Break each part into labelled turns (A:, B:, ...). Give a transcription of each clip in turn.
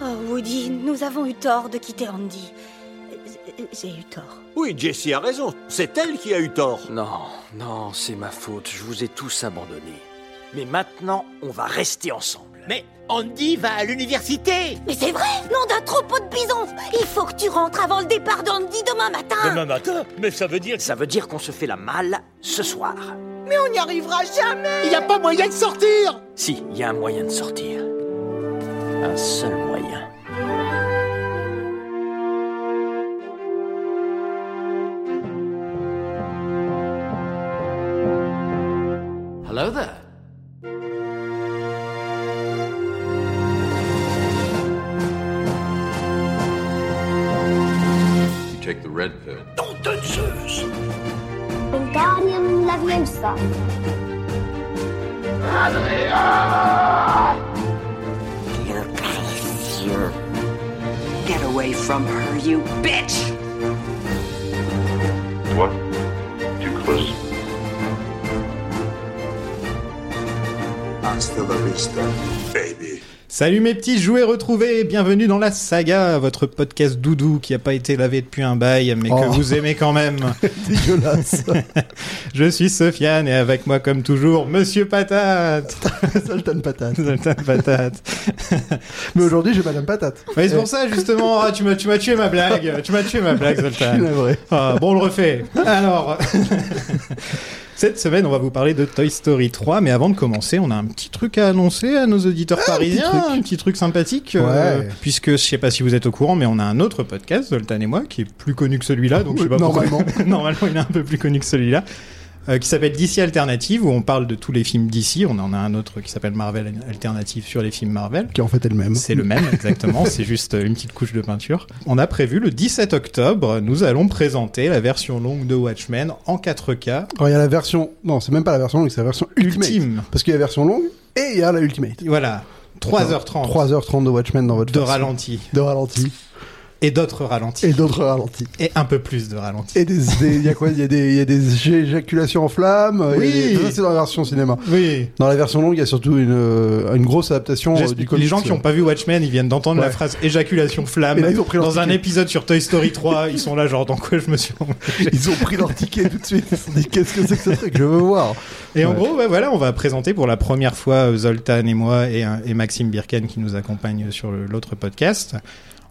A: Oh, Woody, nous avons eu tort de quitter Andy. J'ai eu tort.
B: Oui, Jessie a raison. C'est elle qui a eu tort.
C: Non, non, c'est ma faute. Je vous ai tous abandonnés. Mais maintenant, on va rester ensemble.
D: Mais Andy va à l'université
A: Mais c'est vrai Nom d'un troupeau de bisons Il faut que tu rentres avant le départ d'Andy demain matin
E: Demain matin Mais ça veut dire...
C: Ça veut dire qu'on se fait la malle ce soir.
F: Mais on n'y arrivera jamais
G: Il n'y a pas moyen de sortir
C: Si, il y a un moyen de sortir. Un seul moyen.
H: Hello there.
I: You take the red pill.
J: Don't danseuse.
K: Wingardium Leviosa.
L: Here, guys, here. Get away from her, you bitch!
M: What? Too close.
N: Hasta la vista, baby.
O: Salut mes petits jouets retrouvés, bienvenue dans la saga, votre podcast doudou qui n'a pas été lavé depuis un bail, mais que
P: Oh.
O: vous aimez quand même.
P: Dégueulasse.
O: Je suis Sofiane et avec moi comme toujours, Monsieur Patate.
P: Zoltan Patate.
O: Zoltan Patate.
P: Mais aujourd'hui, j'ai Madame Patate.
O: Mais c'est pour ça justement, ah, tu m'as tu m'as tué ma blague, tu m'as tué ma blague
P: Je
O: Zoltan.
P: suis navré.
O: Ah, bon, on le refait. Alors, cette semaine, on va vous parler de Toy Story 3, mais avant de commencer, on a un petit truc à annoncer à nos auditeurs parisiens,
P: Ah, truc.
O: un petit truc sympathique, euh,
P: Ouais.
O: puisque je sais pas si vous êtes au courant, mais on a un autre podcast, Zoltan et moi, qui est plus connu que celui-là, donc je sais
P: Oui,
O: pas pourquoi-
P: normalement.
O: normalement, il est un peu plus connu que celui-là. euh, qui s'appelle DC Alternative, où on parle de tous les films DC. On en a un autre qui s'appelle Marvel Alternative sur les films Marvel.
P: Qui en fait est le même.
O: C'est le même, exactement. C'est juste une petite couche de peinture. On a prévu le 17 octobre, nous allons présenter la version longue de Watchmen en 4K
P: Alors, il y a la version. Non, c'est même pas la version longue, c'est la version ultimate.
O: ultime.
P: Parce qu'il y a la version longue et il y a la ultimate.
O: Voilà, 3h30
P: 3h30 de Watchmen dans votre
O: de
P: version.
O: ralenti
P: De ralenti.
O: et d'autres ralentis
P: Et d'autres ralentis.
O: et un peu plus de ralenti.
P: Et des. des- Il y a quoi Il y a des, il y a des éjaculations en flammes. euh,
O: Oui.
P: il y a des- Ça, c'est dans la version cinéma.
O: Oui.
P: Dans la version longue, il y a surtout une, euh, une grosse adaptation euh, du
O: J'explique,
P: comics.
O: les gens qui n'ont pas vu Watchmen, ils viennent d'entendre
P: Ouais.
O: la phrase éjaculation flamme
P: Et là, ils ont pris leur
O: dans un
P: ticket.
O: épisode sur Toy Story 3. ils sont là, genre, dans quoi je me suis engagé
P: Ils ont pris leur ticket tout de suite. Ils se sont dit qu'est-ce que c'est que ce truc Je veux voir.
O: Et en
P: Ouais.
O: gros, ouais, voilà, on va présenter pour la première fois euh, Zoltan et moi et, euh, et Maxime Birken qui nous accompagne sur le- l'autre podcast.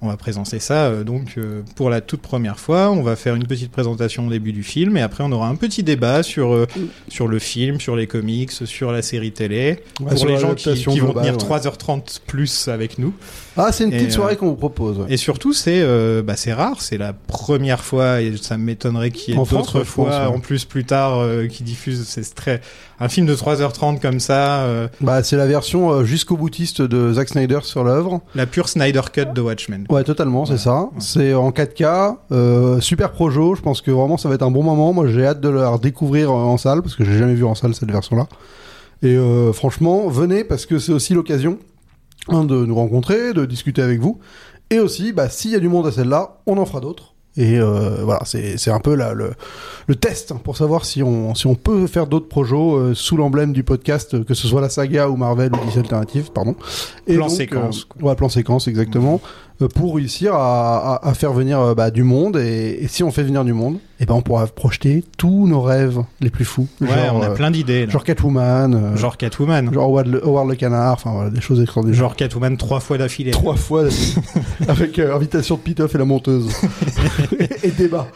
O: On va présenter ça euh, donc euh, pour la toute première fois. On va faire une petite présentation au début du film et après on aura un petit débat sur euh, sur le film, sur les comics, sur la série télé.
P: Ouais,
O: pour
P: sur
O: les gens qui,
P: l'adaptation
O: qui vont
P: globale,
O: tenir
P: ouais.
O: 3h30 plus avec nous.
P: Ah, c'est une petite
O: Et,
P: soirée
O: euh,
P: qu'on vous propose. ouais.
O: Et surtout, c'est euh, bah, c'est rare, c'est la première fois, et ça m'étonnerait qu'il y ait
P: En France,
O: d'autres
P: ouais, je pense,
O: fois,
P: ouais.
O: en plus plus tard, euh, qui diffusent ces très... un film de 3h30 comme ça, euh,
P: Bah, c'est la version euh, jusqu'au boutiste de Zack Snyder sur l'œuvre.
O: la pure Snyder Cut de Watchmen.
P: Ouais, totalement, c'est ça. C'est en 4K, euh, super projo. Je pense que vraiment ça va être un bon moment. Moi, j'ai hâte de la redécouvrir euh, en salle parce que j'ai jamais vu en salle cette version-là. Et euh, franchement, venez parce que c'est aussi l'occasion hein, de nous rencontrer, de discuter avec vous. Et aussi, bah, s'il y a du monde à celle-là, on en fera d'autres. Et euh, voilà, c'est c'est un peu là, le, le test hein, pour savoir si on, si on peut faire d'autres projets euh, sous l'emblème du podcast, euh, que ce soit la saga ou Marvel ou DC Alternative, pardon.
O: Plan séquence,
P: euh, ouais, plan séquence, exactement. euh, pour réussir à, à- à faire venir euh, bah, du monde. Et, et si on fait venir du monde, et ben on pourra projeter tous nos rêves les plus fous.
O: Ouais,
P: genre,
O: on a
P: euh,
O: plein d'idées. là. Genre,
P: genre Catwoman, euh, genre,
O: Catwoman. Genre,
P: Howard, le, Howard le Canard, enfin voilà, des choses extraordinaires.
O: Catwoman trois fois d'affilée.
P: Trois fois avec euh, invitation de Pitoff et la monteuse et débat.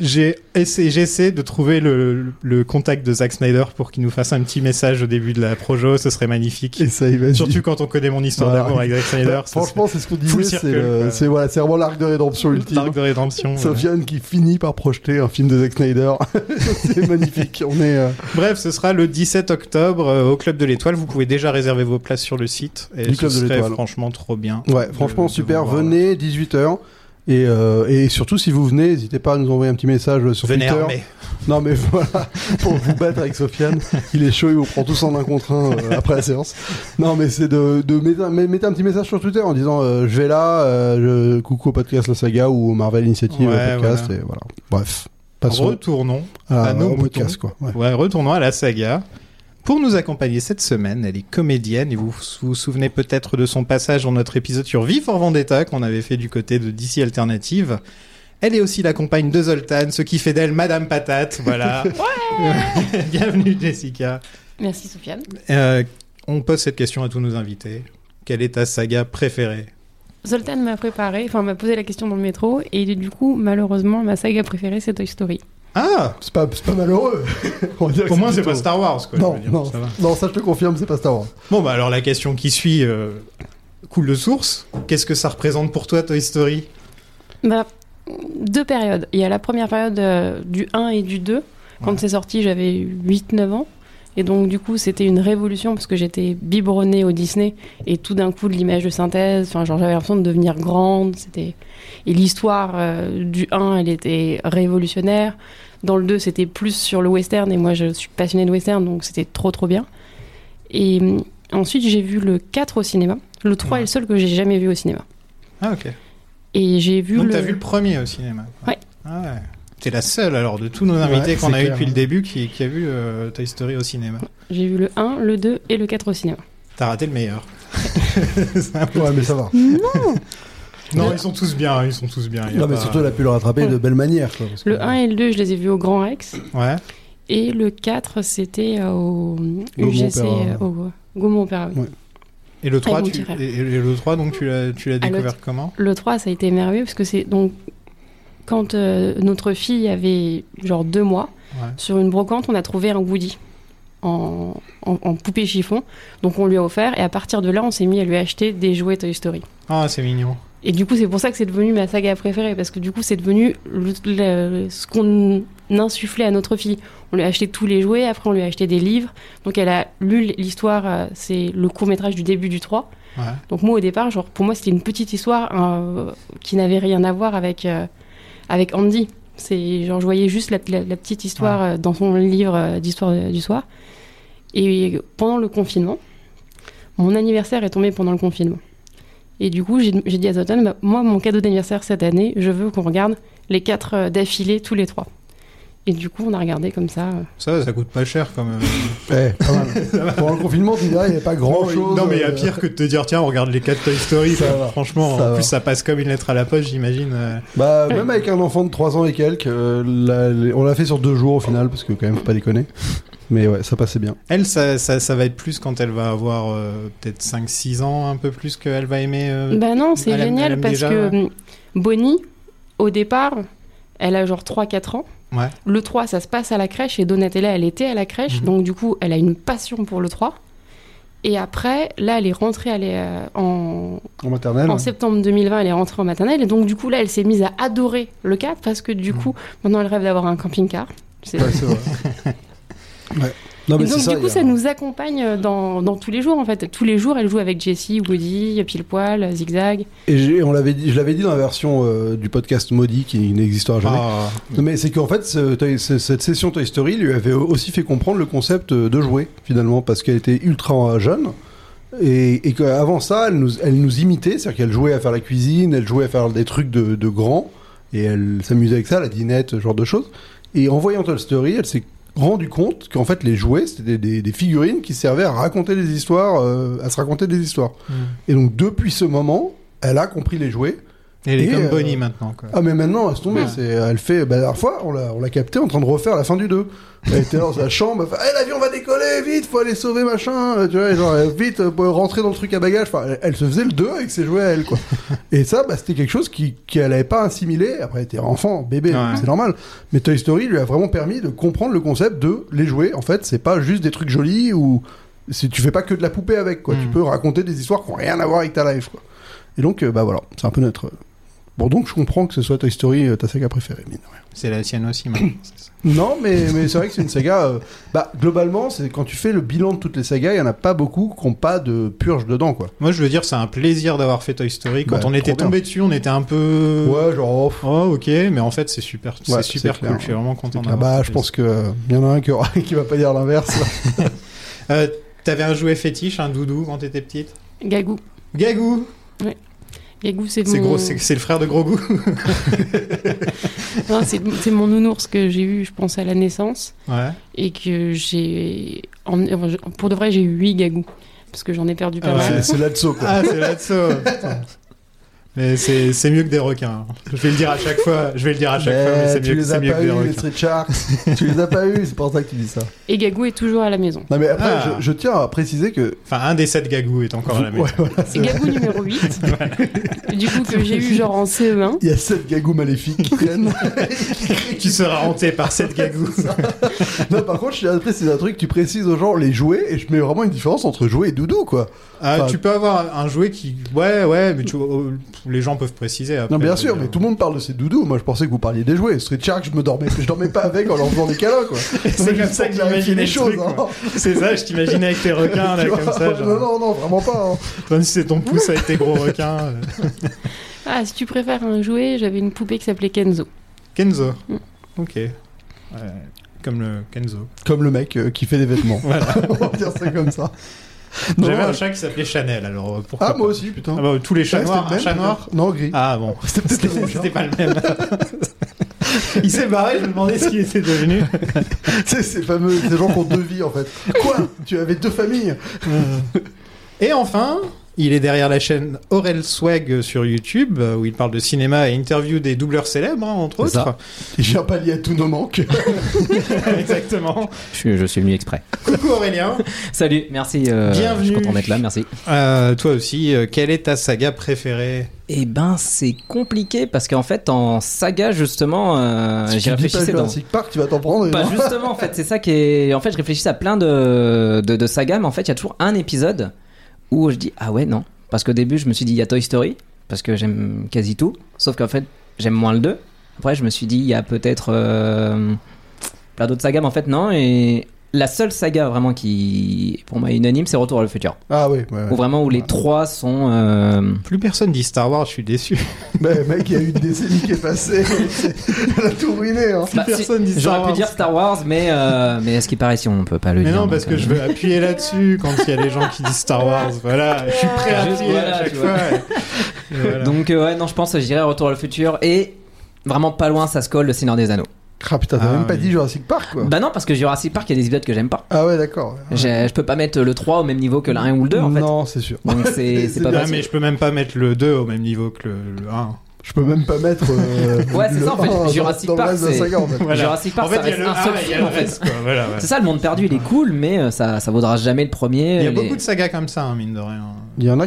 O: J'ai essayé, j'essaie de trouver le, le contact de Zack Snyder pour qu'il nous fasse un petit message au début de la projo, ce serait magnifique.
P: Essaye, vas-y.
O: Surtout quand on connaît mon histoire
P: Voilà. Bah,
O: d'amour avec Zack Snyder. ce
P: Franchement, c'est ce qu'on
O: full
P: disait, c'est
O: circle,
P: le-
O: quoi.
P: c'est voilà, c'est vraiment l'arc de rédemption
O: serait
P: ultime.
O: l'arc de rédemption. euh, voilà.
P: Sofiane qui finit par projeter un film de Zack Snyder. c'est magnifique. On est euh,
O: Bref, ce sera le 17 octobre euh, au Club de l'Étoile. Vous pouvez déjà réserver vos places sur le site. Et
P: Du
O: ce
P: Club de
O: serait
P: l'Étoile.
O: franchement trop bien.
P: Ouais,
O: de-
P: franchement,
O: de
P: super.
O: vous voir.
P: Venez, 18h. Et, euh, et surtout, si vous venez, n'hésitez pas à nous envoyer un petit message sur
O: Venez
P: Twitter.
O: armés.
P: Non, mais voilà, pour vous battre avec Sofiane. Il est chaud, il vous prend tous en un contre un euh, après la séance. Non, mais c'est de, de mettre, un, mais- mettez un petit message sur Twitter en disant euh, je vais là, euh, je- coucou au podcast La Saga ou au Marvel Initiative
O: Ouais,
P: euh, podcast. Et voilà. Bref, passons
O: Retournons
P: à,
O: à nos
P: au
O: moutons.
P: podcast, quoi. Ouais.
O: Ouais, retournons à la saga Pour nous accompagner cette semaine, elle est comédienne et vous vous souvenez peut-être de son passage dans notre épisode sur Vive en Vendetta qu'on avait fait du côté de DC Alternative. Elle est aussi la compagne de Zoltan, ce qui fait d'elle Madame Patate. Voilà.
G: Ouais
O: Bienvenue Jessica.
G: Merci Sofiane.
O: Euh, on pose cette question à tous nos invités. Quelle est ta saga préférée
G: Zoltan m'a préparé, enfin m'a posé la question dans le métro et du coup malheureusement ma saga préférée c'est Toy Story.
O: Ah
P: C'est pas, c'est pas malheureux
O: Au moins, c'est pas Star Wars, quoi.
P: Non,
O: je veux dire,
P: non,
O: ça va.
P: non, ça je te confirme, c'est pas Star Wars.
O: Bon, bah alors la question qui suit euh, coule de source. Qu'est-ce que ça représente pour toi, Toy Story
G: Bah, deux périodes. Il y a la première période euh, du 1 et du 2. Quand c'est sorti j'avais 8-9 ans. Et donc du coup c'était une révolution parce que j'étais biberonnée au Disney et tout d'un coup de l'image de synthèse, enfin genre j'avais l'impression de devenir grande, c'était et l'histoire euh, du 1 elle était révolutionnaire. Dans le 2 c'était plus sur le western et moi je suis passionnée de western donc c'était trop trop bien. Et hum, ensuite j'ai vu le 4 au cinéma. Le 3 est le seul que j'ai jamais vu au cinéma.
O: Ah, ok.
G: Et j'ai vu
O: Donc,
G: le
O: t'as vu le premier au cinéma quoi.
G: Ouais.
O: Ah ouais. T'es la seule, alors, de tous nos invités
P: Ouais,
O: qu'on
P: c'est
O: a eu
P: clair,
O: depuis
P: hein.
O: le début qui, qui a vu euh, Toy Story au cinéma.
G: J'ai vu le 1, le 2 et le 4 au cinéma.
O: T'as raté le meilleur.
P: Ouais, mais ça va.
O: Non, ils sont tous bien, ils sont tous bien. il y a
P: Non, mais
O: pas-
P: surtout, elle a pu le rattraper de belle manière. Quoi, parce que-
G: Le 1 et le 2, je les ai vus au Grand Rex.
O: Ouais.
G: Et le 4, c'était euh, au
P: Gaumont
G: UGC,
P: Opéra.
G: euh, au Gaumont Opéra. oui.
P: Ouais.
O: Et le 3,
G: bon
O: tu...
G: tireur.
O: et, et le 3 donc, tu l'as, tu l'as
G: Ah, le-
O: découvert comment
G: Le 3, ça a été merveilleux parce que c'est donc quand euh, notre fille avait genre deux mois,
O: Ouais.
G: sur une brocante, on a trouvé un Woody en, en- en poupée chiffon. Donc on lui a offert et à partir de là, on s'est mis à lui acheter des jouets Toy Story.
O: Ah, c'est mignon.
G: Et du coup, c'est pour ça que c'est devenu ma saga préférée, parce que du coup, c'est devenu le- le- ce qu'on insufflait à notre fille. On lui a acheté tous les jouets, après on lui a acheté des livres. Donc elle a lu l'histoire, euh, c'est le court métrage du début du 3.
O: Ouais.
G: Donc moi, au départ, genre, pour moi, c'était une petite histoire euh, qui n'avait rien à voir avec, euh, avec Andy. C'est genre, je voyais juste la, la- la petite histoire euh, dans son livre euh, d'histoire euh, du soir. Et pendant le confinement, mon anniversaire est tombé pendant le confinement. Et du coup, j'ai j'ai dit à Zoltan, bah, moi, mon cadeau d'anniversaire cette année, je veux qu'on regarde les quatre euh, d'affilée, tous les trois. Et du coup, on a regardé comme ça. euh.
O: Ça, va, ça coûte pas cher quand même.
P: Eh, pas mal. Pendant le confinement, tu dirais, il n'y avait pas grand chose. euh,
O: non, mais il y a pire que de te dire, tiens, on regarde les 4 Toy Story.
P: Ça
O: quoi.
P: va.
O: Franchement,
P: Ça
O: en
P: va.
O: plus, ça passe comme une lettre à la poche, j'imagine. euh.
P: Bah, même avec un enfant de 3 ans et quelques, euh, la- les- on l'a fait sur deux jours au final, parce que quand même, faut pas déconner. Mais ouais, ça passait bien.
O: Elle, ça, ça, ça va être plus quand elle va avoir euh, peut-être 5-6 ans, un peu plus qu'elle va aimer. euh,
G: Bah non, c'est
O: elle aime- elle
G: génial
O: aime
G: parce
O: déjà,
G: que
O: ouais.
G: hum, Bonnie, au départ, elle a genre 3-4 ans.
O: Ouais. Mhm.
G: Le 3, ça se passe à la crèche et Donatella, elle était à la crèche. Donc, du coup, elle a une passion pour le 3. Et après, là, elle est rentrée elle est, euh, en,
O: Ah
P: En maternelle. hein.
G: En septembre 2020, elle est rentrée en maternelle. Et donc, du coup, là, elle s'est mise à adorer le 4 parce que,
O: Mhm.
G: du coup, maintenant, elle rêve d'avoir un camping-car. C'est-
P: Ouais, c'est vrai. Ouais. Non,
G: Et
P: mais
G: donc,
P: c'est ça.
G: du coup,
P: il y a-
G: ça nous accompagne euh, dans, dans tous les jours, en fait. Tous les jours, elle joue avec Jessie, Woody, Pile Poil, Zigzag.
P: Et j'ai- on l'avait dit, je l'avais dit dans la version euh, du podcast maudit qui n'existera jamais.
O: Ah.
P: Non, Mais c'est qu'en fait, ce- Toy- ce- cette session Toy Story lui avait aussi fait comprendre le concept euh, de jouer, finalement, parce qu'elle était ultra euh, jeune. Et, et qu'avant ça, elle nous, elle nous imitait, c'est-à-dire qu'elle jouait à faire la cuisine, elle jouait à faire des trucs de, de grands, et elle s'amusait avec ça, la dinette, ce genre de choses. Et en voyant Toy Story, elle s'est rendue compte qu'en fait, les jouets, c'était des, des- des figurines qui servaient à raconter des histoires, euh, à se raconter des histoires. Et donc, depuis ce moment, elle a compris les jouets.
O: Elle est
P: Et,
O: comme
P: euh,
O: Bonnie maintenant. Quoi.
P: Ah mais maintenant, elle se tombe, c'est, elle fait, bah, la dernière fois, on l'a, on l'a capté en train de refaire la fin du 2. Elle était dans sa chambre, elle fait, Eh, l'avion va décoller, vite, faut aller sauver machin, tu vois, et genre, euh, vite, euh, pour rentrer dans le truc à bagages, enfin, elle, elle se faisait le 2 avec ses jouets à elle, quoi. et ça, bah, c'était quelque chose qui, qu'elle avait pas assimilé, après, elle était enfant, bébé,
O: Ouais.
P: c'est normal. Mais Toy Story lui a vraiment permis de comprendre le concept de les jouets, en fait, c'est pas juste des trucs jolis ou, c'est, tu fais pas que de la poupée avec, quoi, tu peux raconter des histoires qui ont rien à voir avec ta life, quoi. Et donc, euh, bah voilà, c'est un peu notre. Bon, donc je comprends que ce soit Toy Story euh, ta saga préférée, mine de rien.
O: C'est la sienne aussi maintenant. c'est ça.
P: Non, mais, mais c'est vrai que c'est une saga. euh, bah, globalement, c'est quand tu fais le bilan de toutes les sagas, il y en a pas beaucoup qui n'ont pas de purge dedans, quoi.
O: Moi, je veux dire, c'est un plaisir d'avoir fait Toy Story. Quand
P: Bah,
O: on était
P: trop bien.
O: tombé dessus, on était un peu.
P: Ouais, genre. oh, pff,
O: Oh, ok, mais en fait, c'est super,
P: ouais,
O: c'est super
P: clair.
O: cool. Je suis vraiment content
P: C'est
O: d'avoir
P: clair. Bah,
O: fait
P: je
O: ça.
P: pense que euh, il y en a un qui, aura- qui va pas dire l'inverse.
O: Euh, T'avais un jouet fétiche, un doudou quand t'étais petite
G: Gagou.
O: Gagou
G: Ouais. Yagou, c'est
O: C'est
G: mon...
O: gros- c'est- c'est le frère de Grogu.
G: Non, hein, c'est c'est mon nounours que j'ai eu, je pense, à la naissance.
O: Ouais.
G: Et que j'ai. emmené- enfin, je- Pour de vrai, j'ai eu 8 gagous. Parce que j'en ai perdu pas
O: Ah ouais.
G: mal.
P: C'est l'Atso, quoi.
O: Ah, c'est l'Atso. Putain. Mais c'est c'est mieux que des requins. hein. Je vais le dire à chaque fois. Je vais le dire à chaque
P: Mais
O: fois. Mais c'est
P: Eh, tu
O: mieux, que-
P: les as
O: c'est mieux
P: pas
O: que des
P: eu, les
O: requins.
P: Street Sharks. tu les as pas eu, c'est pour ça que tu dis ça.
G: Et Gagou est toujours à la maison.
P: Non, mais après,
O: Ah.
P: je, je tiens à préciser que.
O: Enfin, un des sept gagous est encore à la maison.
P: Ouais, voilà,
G: C'est Gagou numéro 8. Du coup, que j'ai eu genre en E CE1.
P: Il y a sept gagous maléfiques qui traînent.
O: tu seras hanté par sept gagous.
P: non, par contre, je tiens à préciser un truc, tu précises aux gens les jouets, et je mets vraiment une différence entre jouet et doudou, quoi.
O: Ah,
P: Enfin,
O: tu peux avoir un jouet qui. Ouais, ouais, mais tu- oh, les gens peuvent préciser. Après,
P: Non, bien sûr, mais tout le monde parle de ses doudous. Moi, je pensais que vous parliez des jouets. Street Shark, je me dormais, je dormais pas avec en leur faisant des câlins, quoi.
O: C'est comme ça que j'imagine les choses. C'est ça, je t'imagine avec tes requins, là,
P: hein. Tu vois,
O: comme ça. Genre.
P: Non, non, non, vraiment pas. hein.
O: Même si c'est ton pouce avec tes gros requins. euh.
G: Ah, si tu préfères un jouet, j'avais une poupée qui s'appelait Kenzo.
O: Kenzo.
G: Mm.
O: Ok. Ouais, comme le Kenzo.
P: Comme le mec euh, qui fait des vêtements.
O: Voilà.
P: On va dire ça comme ça. Non,
O: J'avais
P: euh,
O: un chat qui s'appelait Chanel, alors euh, pourquoi
P: Ah, moi
O: pas.
P: aussi, putain.
O: Ah bah, tous les chats
P: Ouais,
O: noirs,
P: c'était
O: un
P: le
O: chat
P: même,
O: noir
P: Non, gris.
O: Ah bon,
P: C'était peut-être le
O: c'était
P: même
O: c'était pas le même. Il s'est barré, je me demandais ce qu'il était devenu. Ah.
P: C'est ces fameux, ces gens qui ont deux vies en fait. Quoi Tu avais deux familles
O: Et enfin, il est derrière la chaîne Aurel Swag sur YouTube, euh, où il parle de cinéma et interview des doubleurs célèbres, hein, entre
I: C'est
O: autres.
P: Il vient pallier à tous nos manques.
O: Exactement.
I: Je, suis- je suis venu exprès.
O: Coucou Aurélien.
I: Salut, merci. euh,
O: Bienvenue.
I: Je suis content d'être là, merci.
O: Euh, toi aussi, euh, quelle est ta saga préférée
I: Eh ben, c'est compliqué parce qu'en fait, en saga, justement, euh,
P: Si tu
I: j'y
P: dis pas
I: réfléchissais dans.
P: Jurassic Park, tu vas t'en prendre. hein.
I: Pas
P: non
I: justement, en fait, c'est ça qui est. En fait, je réfléchissais à plein de, de, de sagas, mais en fait, il y a toujours un épisode où je dis Ah ouais, non. Parce qu'au début, je me suis dit Il y a Toy Story, parce que j'aime quasi tout. Sauf qu'en fait, j'aime moins le 2. Après, je me suis dit Il y a peut-être euh, plein d'autres sagas, mais en fait, non. Et la seule saga vraiment qui, pour moi, est unanime, c'est Retour à le futur.
P: Ah oui, ouais, ouais.
I: Ou vraiment où les trois sont. euh,
O: Plus personne dit Star Wars, je suis déçu.
P: Mais Ben, mec, il y a eu une décennie qui est passée. Elle a tout ruiné. Hein.
I: bah,
O: personne
I: si-
O: dit Star
I: J'aurais pu
O: Wars.
I: dire Star Wars, mais, euh, mais à ce qui paraît, si on peut pas le
O: Mais
I: dire.
O: non, parce
I: donc,
O: que
I: euh,
O: je veux appuyer là-dessus quand il y a des gens qui disent Star Wars. Voilà, je suis prêt à
I: Juste,
O: appuyer
I: voilà,
O: à chaque
I: tu vois.
O: fois. Et voilà.
I: Donc euh, ouais, non, je pense que je dirais Retour à le futur et vraiment pas loin, ça se colle le Seigneur des Anneaux.
P: Ah putain, t'as
O: Ah,
P: même pas
O: oui.
P: dit Jurassic Park quoi.
I: Bah non, parce que Jurassic Park, il y a des épisodes que j'aime pas.
P: Ah ouais, d'accord.
I: J'ai- Je peux pas mettre le 3 au même niveau que le 1 ou le 2 en fait.
P: Non, c'est sûr.
I: Donc c'est c'est pas
O: Ah,
I: possible.
O: mais je peux même pas mettre le 2 au même niveau que le, 1.
P: Je peux même pas mettre. euh,
I: Ouais, c'est
P: le
I: ça, en fait.
P: un dans-
I: Jurassic
P: dans le
I: Park,
P: reste de la
I: c'est-
P: saga, en fait.
I: Jurassic Park,
O: en fait,
I: ça
O: il y a
I: reste
O: le
I: un seul
O: 1 et il y a
I: film,
O: le
I: en fait.
O: reste. quoi, voilà, ouais.
I: C'est ça, le monde perdu, il est cool, mais euh, ça, ça vaudra jamais le premier.
O: Il y
I: les-
O: a beaucoup de sagas comme ça, hein, mine de rien.
P: Il y en a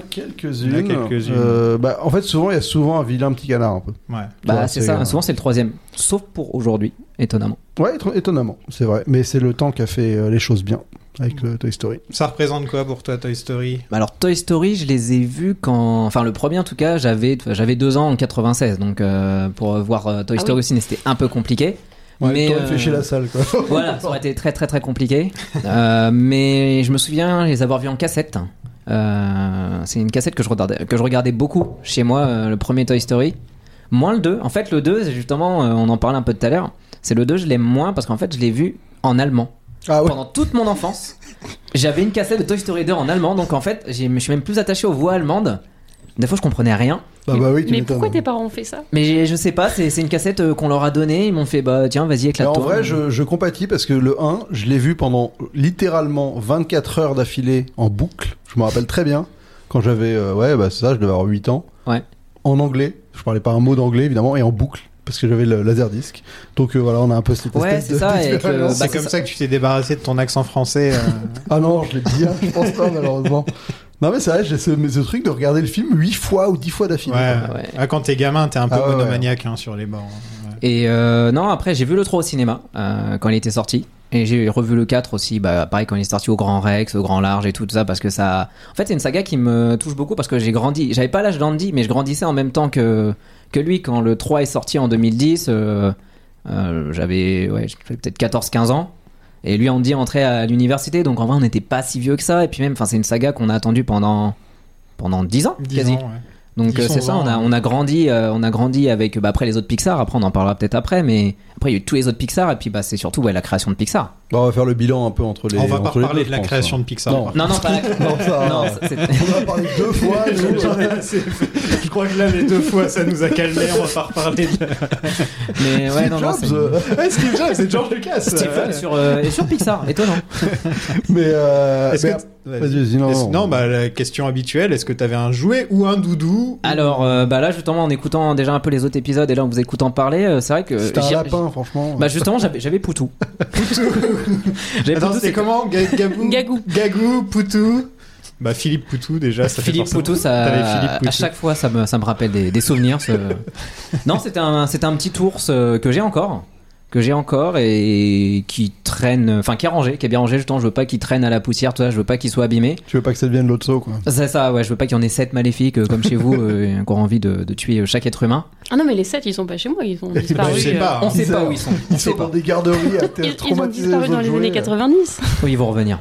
O: Il
P: quelques-unes.
O: y en a quelques-unes.
P: Euh, bah, en fait, souvent, il y a souvent un vilain petit canard un peu.
O: Ouais.
I: Bah
P: Ouais,
I: c'est
P: c'est- euh,
I: ça, souvent c'est le troisième. Sauf pour aujourd'hui, étonnamment.
P: Ouais, éton- étonnamment, c'est vrai. Mais c'est le temps qui a fait euh, les choses bien avec le Toy Story.
O: euh, Ça représente quoi pour toi, Toy Story
I: Bah alors Toy Story, je les ai vus quand, enfin le premier en tout cas, j'avais j'avais deux ans en 96, donc euh, pour voir euh, Toy
G: Ah
I: Story
G: oui.
I: au ciné, c'était un peu compliqué.
P: Ouais,
I: mais
P: t'aurais
I: euh,
P: fait chez la salle quoi.
I: voilà, ça aurait été très très très compliqué. Euh, mais je me souviens les avoir vus en cassette. Euh, c'est une cassette que je regardais, que je regardais beaucoup chez moi, euh, le premier Toy Story. Moins le 2. En fait, le 2, c'est justement, euh, on en parlait un peu tout à l'heure. C'est le 2, je l'aime moins parce qu'en fait, je l'ai vu en allemand.
P: Ah ouais.
I: Pendant toute mon enfance, j'avais une cassette de Toy Story 2 en allemand. Donc en fait, j'ai- je suis même plus attaché aux voix allemandes. Des fois, je comprenais rien.
P: Bah, bah oui, tu
G: Mais
P: m'étonnes.
G: pourquoi tes parents ont fait ça
I: Mais j'ai- je sais pas, c'est c'est une cassette euh, qu'on leur a donnée. Ils m'ont fait, bah tiens, vas-y,
P: Mais
I: éclate-toi.
P: en vrai, je, je compatis parce que le 1, je l'ai vu pendant littéralement 24 heures d'affilée en boucle. Je me rappelle très bien quand j'avais, euh, ouais, bah c'est ça, je devais avoir 8 ans.
I: Ouais.
P: En anglais, je parlais pas un mot d'anglais évidemment, et en boucle parce que j'avais le laserdisc. Donc euh, voilà, on a un peu cette
I: Ouais,
P: espèce
I: c'est
P: de-
I: ça, et avec le-
P: d'expérience.
I: bah,
O: C'est comme
I: ça.
O: ça que tu t'es débarrassé de ton accent français. euh.
P: Ah non, je l'ai bien, je pense pas malheureusement. Non mais c'est vrai, j'ai ce, mais ce truc de regarder le film 8 fois ou 10 fois d'affilée.
O: Ouais.
I: ouais.
O: Ah, quand t'es gamin, t'es un peu
P: Ah ouais, ouais.
O: monomaniaque hein, sur les bords. hein. Ouais.
I: Et euh, non, après, j'ai vu le 3 au cinéma euh, quand il était sorti. Et j'ai revu le 4 aussi, bah, pareil quand il est sorti au Grand Rex, au Grand Large et tout ça, parce que ça. En fait, c'est une saga qui me touche beaucoup parce que j'ai grandi. J'avais pas l'âge d'Andy, mais je grandissais en même temps que, que lui. Quand le 3 est sorti en 2010, euh, euh, j'avais ouais, j'avais peut-être 14-15 ans. Et lui, Andy entrait à l'université, donc en vrai, on n'était pas si vieux que ça. Et puis même, enfin, c'est une saga qu'on a attendue pendant, pendant 10 ans,
O: Dix
I: quasi.
O: ans, ouais.
I: Donc
O: Ils
I: euh,
O: sont
I: c'est ça, on a,
O: vraiment-
I: on a grandi, euh, on a grandi avec bah, après les autres Pixar. Après, on en parlera peut-être après, mais après il y a eu tous les autres Pixar et puis bah c'est surtout ouais, la création de Pixar.
P: Bah, on va faire le bilan un peu entre les.
O: On va pas
P: entre les
O: parler
P: deux,
O: de la
P: je pense,
O: création
P: hein.
O: de Pixar,
P: Non,
O: par contre. Non, non, pas la-
P: non, ça,
O: Non,
P: c'est...
O: c'est-
P: On en a parlé deux fois. nous.
O: J'en ai assez fait. Je crois que là, les deux fois, ça nous a calmé. On va pas reparler de.
I: Mais ouais,
O: Steve
I: non, non,
O: Jobs,
I: c'est-
O: euh, ouais, Steve Jobs, c'est George Lucas.
I: Steve Jobs
O: Ouais.
I: sur, euh, et sur Pixar, étonnant.
P: Mais. euh,
O: Est-ce
P: mais-
O: que-
P: Vas-y, vas-y, non,
O: Est-ce-
P: non.
O: bah, la question habituelle, est-ce que t'avais un jouet ou un doudou
I: Alors, euh, bah là, justement, en écoutant déjà un peu les autres épisodes et là, en vous écoutant parler, euh, c'est vrai que.
P: C'était un
I: j'ai-
P: lapin, franchement.
I: Bah justement, j'avais j'avais Poutou. J'avais
O: Attends,
I: Poutou,
O: c'était
I: c'est-
O: comment Ga- Gabou
G: Gagou.
O: Gagou, Poutou Bah, Philippe Poutou, déjà, ça
I: Philippe
O: fait forcément-
I: Poutou,
O: T'avais
I: ça,
O: Philippe Poutou.
I: à chaque fois, ça me, ça me rappelle des, des souvenirs. ce- non, c'était un, c'était un petit ours euh, que j'ai encore, que j'ai encore et qui traîne, enfin qui est rangé, qui est bien rangé. Justement, je veux pas qu'il traîne à la poussière, tout ça. Je veux pas qu'il soit abîmé.
P: Tu veux pas que ça devienne l'autre saut, quoi.
I: C'est ça, ouais. Je veux pas qu'il y en ait sept maléfiques euh, comme chez vous, euh, qui ont envie de, de tuer chaque être humain.
G: Ah non, mais les 7, ils sont pas chez moi, ils ont
P: Bah,
G: disparu.
I: je sais
G: euh,
I: pas, hein. On sait pas où ils sont.
P: Ah, Ils sont dans des garderies à
G: Ils,
P: terre
G: ils ont disparu dans les
P: euh
G: années 90.
I: Oui, ils vont revenir.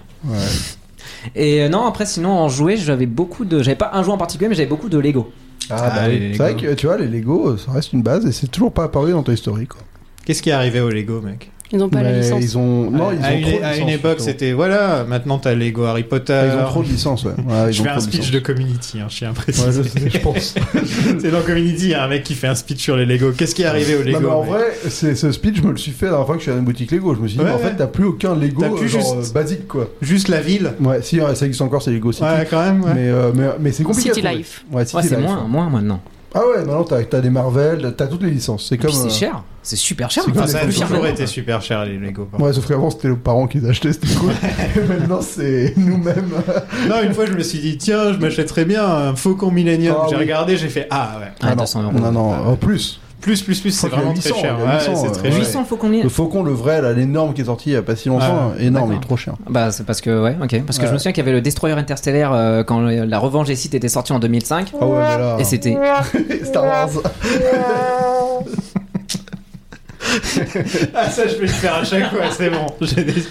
I: Et euh, non, après, sinon, en jouet, j'avais beaucoup de. J'avais pas un jouet en particulier, mais j'avais beaucoup de Lego.
P: Ah, bah,
O: les
P: oui. c'est vrai
O: Lego.
P: que tu vois, les Lego, ça reste une base et c'est toujours pas apparu dans Toy Story, quoi.
O: Qu'est-ce qui est arrivé au Lego, mec
G: Ils ont pas la
P: Mais
G: licence.
P: Ils ont. Non,
O: à,
P: ils ont
O: une,
P: trop de
O: à une
P: licences,
O: époque,
P: plutôt.
O: c'était voilà, maintenant t'as Lego Harry Potter.
P: Ils ont trop de licences, ouais. Ouais, ils
O: je
P: ont
O: fais un
P: trop de
O: speech
P: licences.
O: de Community, hein, je tiens à préciser.
P: Ouais, je sais, je pense.
O: c'est dans Community, il y a un mec qui fait un speech sur les Lego. Qu'est-ce qui est arrivé au Lego
P: Non, mais en
O: mec
P: vrai, c'est, ce speech, je me le suis fait la dernière fois que je suis allé à une boutique Lego. Je me suis dit,
O: Ouais,
P: mais en
O: ouais.
P: fait, t'as plus aucun Lego
O: T'as plus
P: euh, genre,
O: juste-
P: euh, basique, quoi.
O: Juste la ville.
P: Ouais, si, ouais, ça existe encore, c'est Lego City.
O: Ouais, quand même. ouais.
P: Mais, euh, mais, mais c'est compliqué. à
G: City
P: trouver.
G: Life.
P: Ouais, City
I: Ouais, c'est
P: Life,
I: moins, hein.
P: ouais.
I: moins maintenant.
P: Ah ouais, maintenant t'as, t'as des Marvel, t'as- t'as toutes les licences. C'est
I: Et puis
P: comme. euh,
I: c'est cher, c'est super cher.
P: c'est
I: maintenant,
P: comme
I: c'est
O: Ah, Ça a
I: plus cher
O: toujours
I: maintenant.
O: été super cher, les Lego. par
P: Ouais, sauf qu'avant c'était les parents qui les achetaient, c'était cool. Et maintenant c'est nous-mêmes.
O: Non, une fois, je me suis dit, tiens, je m'achèterais bien un Faucon Millennium.
P: Ah
O: j'ai
P: oui.
O: regardé, j'ai fait, ah ouais.
I: Ah,
P: non,
I: 200 euros.
P: non, non, en plus.
O: Plus, plus, plus, c'est
P: Je crois
O: vraiment
P: qu'il y a
O: très
P: 800,
O: cher.
P: il y a euh,
O: Ouais,
P: 800,
O: c'est très
P: ouais.
O: cher.
I: 800, faut combien
P: Le faucon, le vrai, là, l'énorme qui est sorti il y a pas si longtemps, euh,
O: Ah,
P: énorme,
I: d'accord.
P: il est trop cher.
I: Bah, c'est parce que, ouais, ok. Parce que
P: Ouais.
I: je me souviens qu'il y avait le Destroyer Interstellaire euh, quand le- la Revanche des Sith était sortie en 2005.
P: Ah ouais, mais là.
I: Et c'était.
P: Star Wars.
O: Ah, ça, je vais le faire à chaque fois, c'est bon. J'ai des-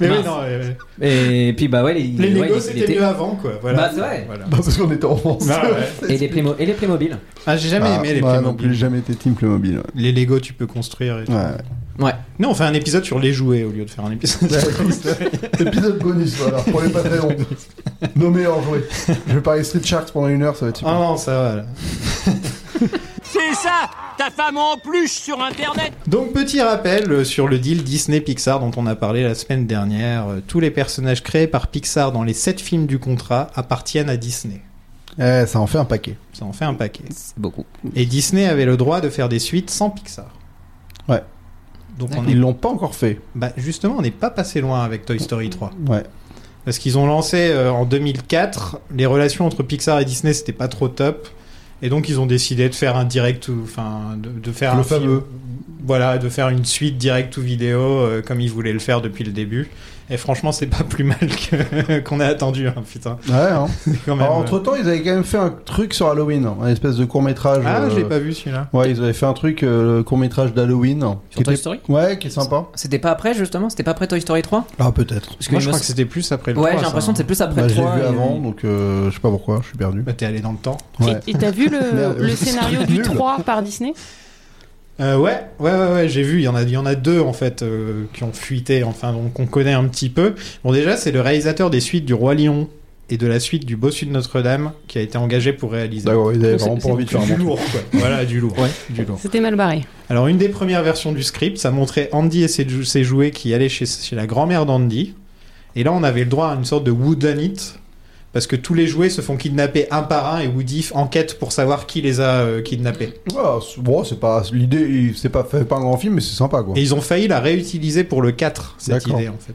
O: Mais oui,
P: Bah,
I: Mince.
O: non, ouais, ouais.
I: Et puis, bah ouais, les,
O: les
I: ouais,
O: Lego,
I: il- il
O: c'était
I: était-
O: mieux avant, quoi. Voilà.
I: Bah, c'est vrai.
O: Voilà.
P: Bah, parce qu'on était en France.
O: Ah, ouais.
I: Et les, Playmo- et les Playmobil.
O: Ah, j'ai jamais aimé les
P: Ah, moi non
O: Playmobil.
P: plus, j'ai jamais été team Playmobil. ouais.
O: Les Lego, tu peux construire et tout.
P: Ouais.
I: Ouais.
O: Non, on fait un épisode sur les jouets au lieu de faire un épisode sur les jouets.
P: Épisode bonus, voilà, pour les Patreons. Nos meilleurs jouets. Je vais parler Street Sharks pendant une heure, ça va être
O: Ah
P: super.
O: non, ça va. là.
D: C'est ça Ta femme en plus sur Internet
O: Donc petit rappel euh, sur le deal Disney-Pixar dont on a parlé la semaine dernière. Euh, Tous les personnages créés par Pixar dans les 7 films du contrat appartiennent à Disney.
P: Eh, ça en fait un paquet.
O: Ça en fait un paquet.
I: C'est beaucoup.
O: Et Disney avait le droit de faire des suites sans Pixar.
P: Ouais.
O: Donc on est...
P: Ils l'ont pas encore fait.
O: bah, justement, on n'est pas passé loin avec Toy Story 3.
P: Ouais.
O: Parce qu'ils ont lancé euh, en 2004, les relations entre Pixar et Disney, c'était pas trop top. Et donc ils ont décidé de faire un direct ou enfin de, de faire
P: Le
O: un film-
P: fameux.
O: voilà, de faire une suite direct ou vidéo euh, comme ils voulaient le faire depuis le début. Et franchement, c'est pas plus mal que- qu'on a attendu hein, putain.
P: Ouais, hein.
O: C'est quand même,
P: Alors,
O: euh,
P: entre temps, ils avaient quand même fait un truc sur Halloween, hein, un espèce de court métrage.
O: Ah, je l'ai pas vu celui-là.
P: Ouais, ils avaient fait un truc, euh, le court métrage d'Halloween. hein, qui
I: Sur Toy
P: était-
I: Story
P: Ouais, qui est sympa.
I: C'était pas après, justement C'était pas après Toy Story 3
P: Ah, peut-être.
I: Parce que
O: Moi,
I: il
O: je
I: me-
O: crois que c'était plus après le
I: Ouais, j'ai
O: 3, ça,
I: l'impression
O: hein.
I: que c'est plus après
P: Bah,
I: le
P: je l'ai
I: 3.
P: vu
I: et-
P: avant, donc euh, je sais pas pourquoi, je suis perdu.
O: Bah, t'es allé dans le temps.
P: Ouais. euh,
G: Et et t'as vu le,
P: Merde.
G: le scénario du 3 par Disney
O: Euh, ouais, ouais, ouais, ouais, j'ai vu. Il y en a, il y en a deux en fait euh, qui ont fuité. Enfin, donc on connaît un petit peu. Bon, déjà, c'est le réalisateur des suites du Roi Lion et de la suite du Bossu de Notre-Dame qui a été engagé pour réaliser.
P: D'accord, ils avaient
G: C'est-
P: vraiment
G: c'est
P: pas envie de
O: Du,
P: faire un bon
O: lourd, quoi. voilà, du lourd. du lourd.
G: C'était mal barré.
O: Alors, une des premières versions du script, ça montrait Andy et ses, jou- ses jouets qui allaient chez, chez la grand-mère d'Andy. Et là, on avait le droit à une sorte de whodunit. Parce que tous les jouets se font kidnapper un par un et Woody enquête pour savoir qui les a euh, kidnappés.
P: truc. Ah, c'est- bon, c'est pas. L'idée, il- c'est pas, fait pas un grand film, mais c'est sympa quoi.
O: Et ils ont failli la réutiliser pour le 4, cette
P: D'accord.
O: idée en fait.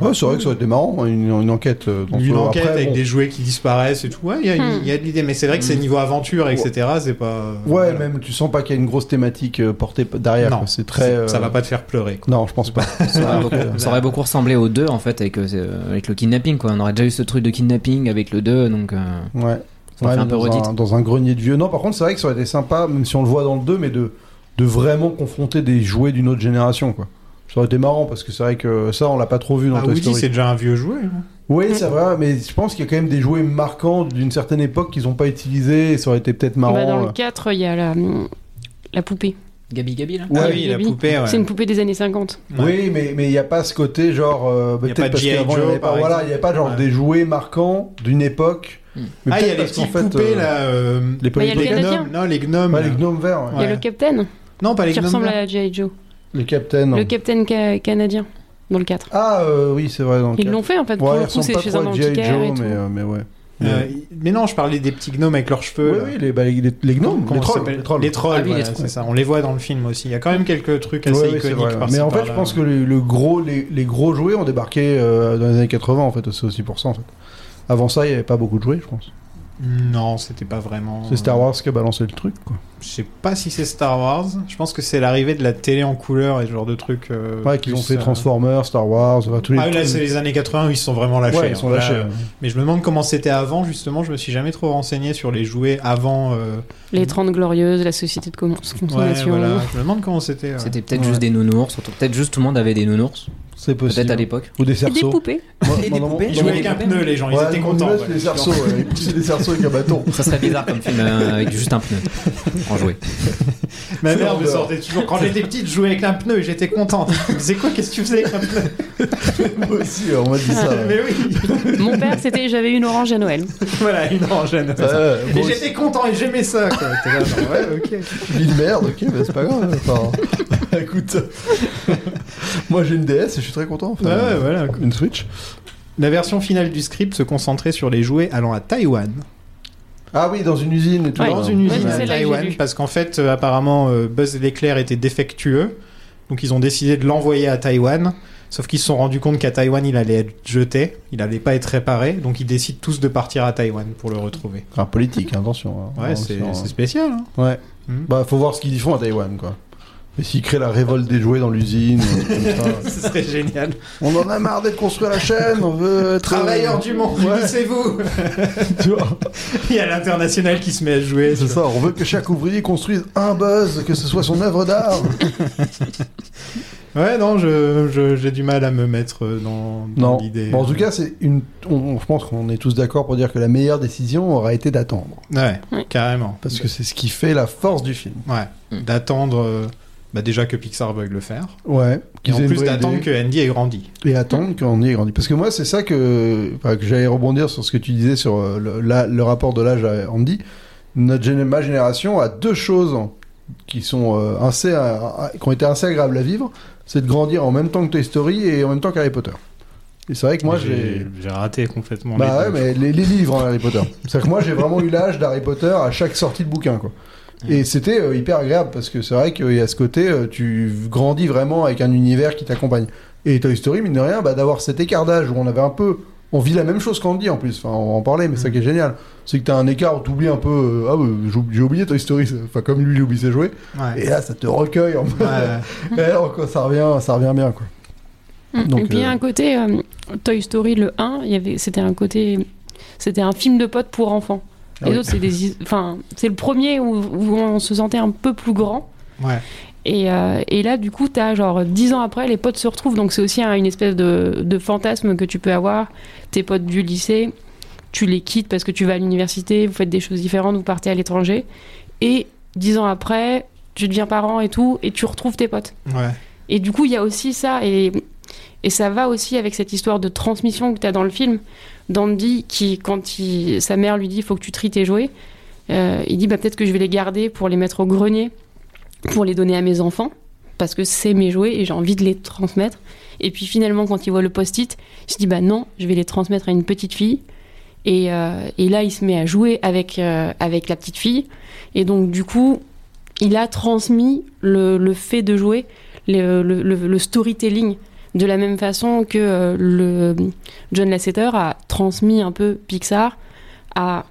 P: Ouais, c'est vrai que ça aurait été marrant, hein, une, une enquête. euh, dans
O: Une
P: ce-
O: enquête
P: après,
O: avec
P: bon.
O: des jouets qui disparaissent et tout. Ouais, il y, a une-
G: Hmm.
O: il y a de l'idée, mais c'est vrai que c'est niveau aventure, etc. C'est pas. euh,
P: Ouais,
O: voilà.
P: même tu sens pas qu'il y a une grosse thématique euh, portée p- derrière.
O: Non,
P: quoi. c'est très. euh, Ah,
O: Ça va pas te faire pleurer. quoi. Ah,
P: Non, je pense pas.
I: Ça aurait, beaucoup, ça aurait beaucoup ressemblé aux deux en fait avec, euh, avec le kidnapping quoi. On aurait déjà eu ce truc de kidnapping avec le 2 donc euh, ça
P: Ouais.
I: aurait
P: Ouais,
I: fait un
P: mais
I: peu
P: dans,
I: redite.
P: un, dans un grenier de vieux. Non, par contre, c'est vrai que ça aurait été sympa, même si on le voit dans le 2, mais de, de vraiment confronter des jouets d'une autre génération, quoi. Ça aurait été marrant parce que c'est vrai que ça, on l'a pas trop vu dans
O: Ah,
P: Toy
O: Woody,
P: Story.
O: c'est déjà un vieux jouet. hein.
P: Oui, c'est vrai, mais je pense qu'il y a quand même des jouets marquants d'une certaine époque qu'ils ont pas utilisés et ça aurait été peut-être marrant.
G: Bah, dans
P: euh.
G: le 4, il y a la, la poupée. Euh,
I: Gabi Gabi, là
O: Ouais, Ah oui, la
G: Gabi.
O: poupée, ouais.
G: C'est une poupée des années 50.
P: Oui, mais mais il n'y a pas ce côté genre. euh, bah,
O: Y a
P: peut-être
O: pas de
P: parce
O: G.I.
P: qu'avant, il y
O: Joe,
P: avait pas-
O: par
P: Voilà,
O: exemple.
P: il n'y a pas genre
O: Ouais.
P: des jouets marquants d'une époque. Mais
O: Ah, il y a
P: peut-être
O: les
P: parce qu'en
O: petites poupées,
P: euh,
O: là. euh,
P: les Bah,
G: il y a le
O: les
G: Canadien.
O: gnomes. Non, les gnomes.
P: Ouais,
O: là.
P: les gnomes verts.
G: Il y a le Captain.
O: Non, pas les
G: Qui
O: gnomes
G: ressemble
O: verts.
G: à G.I. Joe.
P: Le Captain.
G: Le Captain ca- canadien, dans le 4.
P: Ah euh, oui, c'est vrai. dans le
G: Ils
P: cas.
G: l'ont fait, en fait,
P: Ouais,
G: pour le
P: ils
G: coup,
P: ressemblent
G: c'est
P: pas
G: chez
P: trop
G: un
P: à G.I.
G: antiquaire et
P: Joe,
G: tout.
P: mais, euh, mais ouais.
O: Euh, mais non, je parlais des petits gnomes avec leurs cheveux.
P: Oui,
O: là.
P: oui, les, bah, les, les- les gnomes,
O: Comment
P: les
O: ça
P: trolls.
O: s'appelle
P: les trolls.
O: Les trolls,
P: Ah oui, les
O: voilà,
P: trolls.
O: c'est ça. On les voit dans le film aussi. Il y a quand même quelques trucs assez
P: Ouais, ouais, c'est
O: iconiques.
P: vrai.
O: par
P: Mais en fait, je pense que les, le gros, les, les gros jouets ont débarqué euh, dans les années 80, en fait. C'est aussi pour ça, en fait. Avant ça, il n'y avait pas beaucoup de jouets, je pense.
O: Non, c'était pas vraiment.
P: C'est Star Wars qui a balancé le truc, quoi.
O: Je sais pas si c'est Star Wars. Je pense que c'est l'arrivée de la télé en couleur et ce genre de trucs. euh,
P: Ouais, qu'ils
O: plus,
P: ont fait
O: euh,
P: Transformers, Star Wars, enfin, tous les
O: Ah, là,
P: trucs.
O: c'est les années 80 où ils se sont vraiment lâchés.
P: Ouais, ils sont hein.
O: Là,
P: lâchés,
O: euh,
P: ouais.
O: Mais je me demande comment c'était avant, justement. Je me suis jamais trop renseigné sur les jouets avant. euh,
G: Les 30 Glorieuses, la société de cons- consommation.
O: Ouais, voilà. Je me demande comment c'était. euh. ouais.
I: C'était peut-être
O: Ouais.
I: juste des nounours, ou peut-être juste tout le monde avait des nounours.
P: C'est possible.
I: Peut-être à l'époque.
P: Ou des
G: Et des
P: cerceaux.
G: poupées.
P: Moi-
I: Et
P: moi,
I: des
P: dans mon-
I: poupées.
O: Ils
P: dans
O: jouaient
P: mon-
O: avec un pneu, les gens. Ils
P: Ouais,
O: étaient
P: dans mon
O: contents.
P: gosse,
O: ouais.
P: les cerceaux, ouais. Ils poussaient des cerceaux avec un bâton.
I: Ça serait bizarre comme film euh, avec juste un pneu en jouet.
O: Ma mère me
P: Fleur.
O: sortait toujours. Quand j'étais petite, je jouais avec un pneu et j'étais contente. C'est quoi Qu'est-ce que tu faisais avec un pneu
P: Moi aussi, euh, on m'a dit ça. ouais.
O: Mais oui,
G: Mon père, c'était j'avais une orange à Noël.
O: voilà, une orange à Noël.
P: Ouais,
O: Et
P: moi aussi.
O: j'étais content et j'aimais ça. Quoi. T'es là, genre, ouais, ok.
P: Une merde, ok, mais c'est pas grave. hein, Enfin, écoute, moi j'ai une DS et je suis très content. enfin,
O: Ouais, ouais, voilà, quoi.
P: Une Switch.
O: La version finale du script se concentrait sur les jouets allant à Taïwan.
P: Ah oui, dans une usine et tout.
G: Ouais.
O: Dans
P: hein.
O: une
G: Ouais,
O: usine
G: c'est là
O: à
G: que j'ai
O: Taïwan,
G: lu.
O: parce qu'en fait, euh, apparemment, euh, Buzz l'éclair était défectueux. Donc ils ont décidé de l'envoyer à Taïwan. Sauf qu'ils se sont rendus compte qu'à Taïwan, il allait être jeté. Il allait pas être réparé. Donc ils décident tous de partir à Taïwan pour le retrouver.
P: Enfin, politique, hein, attention. hein.
O: Ouais, c'est
P: Attention,
O: c'est
P: hein.
O: spécial. hein.
P: Ouais.
O: Mhm.
P: Bah, faut voir ce qu'ils y font à Taïwan, quoi. Et s'ils créent la révolte des jouets dans l'usine, euh, comme ça.
O: Ce serait génial.
P: on en a marre d'être construit à la chaîne, on veut être. euh,
O: Travailleurs du monde, unissez-vous
P: tu vois.
O: Il y a l'international qui se met à jouer.
P: C'est ça, on veut que chaque ouvrier construise un buzz, que ce soit son œuvre d'art.
O: Ouais, non, je- je- j'ai du mal à me mettre euh, dans, dans
P: Non.
O: l'idée.
P: Bon, en tout cas, c'est une. on- on- je pense qu'on est tous d'accord pour dire que la meilleure décision aura été d'attendre,
O: Ouais,
G: Oui.
O: carrément.
P: parce que c'est ce qui fait la force du film.
O: Ouais,
P: Hmm.
O: d'attendre euh, bah, déjà que Pixar veuille le faire.
P: Ouais.
O: Et en
P: aient une
O: plus
P: vraie
O: d'attendre
P: idée.
O: que Andy ait grandi.
P: et attendre qu'on y ait grandi. Parce que moi, c'est ça que, enfin, que j'allais rebondir sur ce que tu disais sur euh, le, la- le rapport de l'âge à Andy. Notre gén- ma génération a deux choses qui sont euh, assez, à- à- qui ont été assez agréables à vivre, c'est de grandir en même temps que Toy Story et en même temps qu'Harry Potter. Et c'est vrai que moi, j'ai
O: j'ai raté complètement.
P: bah
O: les
P: ouais,
O: deux.
P: mais les, les livres en Harry Potter. C'est-à-dire que moi, j'ai vraiment eu l'âge d'Harry Potter à chaque sortie de bouquin, quoi. Et c'était euh, hyper agréable parce que c'est vrai qu'il y a ce côté, euh, tu grandis vraiment avec un univers qui t'accompagne. Et Toy Story, mine de rien, bah, d'avoir cet écart d'âge où on avait un peu. On vit la même chose qu'Andy en plus, enfin on va en parler, mais ça qui est génial. C'est que t'as un écart où t'oublies un peu. euh, ah, euh, j'ai j'ai oublié Toy Story, enfin comme lui il oublie ses jouets.
O: Ouais.
P: Et là ça te recueille en
O: Ouais, ouais.
P: Et alors quoi, ça revient, ça revient bien quoi.
G: Mm.
P: Donc,
G: et puis il y a
P: euh,
G: un côté euh, Toy Story le 1, il y avait c'était un côté c'était un film de potes pour enfants.
P: Ah
G: Les
P: oui.
G: autres c'est des is- enfin c'est le premier où, où on se sentait un peu plus grand
O: Ouais.
G: et, euh, et là du coup t'as genre 10 ans après les potes se retrouvent donc c'est aussi hein, une espèce de, de fantasme que tu peux avoir tes potes du lycée tu les quittes parce que tu vas à l'université vous faites des choses différentes vous partez à l'étranger et 10 ans après tu deviens parent et tout et tu retrouves tes potes
O: Ouais.
G: et du coup, il y a aussi ça. Et, et ça va aussi avec cette histoire de transmission que tu as dans le film. Dandy, qui, quand il- sa mère lui dit faut que tu tries tes jouets, euh, il dit bah, peut-être que je vais les garder pour les mettre au grenier, pour les donner à mes enfants, parce que c'est mes jouets et j'ai envie de les transmettre. Et puis finalement, quand il voit le post-it, il se dit bah non, je vais les transmettre à une petite fille. Et, euh, et là, il se met à jouer avec, euh, avec la petite fille. Et donc, du coup, il a transmis le, le fait de jouer, le, euh, le- le- le storytelling, de la même façon que euh, le John Lasseter a transmis un peu Pixar à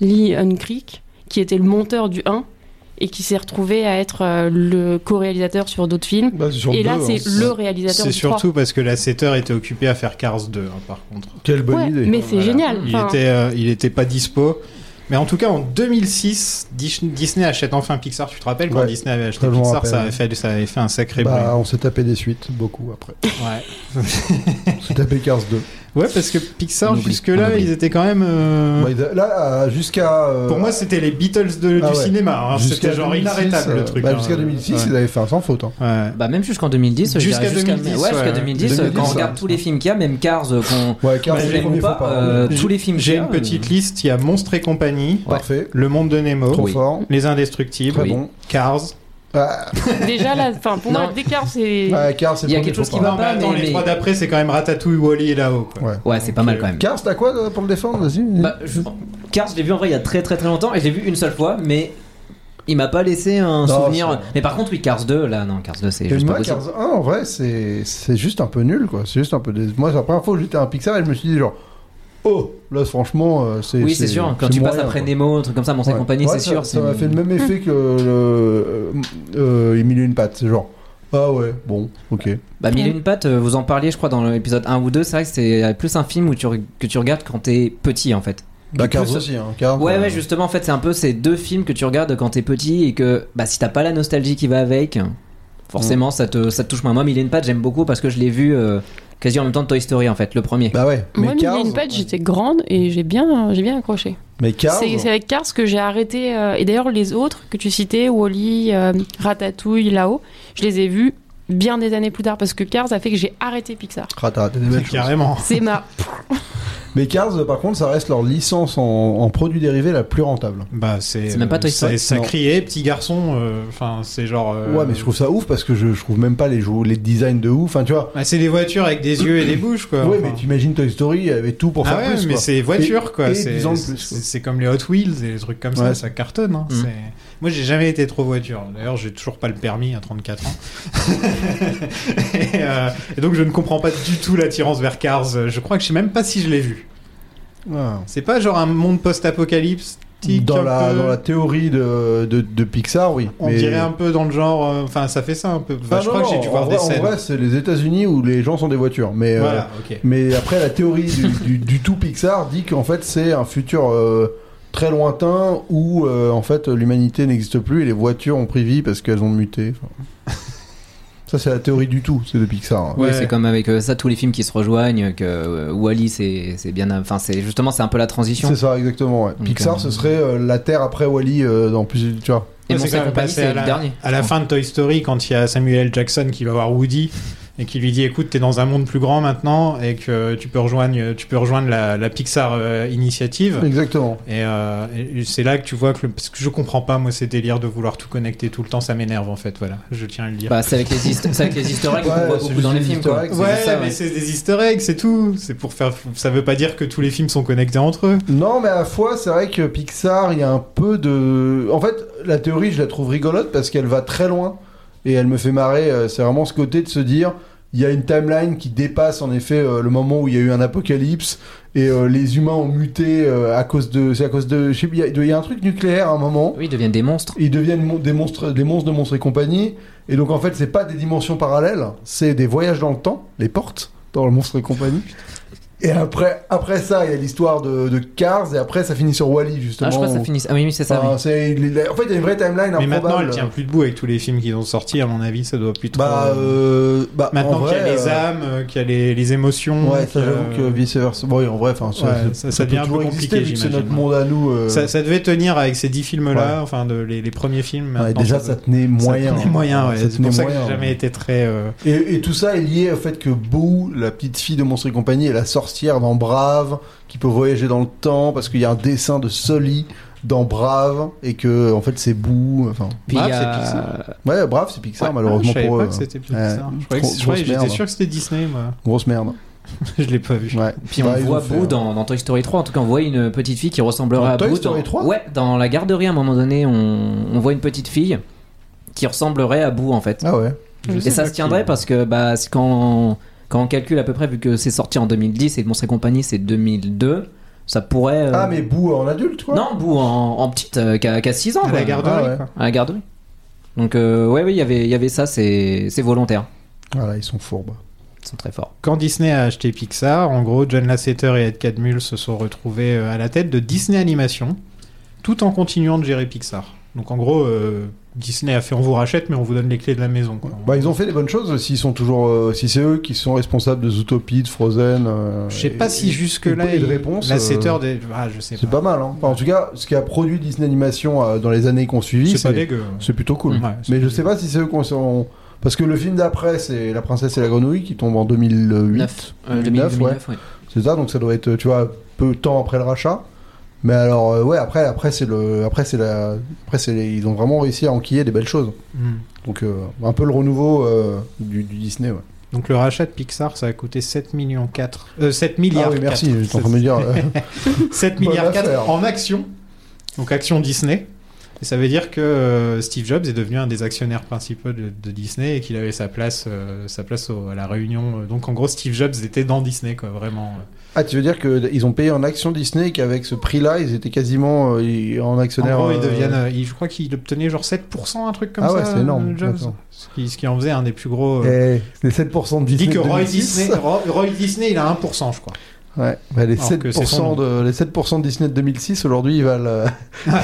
G: Lee Unkrich, qui était le monteur du 1 et qui s'est retrouvé à être euh, le co-réalisateur sur d'autres films.
P: bah, sur
G: et là,
P: deux,
G: c'est
P: hein.
G: le réalisateur
O: C'est
G: du 3.
O: surtout parce que la 7 heures était occupée à faire Cars 2, hein, par contre.
P: Quelle bonne
G: Ouais,
P: idée.
G: mais c'est
O: Voilà.
G: génial.
O: Il
G: Enfin,
O: était, euh, il était pas dispo. Mais en tout cas, en 2006, Dis- Disney achète enfin Pixar. Tu te rappelles quand
P: Ouais,
O: Disney avait acheté
P: ça, je m'en
O: Pixar,
P: rappelle.
O: ça, avait fait, ça avait fait un sacré bruit.
P: Bah, on s'est tapé des suites, beaucoup après.
O: Ouais.
P: on s'est tapé Cars 2.
O: Ouais, parce que Pixar,
P: On oublie, on
O: jusque-là,
P: oublie.
O: ils étaient quand même. euh,
P: Bah, ils- là, euh, jusqu'à. euh,
O: Pour moi, c'était les Beatles de-
P: ah
O: du
P: ouais.
O: cinéma. hein.
P: Jusqu'à
O: C'était genre
P: 2006,
O: inarrêtable
P: euh,
O: le truc.
P: bah,
O: hein.
P: jusqu'à 2006,
O: Ouais.
P: ils avaient fait un sans faute. hein.
O: Ouais.
I: Bah même jusqu'en 2010, je
O: Jusqu'à
I: dirais,
O: 2010,
I: ouais, jusqu'à
O: ouais.
I: 2010,
O: 2010,
I: euh, quand on
O: ouais. Bah,
I: regarde tous les films qu'il y a, même Cars euh, qu'on
P: Ouais, Cars,
I: qu'on
P: c'est
I: aime
P: le premier
I: ou pas,
P: faux pas,
I: euh,
O: J'ai-
I: tous les films
O: J'ai
I: qu'il y a, euh,
O: une petite liste. Il y a Monstre et compagnie,
P: Parfait.
O: Le Monde de Nemo,
P: Trop
I: Oui.
P: fort.
O: Les Indestructibles,
P: Très
I: Oui.
P: bon.
O: Cars.
P: Ah,
G: Déjà, là, enfin, pour moi,
I: Non.
G: Descartes, c'est.
P: ouais, Cars, c'est
I: Il y a
P: le premier
I: quelque chose
P: faux
I: qui
P: pas.
I: va
O: Non, mais
I: pas,
O: attends,
I: mais,
O: les
I: mais-
O: trois d'après, c'est quand même Ratatouille, Wally et là-haut. quoi.
P: Ouais.
I: ouais, c'est pas mal quand même.
P: Cars, t'as quoi euh, pour le défendre Vas-y.
I: Bah, je- Cars, je l'ai vu en vrai il y a très très très longtemps et je l'ai vu une seule fois, mais il m'a pas laissé un
P: Non,
I: souvenir.
P: c'est-
I: Mais par contre, oui, Cars 2, là, non, Cars 2, c'est
P: Et
I: juste pas
P: moi,
I: possible.
P: Cars 1, en vrai, c'est c'est juste un peu nul, quoi. C'est juste un peu. dés- Moi, c'est la première fois où j'étais à un Pixar et je me suis dit, genre, oh, là, franchement, euh, c'est.
I: Oui, c'est sûr, quand
P: c'est
I: tu passes
P: moyen,
I: après
P: quoi.
I: Nemo, un truc comme ça, mon
P: Ouais.
I: compagnie,
P: Ouais,
I: c'est
P: ça-
I: sûr.
P: Ça
I: c'est-
P: m'a fait le même effet que le. euh, euh, Il mille et une patte. C'est genre, ah ouais, bon, ok.
I: Bah, Mille et une pattes, euh, vous en parliez, je crois, dans l'épisode 1 ou 2, c'est vrai que c'est plus un film où tu re- que tu regardes quand t'es petit, en fait.
P: Bah,
I: Du coup,
P: Cars
I: ça-
P: aussi, hein. Cars,
I: Ouais,
P: euh,
I: ouais, justement, en fait, c'est un peu ces deux films que tu regardes quand t'es petit et que, bah, si t'as pas la nostalgie qui va avec,
O: Mm.
I: forcément, ça, te, ça te touche moins. Moi, Mille et une pattes, j'aime beaucoup parce que je l'ai vu euh, quasi en même temps de Toy Story, hein. en fait, le premier.
P: Bah ouais, mais
G: Moi,
P: Cars.
G: Mille et une pattes, j'étais grande et j'ai bien, j'ai bien accroché.
P: Mais Cars.
G: C'est c'est avec Cars que j'ai arrêté. euh, et d'ailleurs, les autres que tu citais, Wally, euh, Ratatouille, là-haut, je les ai vus bien des années plus tard parce que Cars a fait que j'ai arrêté Pixar.
P: Ah, t'as raté des belles choses.
O: Carrément.
G: C'est ma.
P: Mais Cars, par contre, ça reste leur licence en, en produits dérivés la plus rentable.
O: Bah, c'est.
I: C'est même pas Toy
O: euh, ça-
I: Story.
O: Ça
P: Non.
O: criait, petit garçon. euh, Enfin, c'est genre. euh,
P: Ouais, mais je trouve ça ouf parce que je, je trouve même pas les, jou- les designs de ouf. Enfin, tu vois.
O: bah, c'est des voitures avec des yeux et des bouches, quoi.
P: ouais,
O: enfin.
P: mais t'imagines Toy Story avait tout pour
O: Ah
P: faire
O: ouais,
P: plus.
O: mais
P: quoi.
O: c'est
P: Et-
O: voiture, quoi.
P: Et
O: c'est-
P: 10 ans de
O: c'est-
P: plus. quoi.
O: C'est comme les Hot Wheels et les trucs comme
P: Ouais.
O: ça, ça cartonne.
P: Mm.
O: hein.
I: Mhm.
O: C'est- Moi, j'ai jamais été trop voiture. D'ailleurs, j'ai toujours pas le permis à 34 ans. et, euh, et donc, je ne comprends pas du tout l'attirance vers Cars. Je crois que je sais même pas si je l'ai vu.
P: Ouais.
O: C'est pas genre un monde post-apocalypse
P: Dans la, dans la théorie de, de, de Pixar, oui.
O: On
P: mais-
O: dirait un peu dans le genre. euh, Enfin, ça fait ça un peu. Enfin,
P: Ah
O: Bah, je
P: non,
O: crois que j'ai
P: non,
O: dû
P: en
O: voir
P: vrai-
O: des scènes.
P: En vrai, c'est les États-Unis où les gens sont des voitures. Mais, euh,
O: Voilà, ok.
P: mais après, la théorie du, du- du tout Pixar dit qu'en fait, c'est un futur euh, très lointain où euh, en fait l'humanité n'existe plus et les voitures ont pris vie parce qu'elles ont muté. Enfin, Ça, c'est la théorie du tout, c'est de Pixar. hein.
I: Oui,
O: Ouais.
I: c'est comme avec euh, ça, tous les films qui se rejoignent, que euh, Wally, c'est c'est bien. Enfin, c'est justement, c'est un peu la transition.
P: C'est ça, exactement. ouais.
I: Donc,
P: Pixar,
I: euh,
P: ce serait euh, la Terre après Wally euh, dans plus. Tu vois.
I: Et
O: Ouais,
I: mon
O: c'est quand
I: Seul
O: même
I: Compagnie,
O: passé
I: c'est
O: à
I: le
O: la,
I: dernier.
O: À la fin de Toy Story, quand il y a Samuel L. Jackson qui va voir Woody et qui lui dit écoute, t'es dans un monde plus grand maintenant et que tu peux rejoindre, tu peux rejoindre la, la Pixar euh, Initiative.
P: Exactement.
O: Et, euh, et c'est là que tu vois que, le- parce que je comprends pas moi ces délires de vouloir tout connecter tout le temps, ça m'énerve en fait. Voilà, je tiens à le dire.
I: Bah, c'est avec les, hist- c'est avec les easter eggs
P: Ouais,
I: qu'on voit
P: c'est
I: beaucoup
P: juste
I: dans les
P: des
I: films.
P: easter
I: Quoi.
P: eggs,
I: C'est
O: ouais,
I: ça, ouais.
O: mais c'est des Easter eggs, c'est tout. C'est pour faire. Ça veut pas dire que tous les films sont connectés entre eux.
P: Non, mais à la fois, c'est vrai que Pixar, il y a un peu de. En fait, la théorie, je la trouve rigolote parce qu'elle va très loin et elle me fait marrer. euh, C'est vraiment ce côté de se dire. Il y a une timeline qui dépasse en effet euh, le moment où il y a eu un apocalypse et euh, les humains ont muté euh, à cause de c'est à cause de je sais plus, il y a- il y a un truc nucléaire à un moment
I: Oui, ils deviennent des monstres.
P: ils deviennent mon- des monstres, des monstres de monstres et compagnie. Et donc en fait, c'est pas des dimensions parallèles, c'est des voyages dans le temps, les portes dans le monstre et compagnie. Et après, après ça, il y a l'histoire de, de Cars, et après ça finit sur Wally justement.
I: Ah, je crois que ça finit. Ah, oui, oui, c'est ça.
P: Enfin,
I: oui.
P: c'est- il- il- en fait, il y a une vraie timeline
O: Mais maintenant, elle
P: improbable.
O: tient plus debout avec tous les films qui ont sorti. À mon avis, ça doit plus trop.
P: Bah, euh, bah, en
O: Maintenant qu'il y a
P: vrai,
O: les
P: euh,
O: âmes, euh, qu'il y a les, les émotions.
P: Ouais, ça
O: qu'il y a-
P: j'avoue que vice versa. Bon, oui, en vrai, enfin, ça,
O: Ouais,
P: ça,
O: ça- ça
P: ça peut
O: devient un peu
P: toujours exister
O: compliqué,
P: vu que c'est notre
O: j'imagine.
P: monde à nous. euh,
O: Ça, ça devait tenir avec ces dix films-là,
P: Ouais.
O: enfin de, les, les premiers films.
P: ouais,
O: maintenant,
P: déjà,
O: ça
P: ça
O: doit-
P: tenait
O: ça
P: moyen. hein.
O: tenait moyen, ouais.
P: Ça
O: C'est
P: tenait
O: pour ça que
P: moyen,
O: j'ai jamais
P: ouais.
O: été très. euh,
P: Et, et tout ça est lié au fait que Boo, la petite fille de Monstre et compagnie, est la sorcière dans Brave, qui peut voyager dans le temps, parce qu'il y a un dessin de Sully dans Brave, et que, en fait, c'est Boo. Enfin,
I: Puis
O: Brave,
I: il y a-
O: c'est Pixar.
P: ouais, Brave, Ah, c'est Pixar,
O: ouais,
P: malheureusement
O: je savais
P: pour
O: pas
P: eux. hein.
O: que c'était plus
P: Ouais,
O: Pixar. Je croyais
P: gros-
O: que- je
P: grosse
O: croyais- J'étais
P: merde.
O: sûr que c'était Disney, moi.
P: Grosse merde.
O: je l'ai pas vu.
P: Ouais.
I: Puis
P: Bah,
I: on
P: ils
I: voit
P: ont fait,
I: Boo
P: euh,
I: dans, dans Toy Story 3. En tout cas, on voit une petite fille qui ressemblerait
P: Dans
I: à
P: Toy
I: Boo.
P: Story
I: dans...
P: 3?
I: Ouais, dans la garderie, à un moment donné, on, on voit une petite fille qui ressemblerait à Boo en fait.
P: Ah ouais.
O: Je
I: Et
O: sais
I: ça
O: pas
I: se tiendrait
P: hein.
O: qui-
I: parce que bah, c'est quand, quand on calcule à peu près, vu que c'est sorti en 2010 et que Monstres et compagnie c'est 2002, ça pourrait. euh,
P: Ah, mais Boo en adulte, quoi
I: Non, Boo en, en petite, euh, qui a, 6 ans.
O: À
I: quoi.
O: Ah, la garderie,
P: Ah, ouais.
O: quoi.
I: À la garderie. Donc, euh, ouais, oui, il y avait- il y avait ça, c'est c'est volontaire.
P: Voilà, Ah ils sont fourbes.
I: Ils sont très forts.
O: Quand Disney a acheté Pixar, en gros, John Lasseter et Ed Catmull se sont retrouvés euh, à la tête de Disney Animation, tout en continuant de gérer Pixar. Donc en gros, euh, Disney a fait on vous rachète, mais on vous donne les clés de la maison. quoi.
P: Bah, ils ont fait des bonnes choses s'ils sont toujours, euh, si c'est eux qui sont responsables de Zootopie, de Frozen. euh,
O: Je sais pas
P: et-
O: si
P: et-
O: jusque-là,
P: et de
O: il-
P: réponse.
O: la
P: euh,
O: 7 heures des- ah, je sais
P: C'est pas mal. Hein. Enfin, en tout cas, ce qui a produit Disney Animation euh, dans les années qu'on suivit,
O: C'est pas dégueu.
P: C'est plutôt cool.
O: Ouais, c'est
P: mais je sais pas si c'est eux qu'on sont. Parce que le film d'après, c'est La Princesse et la Grenouille qui tombe en 2008.
I: Neuf. Euh,
P: 2009,
I: 2009, ouais.
P: C'est ça, donc ça doit être, tu vois, peu de temps après le rachat. Mais alors, euh, ouais, après, après c'est le, après c'est la, après c'est, les- ils ont vraiment réussi à enquiller des belles choses.
O: Mm.
P: Donc euh, un peu le renouveau euh, du, du Disney, ouais.
O: Donc le rachat de Pixar, ça a coûté 7 millions 4. euh, 7 milliards.
P: Ah oui, merci,
O: 4.
P: j'étais en train de me dire, euh,
O: 7
P: bonne
O: milliards 4
P: affaire.
O: en actions. Donc action Disney. Et ça veut dire que euh, Steve Jobs est devenu un des actionnaires principaux de, de Disney et qu'il avait sa place, euh, sa place au- à la réunion. Donc en gros, Steve Jobs était dans Disney, quoi, vraiment.
P: Ah, tu veux dire qu'ils ont payé en action Disney et qu'avec ce prix-là, ils étaient quasiment euh, ils- en
O: En
P: actionnaire.
O: gros, ils
P: euh,
O: deviennent, euh, ils- je crois qu'il obtenait genre 7%, un truc comme
P: Ah
O: ça.
P: ouais, c'est
O: euh,
P: énorme,
O: Jobs.
P: d'accord.
O: Ce qui, ce qui en faisait un des plus gros. euh,
P: eh, les 7% de
O: Il
P: Disney.
O: dit que Roy
P: 2006.
O: Disney, Roy- Roy Disney, il a 1%, je crois.
P: Ouais, bah, les,
O: Alors que c'est
P: 7%
O: son
P: de, les 7% de Disney de 2006, aujourd'hui, ils valent. euh,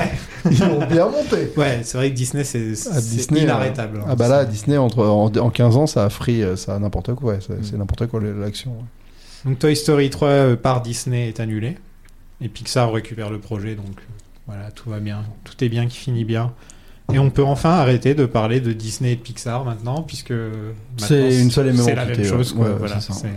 P: ils ont bien monté.
O: Ouais, c'est vrai que Disney, c'est
P: Ah,
O: c'est
P: Disney,
O: inarrêtable.
P: euh,
O: hein.
P: Ah bah là, Disney, entre, en, en 15 ans, ça a pris euh, ça a n'importe quoi. ouais, c'est
O: Mm.
P: c'est n'importe quoi l'action. ouais.
O: Donc Toy Story 3 euh, par Disney est annulé. Et Pixar récupère le projet, donc euh, voilà, tout va bien. Tout est bien qui finit bien. Et on peut enfin arrêter de parler de Disney et de Pixar maintenant, puisque euh, maintenant,
P: C'est une seule et même
O: C'est la
P: entité,
O: même chose,
P: ouais.
O: quoi,
P: Ouais,
O: voilà,
P: c'est ça.
O: c'est-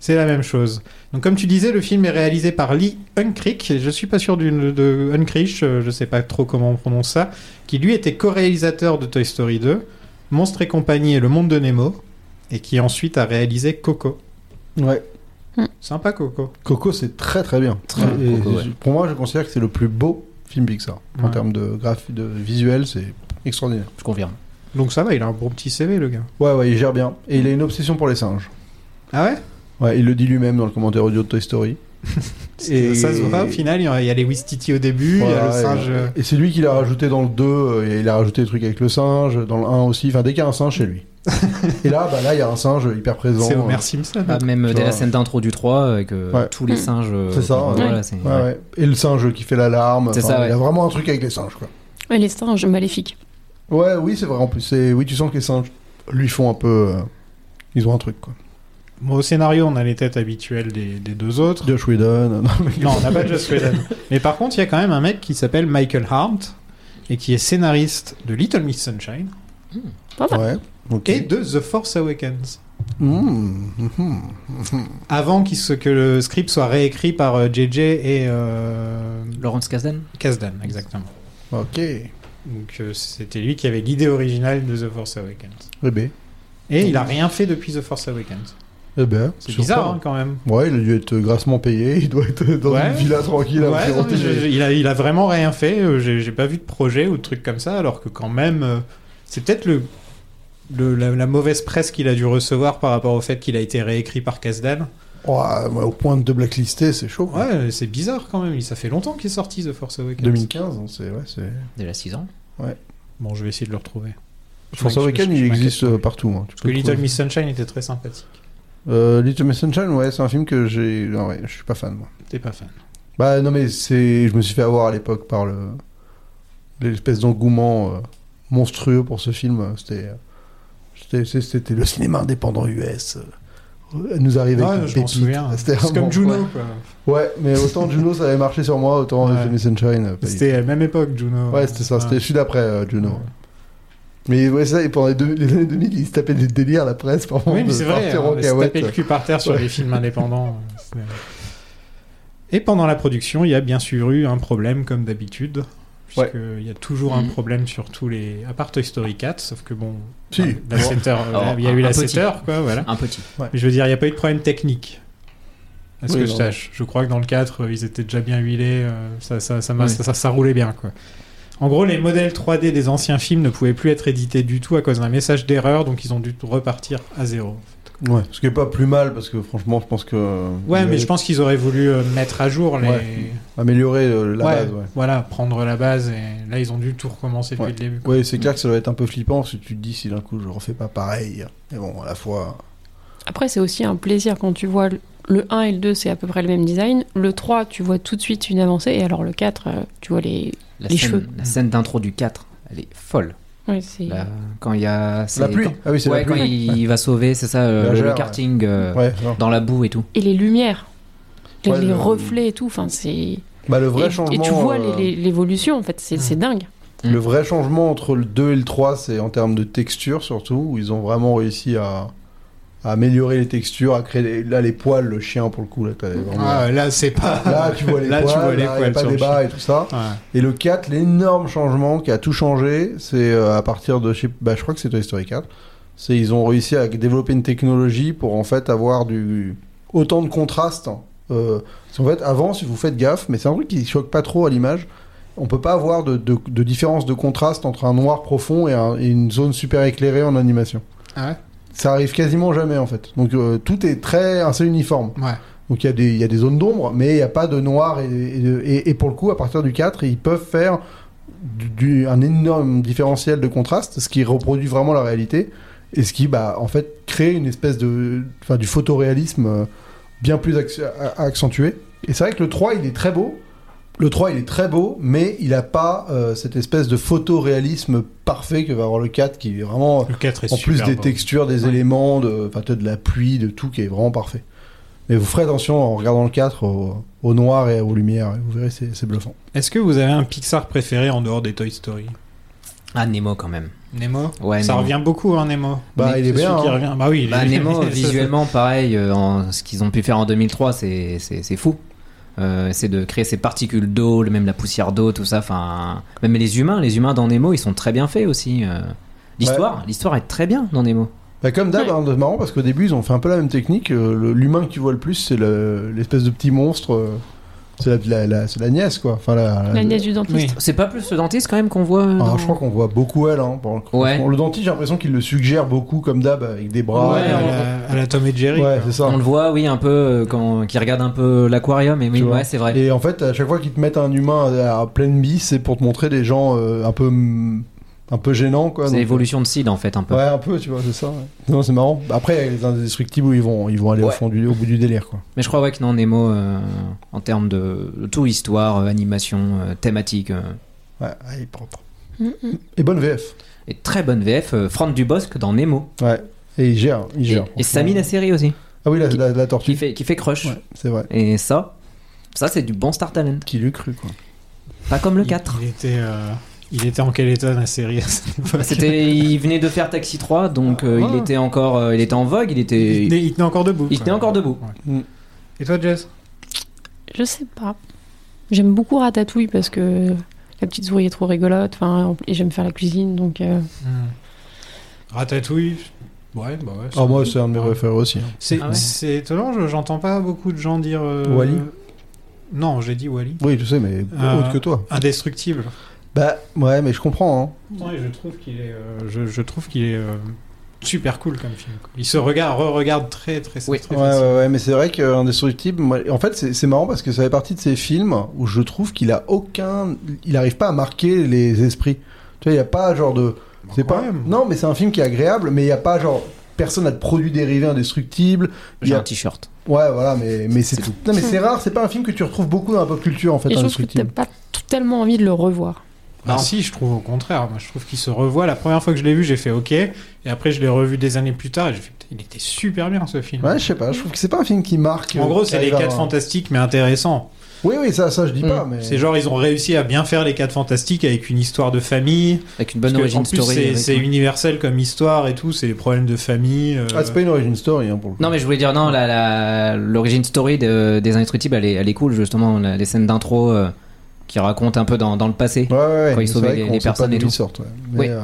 O: c'est la même chose. Donc comme tu disais, le film est réalisé par Lee Unkrich. et Je suis pas sûr d'une de Unkrich, euh, je sais pas trop comment on prononce ça, qui lui était co-réalisateur de Toy Story 2, Monstres et compagnie et Le Monde de Nemo, et qui ensuite a réalisé Coco.
P: Ouais.
O: Sympa Coco.
P: Coco, c'est très très bien.
O: Très bien,
P: Et
O: Coco, ouais.
P: je- Pour moi, je considère que c'est le plus beau film Pixar. En
O: Ouais.
P: termes de, graphi- de visuel, c'est extraordinaire.
I: Je confirme.
O: Donc ça va, il a un bon petit CV le gars.
P: Ouais, ouais, il gère bien. Et il a une obsession pour les singes.
O: Ah ouais
P: Ouais, il le dit lui-même dans le commentaire audio de Toy Story.
O: Et... Ça se voit au final, il y a- il y a les Wistiti au début, il y a le
P: Voilà,
O: singe.
P: et-
O: euh,
P: Et, c'est lui qui l'a rajouté dans le 2, euh, et il a rajouté des trucs avec le singe, dans le 1 aussi, enfin dès qu'il y a un singe chez lui. et là, bah là, il y a un singe hyper présent.
O: C'est Homer
P: euh,
O: Simpson.
I: Ah, même euh,
P: tu
I: dès la
P: vois.
I: scène d'intro du 3, euh, que
P: Ouais.
I: tous les singes. euh,
P: C'est ça, ouais.
I: voilà, c'est-
P: Ouais, ouais. Et le singe qui fait l'alarme.
I: C'est
P: enfin,
I: ça, ouais.
P: Il y a vraiment un truc avec les singes, quoi.
G: Ouais, les singes maléfiques.
P: Ouais, oui, c'est vrai. En plus, c'est oui, tu sens que les singes lui font un peu. euh, Ils ont un truc, quoi.
O: Bon, au scénario, on a les têtes habituelles des, des deux autres.
P: Josh Whedon. euh, Non, mais-
O: Non, on n'a pas de Joss Whedon. Mais par contre, il y a quand même un mec qui s'appelle Michael Harmt et qui est scénariste de Little Miss Sunshine
P: Ouais. ok.
O: et de The Force Awakens.
P: Mmh, mmh, mmh.
O: Avant qu'il se- que le script soit réécrit par euh, JJ et euh,
I: Lawrence Kasdan
O: Kasdan, exactement.
P: Ok.
O: Donc euh, c'était lui qui avait l'idée originale de The Force Awakens.
P: Eh ben.
O: Et il a rien fait depuis The Force Awakens.
P: Eh ben.
O: C'est
P: surprenant.
O: bizarre hein, quand même.
P: Ouais, il a dû être grassement payé. Il doit être dans
O: Ouais.
P: une villa tranquille. à
O: Ouais, non,
P: siroter.
O: mais j'ai- j'ai- il, a, il a vraiment rien fait. euh, J'ai j'ai pas vu de projet ou de truc comme ça, alors que quand même, euh, c'est peut-être le, le- la, la mauvaise presse qu'il a dû recevoir par rapport au fait qu'il a été réécrit par Kasdan.
P: Ouais, ouais, au point de blacklister, c'est chaud. quoi.
O: Ouais, c'est bizarre quand même. Ça fait longtemps qu'il est sorti The Force Awakens.
P: 2015, donc hein, c'est ouais, c'est.
I: Déjà 6 ans.
P: Ouais.
O: Bon, je vais essayer de le retrouver.
P: Force
O: Je- je-
P: Awakens,
O: je
P: il
O: m'inquiète.
P: existe euh, partout. hein. Tu
O: Parce que
P: peux le
O: Little
P: trouver.
O: Miss Sunshine était très sympathique.
P: Euh, Little Miss Sunshine, ouais, c'est un film que j'ai. Non, ouais, je suis pas fan, moi.
O: T'es pas fan.
P: Bah non, mais c'est. Je me suis fait avoir à l'époque par le. L'espèce d'engouement euh, monstrueux pour ce film. C'était. c'était- C'était le cinéma indépendant US. euh, Elle nous arrivait.
O: Ouais, je m'en souviens. C'est comme Juno, quoi.
P: Ouais, mais autant Juno, ça avait marché sur moi, autant
O: Ouais.
P: Little Miss Sunshine. euh, pas du
O: C'était à la même époque, Juno.
P: tout. Ouais, c'était ça. C'était je suis d'après euh, Juno. Mais ouais, ça, et pendant les, deux- les années 2000, ils se tapaient des délires, la presse, par
O: Oui,
P: de
O: mais c'est vrai,
P: partir en
O: on se
P: cacahuète.
O: taper le cul par terre sur
P: Ouais.
O: les films indépendants. hein, C'est- Et pendant la production, il y a bien sûr eu un problème, comme d'habitude. Puisqu'il y a toujours un
I: Mhm.
O: problème sur tous les. À part Toy Story 4, sauf que bon.
P: Si.
O: La 7 heures,
I: Alors,
O: il y a eu
I: un
O: la
I: petit.
O: 7 heures, quoi, voilà.
I: Un petit.
P: Ouais.
O: Mais je veux dire, il n'y a pas eu de problème technique. À ce
P: Oui,
O: que je
P: non.
O: sache. Je crois que dans le 4, euh, ils étaient déjà bien huilés, euh, ça, ça, ça, m'a-
I: Oui.
O: ça, ça- ça roulait bien, quoi. En gros, les modèles 3D des anciens films ne pouvaient plus être édités du tout à cause d'un message d'erreur, donc ils ont dû repartir à zéro.
P: Ouais, ce qui est pas plus mal parce que franchement, je pense que.
O: Ouais,
P: il
O: mais
P: avait
O: je pense qu'ils auraient voulu euh, mettre à jour les.
P: Ouais. amélioré euh, la
O: Ouais,
P: base. Ouais,
O: Voilà, prendre la base et là ils ont dû tout recommencer depuis le début. quoi.
P: Ouais, c'est clair que ça doit être un peu flippant si tu te dis si d'un coup je refais pas pareil. Mais bon, à la fois.
G: Après, c'est aussi un plaisir quand tu vois l- Le 1 et le 2, c'est à peu près le même design. Le 3, tu vois tout de suite une avancée. Et alors le 4, euh, tu vois les,
I: La
G: les
I: scène-
G: cheveux.
I: La scène d'intro du 4, elle est folle.
G: Oui, c'est-
I: La- quand il y a c'est-
P: pluie.
I: quand-
P: Ah oui, c'est la Ah
I: ouais,
P: pluie.
I: quand il, il va sauver, c'est ça, euh,
P: La
I: le,
P: gère,
I: le karting euh,
P: Ouais, non.
I: dans la boue et tout.
G: Et les lumières. Les,
P: Ouais,
G: les
P: le-
G: reflets et tout. Enfin, c'est.
P: Bah, le vrai
G: et, et
P: changement,
G: tu vois
P: euh,
G: les- les- l'évolution, en fait. C'est c'est dingue.
P: Le vrai changement entre le 2 et le 3, c'est en termes de texture surtout, où ils ont vraiment réussi à, à améliorer les textures, à créer les- là les poils, le chien pour le coup. Là, t'as vraiment-
O: Ah, là, c'est pas.
P: Là, tu vois les
O: Là, tu
P: poils,
O: vois les
P: là, y a
O: poils
P: pas
O: sur le
P: débat
O: chien.
P: et tout ça. Et le 4, l'énorme changement qui a tout changé, c'est euh, à partir de, je, sais- bah, je crois que c'est Toy Story 4, c'est ils ont réussi à développer une technologie pour en fait avoir du autant de contraste. Euh, parce qu'en fait, avant, si vous faites gaffe, mais c'est un truc qui choque pas trop à l'image, on peut pas avoir de, de- de différence de contraste entre un noir profond et, un- et une zone super éclairée en animation.
O: Ah ouais
P: Ça arrive quasiment jamais en fait. Donc euh, tout est très assez uniforme. Donc il y, a des- il y a des zones d'ombre, mais il n'y a pas de noir. Et, et de- et- et pour le coup, à partir du 4, ils peuvent faire du- du- un énorme différentiel de contraste, ce qui reproduit vraiment la réalité, et ce qui, bah, en fait, crée une espèce de. Enfin, du photoréalisme euh, bien plus acc- a- accentué. Et c'est vrai que le 3, il est très beau. Le 3, il est très beau, mais il n'a pas euh, cette espèce de photoréalisme parfait que va avoir le 4, qui est vraiment.
O: Le 4 est hein.
P: En plus
O: super
P: des
O: beau.
P: textures, des éléments, de, enfin, t'as de la pluie, de tout, qui est vraiment parfait. Mais vous ferez attention en regardant le 4 au, au noir et aux lumières, et vous verrez, c'est c'est bluffant.
O: Est-ce que vous avez un Pixar préféré en dehors des Toy Story
I: Ah, Nemo quand même.
O: Nemo
I: Ouais,
O: Ça
I: Nemo.
O: revient beaucoup, hein, Nemo.
P: Bah,
O: Mais
P: il est
O: c'est
P: bien,
O: celui qui
P: hein.
O: revient. Bah oui, il est
I: Bah,
O: bien.
I: Nemo,
O: Ça, ça-
I: visuellement, pareil, euh, en- ce qu'ils ont pu faire en 2003, c'est- c'est c'est fou. Euh, c'est de créer ces particules d'eau, le- même la poussière d'eau, tout ça. Enfin, même les humains, les humains dans Nemo, ils sont très bien faits aussi. euh. L'histoire, l'histoire est très bien dans Nemo.
P: Bah, comme d'hab, hein, c'est marrant parce qu'au début, ils ont fait un peu la même technique. Euh, le- L'humain que tu vois le plus, c'est le- l'espèce de petit monstre. euh, C'est la, la- la- c'est la nièce, quoi. Enfin, la,
G: La nièce du dentiste. Oui.
I: C'est pas plus le dentiste quand même qu'on voit.
P: Ah, Je crois qu'on voit beaucoup elle. Hein, pour-
I: Ouais.
P: Le dentiste, j'ai l'impression qu'il le suggère beaucoup, comme d'hab, avec des bras.
I: Ouais,
P: euh,
O: à la Tom et Jerry.
P: Ouais, c'est ça.
I: On le voit, oui, un peu euh, quand qui regarde un peu l'aquarium. Et oui,
P: Tu vois.
I: ouais, c'est vrai.
P: Et en fait, à chaque fois qu'ils te mettent un humain à, à pleine bise, c'est pour te montrer des gens euh, un peu mm, un peu gênants quoi.
I: C'est
P: Donc,
I: l'évolution de Sid en fait un peu.
P: Ouais, un peu, tu vois, c'est ça. ouais. Non, c'est marrant. Après, les indestructibles, ils vont ils vont aller au
I: Ouais.
P: fond du au bout du délire quoi.
I: Mais je crois ouais, que non, Nemo, euh, en termes de, de tout, histoire, euh, animation, euh, thématique. euh,
P: Ouais, ah, il est propre.
G: Mm,
P: Et bonne VF.
I: et très bonne VF, euh, Franck Dubosc dans Nemo.
P: Ouais. Et il gère, il
I: Et,
P: gère.
I: et Samy la série aussi,
P: Ah oui, la, la- la tortue.
I: qui fait, qui fait crush.
P: C'est vrai.
I: Et ça, ça c'est du bon star talent.
P: Qui l'eût cru quoi.
I: Pas comme le 4.
O: Il était, euh, il était en quel état la série à cette époque
I: C'était, il venait de faire Taxi 3, donc euh, il
P: Ah.
O: ouais.
I: était encore, euh, il était en vogue, il était,
O: Il tenait, il tenait encore debout. Mm.
I: il tenait encore debout.
O: Et toi, Jess
G: Je sais pas. J'aime beaucoup Ratatouille parce que la petite souris est trop rigolote. Enfin, en- et j'aime faire la cuisine, donc. euh,
O: Mm. Ratatouille Ouais, bah ouais.
P: Ah moi, c'est un de mes préférés aussi. hein.
O: C'est
I: Ah ouais.
O: c'est étonnant, je- j'entends pas beaucoup de gens dire. euh,
P: Wall-E
O: Non, j'ai dit Wally.
P: Oui, tu sais, mais
O: Euh,
P: autre que toi.
O: Indestructible.
P: Bah ouais, mais je comprends. hein.
O: Ouais, je trouve qu'il est, euh, je, je trouve qu'il est euh, super cool comme film. quoi. Il se regarde, re-regarde très, très, très, très
P: Ouais, ouais, ouais, mais c'est vrai qu'Indestructible, moi, en fait, c'est c'est marrant parce que ça fait partie de ces films où je trouve qu'il a aucun. Il arrive pas à marquer les esprits. Tu vois, il n'y a pas genre de. C'est
O: Bah, quand
P: pas.
O: même.
P: Non, mais c'est un film qui est agréable, mais il n'y a pas genre. Personne n'a de produit dérivé indestructible. Il y
I: J'ai
P: a-
I: un t-shirt.
P: Ouais, voilà, mais, mais c'est tout. Non, mais c'est rare, c'est pas un film que tu retrouves beaucoup dans la pop culture en fait,
G: et je trouve que t'as
P: indestructible.
G: pas tout- tellement envie de le revoir.
O: Bah
P: Non.
O: si, je trouve au contraire. Moi, je trouve qu'il se revoit. La première fois que je l'ai vu, j'ai fait OK. Et après, je l'ai revu des années plus tard et j'ai fait, Putain, il était super bien ce film.
P: Ouais, je sais pas, je trouve que c'est pas un film qui marque.
O: en
P: euh,
O: gros,
P: qui
O: c'est les
P: arrive à-
O: quatre fantastiques, mais intéressants.
P: Oui, oui, ça, ça je dis pas, mais.
O: C'est genre, ils ont réussi à bien faire les quatre fantastiques avec une histoire de famille.
I: Avec une bonne
O: Parce que,
I: origin
O: en plus,
I: story.
O: c'est-
I: avec-
O: C'est universel comme histoire et tout. C'est les problèmes de famille. euh,
P: Ah, c'est pas une origin story hein, pour le coup.
I: Non, mais je voulais dire, non, la- la- Euh, l'origine story de- des Indestructibles, elle est, elle est cool, justement. la- les scènes d'intro euh, qui racontent un peu dans, dans le passé.
P: Ouais, ouais, ouais.
I: Quand ils
P: c'est
I: sauvaient
P: vrai
I: les-
P: qu'on
I: les
P: sait pas
I: personnes et
P: d'où ils
I: tout.
P: sortent, ouais. Mais,
I: Oui.
P: euh,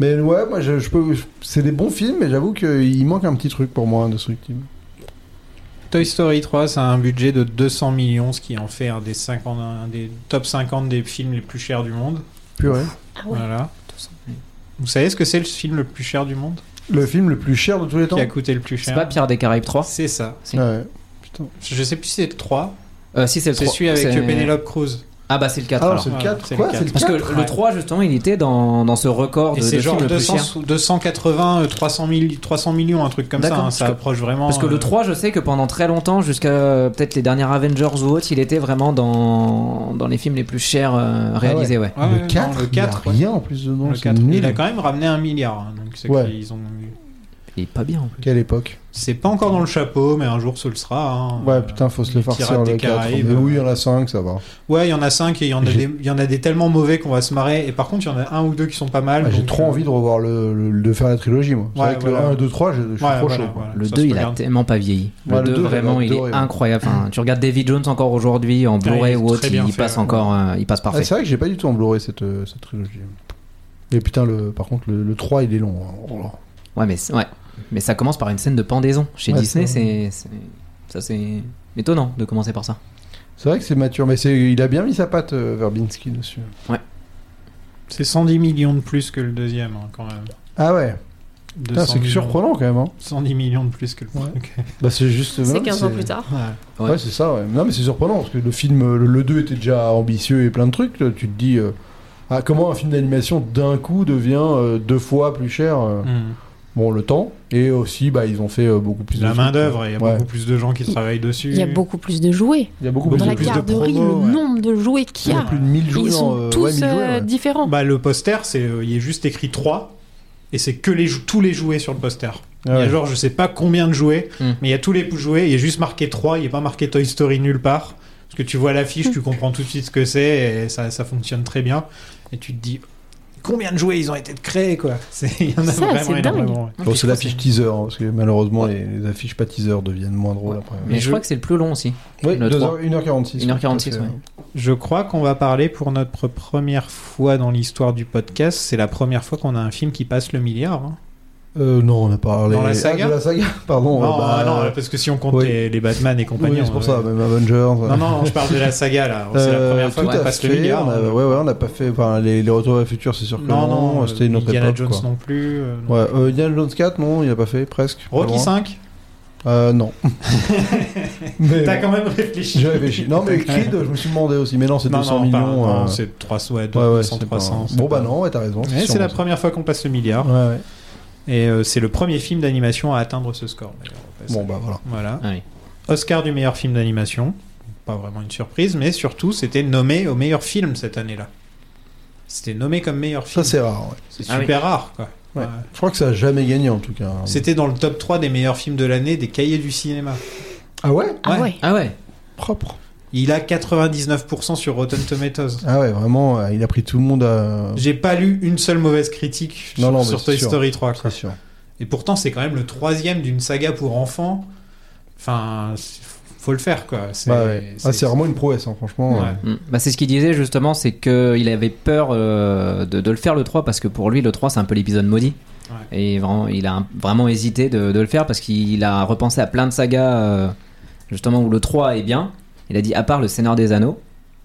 P: mais ouais, moi, je, je peux. je- C'est des bons films, mais j'avoue qu'il manque un petit truc pour moi, Indestructible.
O: Toy Story 3, ça a un budget de 200 millions, ce qui en fait un des, 50, un des top 50 des films les plus chers du monde.
P: Purée.
G: Ah ouais.
O: Voilà. Vous savez ce que c'est le film le plus cher du monde
P: Le film le plus cher de tous les temps.
O: Qui a coûté le plus
I: C'est
O: cher
I: pas Pierre des Caraïbes 3
O: C'est ça.
I: Si.
P: Ouais. Putain.
O: Je sais plus si c'est le 3.
I: Euh, si, c'est le
O: C'est
I: 3.
O: celui avec
I: c'est-
O: Penelope Cruz.
I: Ah bah c'est le 4
P: Ah,
I: alors.
P: c'est le 4,
I: C'est
P: quoi, c'est le
I: Parce que
P: 4,
I: le
P: ouais.
I: 3 justement il était dans, dans ce record
O: Et
I: de,
O: c'est
I: de
O: genre
I: films le plus
O: 200,
I: cher.
O: sous- 280, euh, 300, milli- 300 millions, un truc comme ça.
I: D'accord,
O: hein,
I: parce
O: ça
I: que-
O: approche vraiment.
I: Parce que
O: euh,
I: le 3, je sais que pendant très longtemps, jusqu'à euh, peut-être les derniers Avengers ou autres, il était vraiment dans, dans les films les plus chers euh, réalisés. ouais.
O: Ah Ouais, ouais, non,
P: le 4,
O: le 4,
P: il y a rien en plus de nom.
O: le
P: c'est
O: 4.
P: nul.
O: Il a quand même ramené un milliard. hein, donc c'est
P: Ouais.
O: qu'ils ont.
I: Il est pas bien en plus.
P: Quelle époque
O: C'est pas encore dans le chapeau, mais un jour ce le sera. hein.
P: Ouais, putain, faut se le
O: les
P: farcir
O: Pirates
P: le
O: des
P: 4.
O: Caraïbes,
P: Mais oui, il y
O: ouais.
P: en a 5, ça va.
O: Ouais, il y en a 5 et il y, en a
P: J'ai-
O: des- il y en a des tellement mauvais qu'on va se marrer. Et par contre, il y en a un ou deux qui sont pas mal.
P: Ah, J'ai
O: donc,
P: trop
O: euh,
P: envie de revoir le, le- de faire la trilogie, moi. C'est
O: Ouais,
P: vrai que le
O: voilà.
P: 1, 2, 3, je, je suis
O: Ouais,
P: trop
O: voilà,
P: chaud. quoi.
O: voilà.
I: Le
O: Ça
I: 2,
O: se
I: il a
O: regarde.
I: tellement pas vieilli. Le
P: Ouais, le
I: 2,
P: deux, j'avais
I: vraiment, il
P: adoré,
I: est
P: ouais.
I: incroyable. Enfin, tu regardes David Jones encore aujourd'hui en Blu-ray
O: il est
I: ou autre,
O: très bien
I: il
O: fait, hein.
I: passe
O: ouais.
I: encore, euh, il passe
P: Ah,
I: parfait.
P: c'est vrai que j'ai pas du tout en Blu-ray cette, euh, cette trilogie. Et putain, le, par contre, le, le 3, il est long. hein. Oh là.
I: ouais, mais c'est- ouais, mais ça commence par une scène de pendaison chez
P: Ouais,
I: Disney.
P: c'est
I: C'est c'est- ça, c'est étonnant de commencer par ça.
P: C'est vrai que c'est mature, mais c'est- il a bien mis sa patte, euh, Verbinski, dessus.
O: C'est 110 millions de plus que le deuxième, hein, quand même.
P: Ah ouais Putain,
O: 200
P: C'est
O: millions.
P: surprenant quand même. hein.
O: 110 millions de plus que le premier.
P: Bah, c'est juste.
G: C'est
P: non,
G: 15 ans plus tard.
P: Ouais, c'est ça, ouais. Non, mais c'est surprenant parce que le film, euh, le, le 2 était déjà ambitieux et plein de trucs. là. Tu te dis, euh, ah, comment un film d'animation d'un coup devient euh, deux fois plus cher euh,
O: Hmm.
P: Bon, le temps. Et aussi, bah, ils ont fait euh, beaucoup plus de.
O: La
P: trucs,
O: main d'œuvre, il y a
P: quoi. Ouais.
O: beaucoup plus de gens qui travaillent dessus.
G: Il y a beaucoup plus de jouets.
P: Il y a beaucoup
O: Dans
P: plus
G: Dans
P: de.
G: la
O: plus de
G: garderie,
O: promos,
G: le
O: ouais.
G: nombre de jouets qu'il y
P: il y a
G: a.
P: plus de 1000 jouets
G: Ils
P: dans,
G: sont
P: euh, ouais,
G: tous
P: 1000 jouets,
G: euh,
P: ouais.
G: différents.
O: Bah, le poster, c'est euh, il est juste écrit 3 et c'est que les jou- tous les jouets sur le poster. Il
P: Ah
O: y a
P: ouais. Hmm.
O: genre je sais pas combien de jouets,
I: Mm.
O: mais il y a tous les jouets, il y a juste marqué 3, il n'y a pas marqué Toy Story nulle part. Parce que tu vois l'affiche, tu comprends tout de suite ce que c'est et ça, ça fonctionne très bien. Et tu te dis combien de jouets ils ont été créés quoi. C'est- Il y en a
G: Ça,
O: vraiment
G: c'est dingue.
O: énormément. ouais.
P: Bon, c'est l'affiche teaser, hein, parce que malheureusement, les, les affiches pas teaser deviennent moins drôles après.
I: Mais je crois que c'est le plus long aussi.
P: Oui,
I: le
P: 2
I: 3.
P: heures- 1h46.
I: 1h46,
P: tout à fait.
I: ouais.
O: Je crois qu'on va parler pour notre première fois dans l'histoire du podcast. C'est la première fois qu'on a un film qui passe le milliard. hein.
P: Euh, non, on a parlé.
O: Dans la
P: Ah,
O: saga
P: de la saga Pardon.
O: non,
P: euh, bah,
O: Oh, non, parce que si on compte
P: oui.
O: les, les Batman et
P: oui,
O: compagnie.
P: c'est
O: on-
P: pour ça, même Avengers.
O: Non, non, je parle de la saga là. C'est la
P: Euh,
O: première fois
P: tout
O: qu'on
P: à
O: passe le
P: fait,
O: milliard.
P: on a-
O: hein.
P: ouais, ouais, on n'a pas fait. Enfin, les, les retours à le futur, c'est sûr que
O: Non, non, euh,
P: c'était une autre
O: Indiana
P: époque.
O: Jones
P: quoi.
O: non plus. euh, non.
P: Ouais, euh, Indiana Jones 4, non, il n'a pas fait, presque. pas
O: Rocky
P: loin.
O: 5
P: Euh, non. mais
O: T'as
P: bon,
O: quand même réfléchi.
P: j'ai réfléchi. Non, mais Creed, je me suis demandé aussi. Mais non, c'est
O: Non,
P: 200
O: non, pardon,
P: millions.
O: non,
P: euh,
O: c'est 300, ouais,
P: ouais, ouais,
O: 200,
P: c'est pas-
O: 300. c'est
P: Bon,
O: pas-
P: bah non, ouais, t'as raison.
O: Ouais, c'est la
P: sûrement
O: première fois qu'on passe le milliard.
P: ça. Ouais, ouais.
O: Et euh, c'est le premier film d'animation à atteindre ce score. d'ailleurs, au passage.
P: Bon, bah voilà.
O: Voilà.
I: Ah oui.
O: Oscar du meilleur film d'animation. Pas vraiment une surprise, mais surtout, c'était nommé au meilleur film cette année-là. C'était nommé comme meilleur
P: Ça,
O: film.
P: c'est rare, ouais.
O: C'est
I: Ah oui.
O: super rare, quoi.
P: Ouais.
O: Ouais.
P: Je crois que ça a jamais gagné en tout cas.
O: C'était dans le top 3 des meilleurs films de l'année des cahiers du cinéma.
P: Ah ouais
G: Ah ouais.
I: Ah ouais.
P: Propre.
O: Il a 99% sur Rotten Tomatoes.
P: Ah ouais, vraiment, euh, il a pris tout le monde à.
O: J'ai pas lu une seule mauvaise critique
P: Non,
O: sur,
P: non, mais
O: sur
P: c'est
O: Toy
P: sûr.
O: Story 3.
P: C'est
O: quoi.
P: sûr.
O: Et pourtant, c'est quand même le troisième d'une saga pour enfants. Enfin, c'est- faut le faire, quoi. C'est
P: Bah ouais. Ah, c'est vraiment une prouesse, hein, franchement.
O: Ouais.
P: euh.
I: Mm. Bah, c'est ce qu'il disait justement, c'est qu'il avait peur euh, de, de le faire le 3 parce que pour lui le 3 c'est un peu l'épisode maudit.
O: Ouais.
I: Et vraiment, il a un- vraiment hésité de, de le faire parce qu'il a repensé à plein de sagas euh, justement où le 3 est bien. Il a dit à part le Seigneur des Anneaux,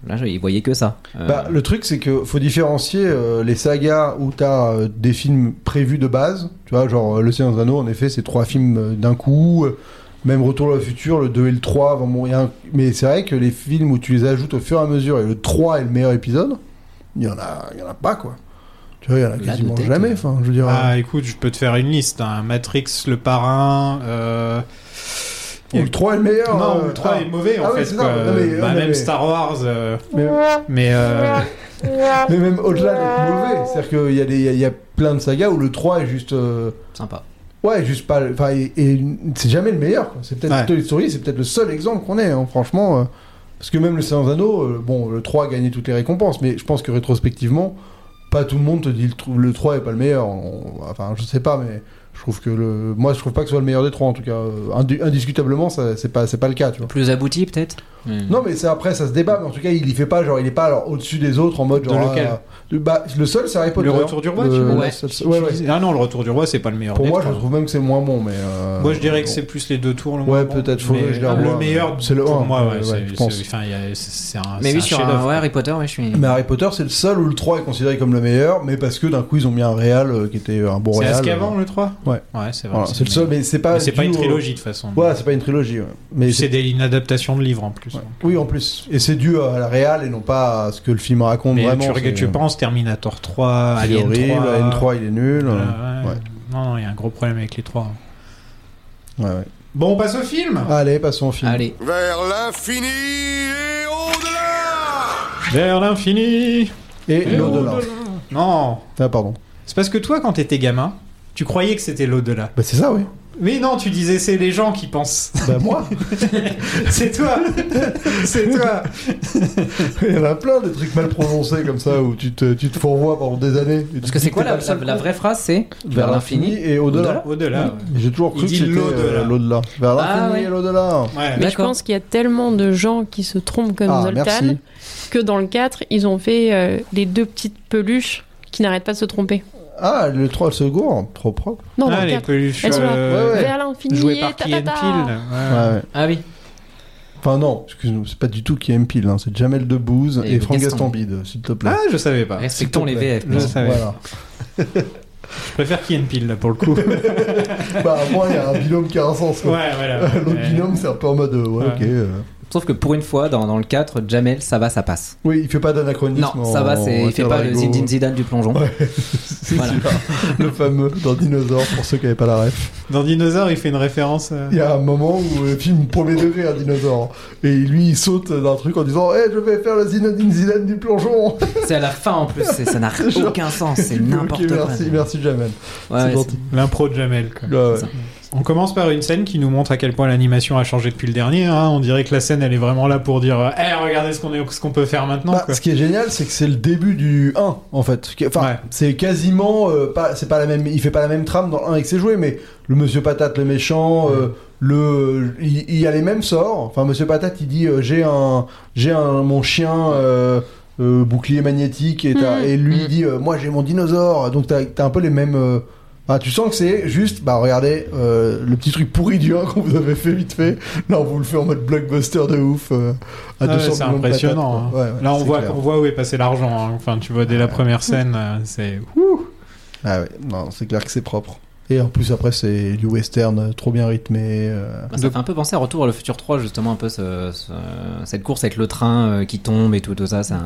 I: là je- il voyait que ça. Euh,
P: Bah, le truc, c'est que faut différencier euh, les sagas où t'as euh, des films prévus de base. Tu vois, genre euh, Le Seigneur des Anneaux, en effet, c'est trois films euh, d'un coup. euh, Même Retour à le futur, le 2 et le 3 vont mourir. un- Mais c'est vrai que les films où tu les ajoutes au fur et à mesure et le 3 est le meilleur épisode, il y en a, il y en a pas, quoi. Tu vois, il y en a
I: de
P: quasiment
I: tête,
P: jamais.
I: euh.
P: Enfin, je veux dire.
O: Ah, écoute, je peux te faire une liste. hein. Matrix, Le Parrain. euh,
P: euh, où le 3 est le meilleur.
O: Non,
P: euh,
O: le 3
P: ah.
O: est mauvais en
P: ah oui,
O: fait.
P: c'est
O: quoi.
P: ça. Non, mais,
O: Bah,
P: non,
O: même
P: mais-
O: Star Wars. euh,
P: mais-
O: Mais euh,
P: Mais même au-delà d'être mauvais, c'est-à-dire qu'il y, a des- il y a- il y a plein de sagas où le 3 est juste. euh,
I: Sympa.
P: ouais, juste pas. Enfin, et, et c'est jamais le meilleur. quoi. C'est peut-être
O: Ouais.
P: Toy Story, c'est peut-être le seul exemple qu'on ait, hein, franchement. euh, parce que même le Seigneur des Anneaux, euh, bon, le 3 a gagné toutes les récompenses, mais je pense que rétrospectivement, pas tout le monde te dit le, tr- le 3 est pas le meilleur. On- enfin, je sais pas, mais je trouve que le. Moi, je trouve pas que ce soit le meilleur des trois, en tout cas. euh, indu- indiscutablement, ça- c'est pas, c'est pas le cas, tu vois.
I: Plus abouti peut-être Mm.
P: Non, mais c'est après, ça se débat, mais en tout cas, il y fait pas, genre, il est pas alors, au-dessus des autres en mode
O: De
P: genre.
O: lequel
P: ah, de- bah, le seul, c'est Harry Potter.
O: Le Retour du Roi,
P: Le-
O: tu vois.
P: le-
I: Ouais.
P: seul- Euh, ouais, ouais.
O: Ah non, le Retour du Roi, c'est pas le meilleur.
P: Pour
O: des
P: moi, je
O: trois.
P: trouve même que c'est moins bon, mais. euh,
O: Moi, je dirais que
P: bon.
O: c'est plus les deux tours. Le
P: Ouais,
O: moins bon.
P: peut-être, faudrait
O: Mais
P: que je les revoie.
O: Le meilleur,
P: C'est le
O: pour
P: un,
O: moi, ouais,
P: ouais,
O: c'est-
P: ouais, je
O: c'est-
P: pense.
O: enfin, il y a- c'est c'est
P: Ah,
O: un.
I: Mais
O: c'est
I: oui,
O: un
I: sur
O: chef-d'œuvre,
I: un, ouais,
O: quoi.
I: Harry Potter, ouais, je suis.
P: Mais Harry Potter, c'est le seul où le 3 est considéré comme le meilleur, mais parce que d'un coup, ils ont mis un réal euh, qui était un bon
O: C'est
P: réal.
O: Azkaban,
P: euh.
O: le 3
P: Ouais,
O: Ouais, c'est vrai.
P: Voilà, c'est le seul, mais c'est pas.
O: c'est pas
P: dû
O: une
P: au-
O: trilogie de toute façon.
P: Ouais, c'est pas une trilogie. ouais. Mais
O: c'est des- une adaptation de livre en plus.
P: Ouais. Oui, en plus. Et c'est dû à la réal et non pas à ce que le film raconte
O: Mais
P: vraiment.
O: tu,
P: c'est-
O: reg- tu penses Terminator 3,
P: C'est
O: Alien
P: horrible,
O: 3.
P: Alien 3, il est nul.
O: Ouais,
P: euh,
O: ouais. Non, non, il y a un gros problème avec les trois.
P: Ouais, ouais.
O: Bon, on passe au film.
P: Allez, passons au film.
I: Allez.
J: Vers l'infini et au-delà
O: Vers l'infini
P: et, l'au-delà.
O: Non.
P: Ah, pardon.
O: C'est parce que toi, quand t'étais gamin, tu croyais que c'était l'au-delà.
P: Bah, c'est ça, oui.
O: Mais non, tu disais c'est les gens qui pensent.
P: Bah, moi.
O: c'est toi. c'est toi.
P: il y en a plein de trucs mal prononcés comme ça où tu te, tu te fourvoies pendant des années.
I: Parce que c'est quoi la, la- la vraie phrase C'est
P: Vers l'infini et au-delà.
O: Au-delà,
P: Oui. J'ai toujours
O: Il
P: cru que
O: dit
P: c'était
O: l'au-delà.
P: euh, l'au-delà. Vers
G: Ah
P: l'infini
G: ouais.
P: et l'au-delà.
O: Ouais.
G: Mais je pense qu'il y a tellement de gens qui se trompent comme
P: Ah,
G: Zoltan
P: merci.
G: que dans le 4, ils ont fait euh, les deux petites peluches qui n'arrêtent pas de se tromper.
P: Ah, le 3 secondes, trop propre.
G: Non, dans
O: Ah,
G: le
O: les
G: 4,
O: peluches,
G: elles sont là,
O: euh,
G: vers l'infini,
O: jouées par Key and
G: tatata.
O: Peele. Ouais.
P: Ouais, ouais.
I: Ah oui.
P: Enfin non, excuse-nous, c'est pas du tout qui aime pile, hein, c'est Jamel Debbouze
I: Et
P: et, Franck
I: Gaston.
P: Gastambide, s'il te plaît.
O: Ah, je savais pas.
I: Respectons les VF.
O: Je
I: non.
O: savais.
P: Voilà.
O: Je préfère qu'il y ait une pile là pour le coup. ouais,
P: bah moi il y a un binôme qui a un sens. quoi.
O: voilà.
P: L'autre binôme c'est un peu en mode euh, ouais,
O: Ouais.
P: ok. euh.
I: Sauf que pour une fois, dans, dans le 4, Jamel, ça va, ça passe.
P: Oui, il fait pas d'anachronisme.
I: Non, ça
P: en-
I: va, c'est,
P: en
I: il fait pas le
P: interlingo.
I: Zidane Zidane du plongeon.
P: C'est
I: Voilà.
P: sûr. le fameux dans Dinosaure pour ceux qui n'avaient pas la ref.
O: Dans Dinosaur, il fait une référence. euh,
P: Il y a un moment où le film premier degré un dinosaure et lui il saute d'un truc en disant Eh je vais faire le Zinedine Zidane du plongeon.
I: C'est à la fin en plus, c'est- ça n'a
P: Genre-
I: aucun sens, c'est
P: Ok,
I: n'importe quoi.
P: Merci, merci Jamel.
I: Ouais,
P: c'est
I: ouais,
P: gentil.
O: L'impro de Jamel. Quoi.
P: Ouais, ouais.
O: On commence par une scène qui nous montre à quel point l'animation a changé depuis le dernier. hein. On dirait que la scène, elle est vraiment là pour dire euh, Eh, regardez ce qu'on est- ce qu'on peut faire maintenant.
P: Bah,
O: quoi.
P: ce qui est génial, c'est que c'est le début du 1 en fait. Enfin,
O: Ouais.
P: c'est quasiment euh, pas, c'est pas la même. Il fait pas la même trame dans le 1 avec ses jouets, mais le Monsieur Patate, le méchant, euh, le, il, il a les mêmes sorts. Enfin, Monsieur Patate, il dit euh, j'ai un, j'ai un mon chien. euh, euh, bouclier magnétique et, t'as-
I: Mm.
G: Mhm.
P: et
O: Mm.
P: lui il dit euh, moi j'ai mon dinosaure donc t'as t'as un peu les mêmes euh, ah, tu sens que c'est juste, bah regardez, euh, le petit truc pourri du 1 qu'on vous avait fait vite fait, là on vous le fait en mode blockbuster de ouf, euh, à
O: Ah ouais,
P: 200
O: c'est
P: millions de patates,
O: impressionnant.
P: quoi.
O: hein.
P: Ouais, ouais,
O: Là, on
P: c'est
O: voit,
P: clair.
O: on voit où est passé l'argent. hein. Enfin, tu vois, dès la première scène, euh, c'est.
P: Ah ouais, non, c'est clair que c'est propre. Et en plus, après, c'est du western euh, trop bien rythmé. euh.
I: Bah, ça fait un peu penser à Retour à le futur 3, justement, un peu ce- ce- cette course avec le train euh, qui tombe et tout, tout ça. C'est un...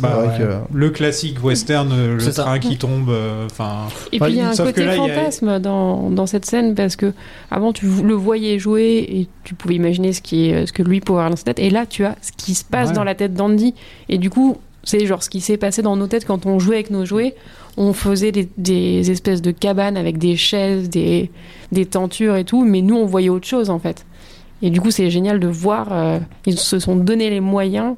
O: Bah,
P: vrai
O: ouais.
P: que-
O: Le classique western, euh, le
I: C'est ça.
O: train qui tombe. euh, Enfin.
G: Et puis il y a un
O: sauf que
G: côté
O: là, il y a-
G: fantasme dans, dans cette scène parce que avant tu le voyais jouer et tu pouvais imaginer ce, qui est, ce que lui pouvait avoir dans sa tête et là tu as ce qui se passe
O: Ouais.
G: dans la tête d'Andy et du coup c'est genre ce qui s'est passé dans nos têtes quand on jouait avec nos jouets on faisait des, des espèces de cabanes avec des chaises des, des tentures et tout mais nous on voyait autre chose en fait et du coup c'est génial de voir euh, ils se sont donné les moyens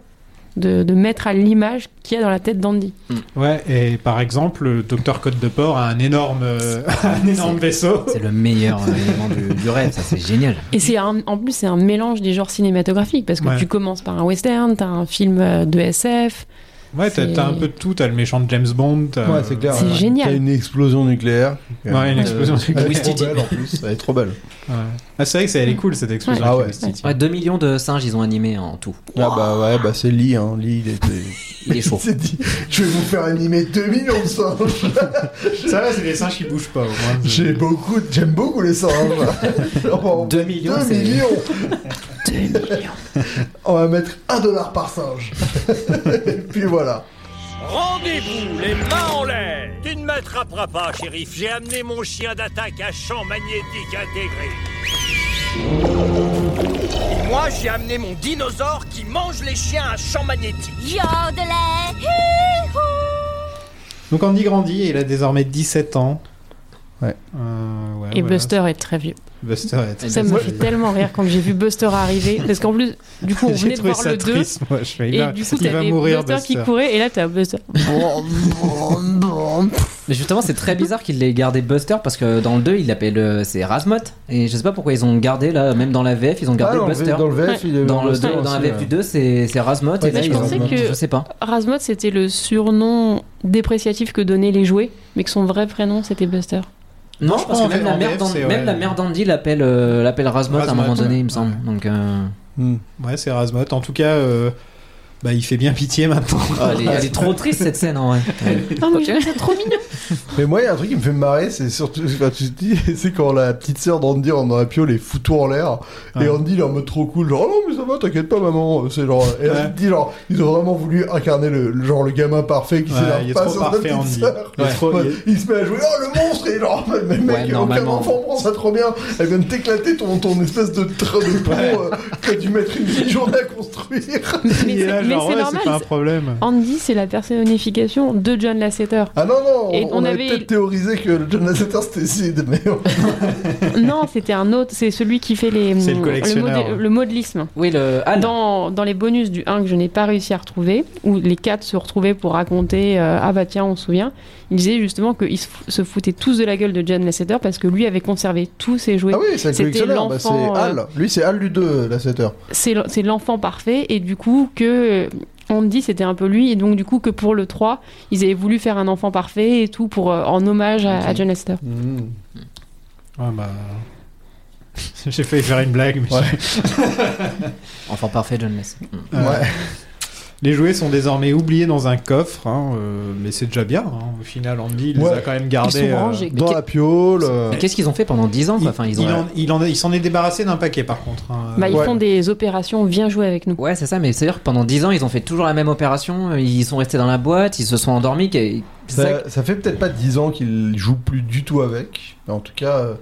G: de, de mettre à l'image qu'il y a dans la tête d'Andy
O: Ouais, et par exemple, le docteur Côte de Port a un énorme, euh, un énorme vaisseau.
I: C'est le meilleur euh, élément du, du rêve, ça c'est génial.
G: Et c'est un- en plus, c'est un mélange des genres cinématographiques parce que
O: Ouais.
G: tu commences par un western, t'as un film euh, de SF.
O: Ah, Ouais, t'as
G: C'est-
O: t'as un peu de tout. T'as le méchant de James Bond. t'as-
P: Ouais, c'est clair.
G: C'est
P: ouais.
G: génial.
P: T'as une explosion nucléaire.
O: Ouais, une
I: Euh,
O: explosion.
P: Elle est trop
I: Ouistiti.
P: belle en plus. Elle est trop belle.
O: Ouais. Ah, c'est vrai que c'est- elle est cool cette explosion.
P: Ah
O: avec
P: ouais.
O: Ouistiti.
I: Ouais, 2 millions de singes, ils ont animé en tout.
P: Ah bah ouais, bah c'est Lee. Hein. Lee, il était.
I: Il est
P: il
I: chaud.
P: s'est dit Je vais vous faire animer 2 millions de singes.
O: Ça va, c'est des singes qui bougent pas au moins.
P: J'ai beaucoup, j'aime beaucoup les singes. Genre,
I: 2 millions,
P: 2
I: c'est-
P: millions. On va mettre 1 dollar par singe. Et puis voilà.
E: Rendez-vous, les mains en l'air Tu ne m'attraperas pas, shérif. J'ai amené mon chien d'attaque à champ magnétique intégré.
D: Moi, j'ai amené mon dinosaure qui mange les chiens à champ magnétique.
A: Yodelet, hi-hou.
O: Donc Andy grandit et il a désormais 17 ans.
P: Ouais.
O: Euh, ouais,
G: et
O: voilà.
G: Buster est très vieux.
O: Buster est très
G: Ça me fait tellement rire quand j'ai vu Buster arriver parce qu'en plus, du coup, on
O: J'ai
G: venait de
O: trouvé
G: voir
O: ça
G: le 2.
O: triste, moi. Je fais, il
G: Et
O: va,
G: du coup,
O: il va
G: t'avais
O: mourir,
G: Buster qui
O: Buster.
G: courait, et là, t'as Buster.
I: Mais justement, c'est très bizarre qu'ils l'aient gardé Buster parce que dans le 2, il l'appelle euh, c'est Razmot. Et je sais pas pourquoi ils ont gardé là, même dans la VF, ils ont gardé
P: Ah, dans le-
I: Buster.
P: Dans le VF, il est
I: Dans, le,
P: Buster
I: dans
P: aussi,
I: la VF
P: ouais.
I: du 2, c'est c'est Razmot.
P: Ouais,
I: et là,
P: mais je
I: ils ont-
P: pensais que-
I: Je sais pas.
G: Razmod, c'était le surnom dépréciatif que donnaient les jouets, mais que son vrai prénom, c'était Buster.
I: Non,
O: je
I: je pense
O: pense
I: que
O: en
I: même
O: V-
I: la
O: en
I: mère
O: VF,
I: d'An-
O: c'est, ouais.
I: même la mère d'Andy l'appelle euh, l'appelle Razmot à un
O: Razmot,
I: moment donné,
O: ouais.
I: il me semble. Donc. euh,
P: Hmm.
O: Ouais, c'est Razmot. En tout cas, euh, Bah, il fait bien pitié maintenant.
I: Ah, elle, est, elle est trop triste cette scène en vrai.
G: Non, mais c'est trop mignon.
P: Mais moi, il y a un truc qui me fait marrer, c'est surtout, enfin, tu te dis, c'est quand la petite sœur d'Andy en aurait pio les fout tout en l'air. Et Andy, il est en mode trop cool, genre, oh non, mais ça va, t'inquiète pas, maman. C'est genre, et là, tu te dis, genre, ils ont vraiment voulu incarner le, le- genre, le gamin parfait qui
O: Ouais, il est
P: s'énerve pas
O: trop
P: sur la
O: parfait,
P: petite
O: Andy.
P: sœur.
O: Il est trop-
P: Ouais,
O: il est-
P: Il se met à jouer, oh le monstre, et genre, mais mec,
I: Ouais,
P: aucun
I: normalement.
P: enfant prend ça trop bien. Elle vient de t'éclater ton, ton espèce de train de pont euh, que t'as dû mettre une demi-journée à construire.
G: Mais
O: Il est là,
G: c'est mais
O: genre,
G: c'est
O: ouais,
G: normal.
O: c'est pas un problème.
G: Andy, c'est la personnification de John Lasseter.
P: Ah non, non,
G: Et
P: on,
G: on
P: avait,
G: avait-
P: peut-être théorisé que le John Lasseter c'était Sid, mais
G: non, c'était un autre, c'est celui qui fait les,
O: C'est le collectionneur.
G: modé- le modélisme.
I: Oui, le ah, Anne.
G: Dans, dans les bonus du 1 que je n'ai pas réussi à retrouver, où les 4 se retrouvaient pour raconter euh, Ah bah tiens, on se souvient, il disait justement qu'ils se f- se foutaient tous de la gueule de John Lasseter parce que lui avait conservé tous ses jouets.
P: Ah oui, c'est un
G: C'était
P: collectionneur, bah, c'est
G: l'enfant, euh,
P: Hal. Lui, c'est Hal du 2, la 7 heures.
G: c'est l- c'est l'enfant parfait et du coup que euh, Andy c'était un peu lui et donc du coup que pour le 3 ils avaient voulu faire un enfant parfait et tout pour euh, en hommage à, à John Lester.
P: Mmh.
O: Ah bah. J'ai failli faire une blague, mais.
I: Enfant parfait, John Less. Mm.
O: Euh, Les jouets sont désormais oubliés dans un coffre, hein, euh, mais c'est déjà bien. hein. Au final, Andy il
P: Ouais.
O: les a quand même gardés. euh,
I: Mais
P: Dans
I: qu'est-
P: la piole. euh,
I: Qu'est-ce qu'ils ont fait pendant 10 ans quoi enfin, ils ont...
O: Il en- il en- il s'en est débarrassé d'un paquet par contre. hein.
G: Bah, ils
I: ouais.
G: font des opérations viens jouer avec nous.
I: Ouais, c'est ça, mais c'est-à-dire que pendant 10 ans, ils ont fait toujours la même opération, ils sont restés dans la boîte, ils se sont endormis. qu'est-
P: Ça, ça fait peut-être pas 10 ans qu'il joue plus du tout avec. Mais en tout cas, euh,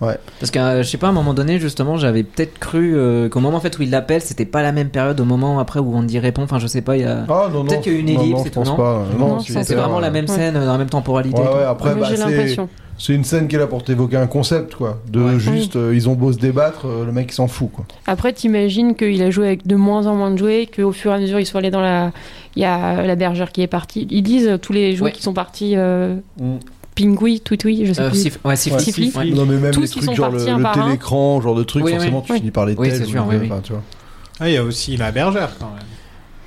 P: ouais.
I: Parce que, euh, je sais pas, à un moment donné, justement, j'avais peut-être cru euh, qu'au moment en fait, où il l'appelle, c'était pas la même période au moment après où on y répond. Enfin, je sais pas, il y a.
P: Ah non, non.
I: Peut-être qu'il y a eu une
P: non,
I: ellipse
P: non,
I: et
P: je
I: tout,
P: pense
I: non
P: pas. euh,
G: Non,
P: Non,
G: ça,
I: C'est vraiment la même
G: Ouais.
I: scène, euh, dans la même temporalité.
P: Ouais, ouais, après,
G: Moi,
P: bah,
G: j'ai
P: c'est.
G: l'impression.
P: C'est une scène qu'elle a pour t'évoquer un concept, quoi. De juste, euh, ils ont beau se débattre, euh, le mec il s'en fout, quoi.
G: Après t'imagines qu'il a joué avec de moins en moins de jouets, qu'au fur et à mesure ils sont allés dans la... Il y a la bergère qui est partie. Ils disent euh, tous les jouets
I: Ouais.
G: qui sont partis... euh,
P: Mm.
G: Pingoui, Toutoui, je sais
I: Euh,
G: plus.
I: Sif- ouais, Sif-
G: Ouais.
I: Sif-
G: Sifli.
I: ouais.
P: Non, mais même
G: Tous,
P: les
G: ils
P: trucs,
G: sont
P: genre le,
G: partis un
P: le
G: par un.
P: télécran, genre de trucs,
I: Oui,
P: forcément,
I: oui.
P: tu
G: Oui.
P: finis par les
I: Oui,
P: tels
I: c'est
P: ou
I: sûr,
P: les-
I: oui, oui.
P: enfin, tu vois.
O: Ah, il y a aussi la bergère quand même.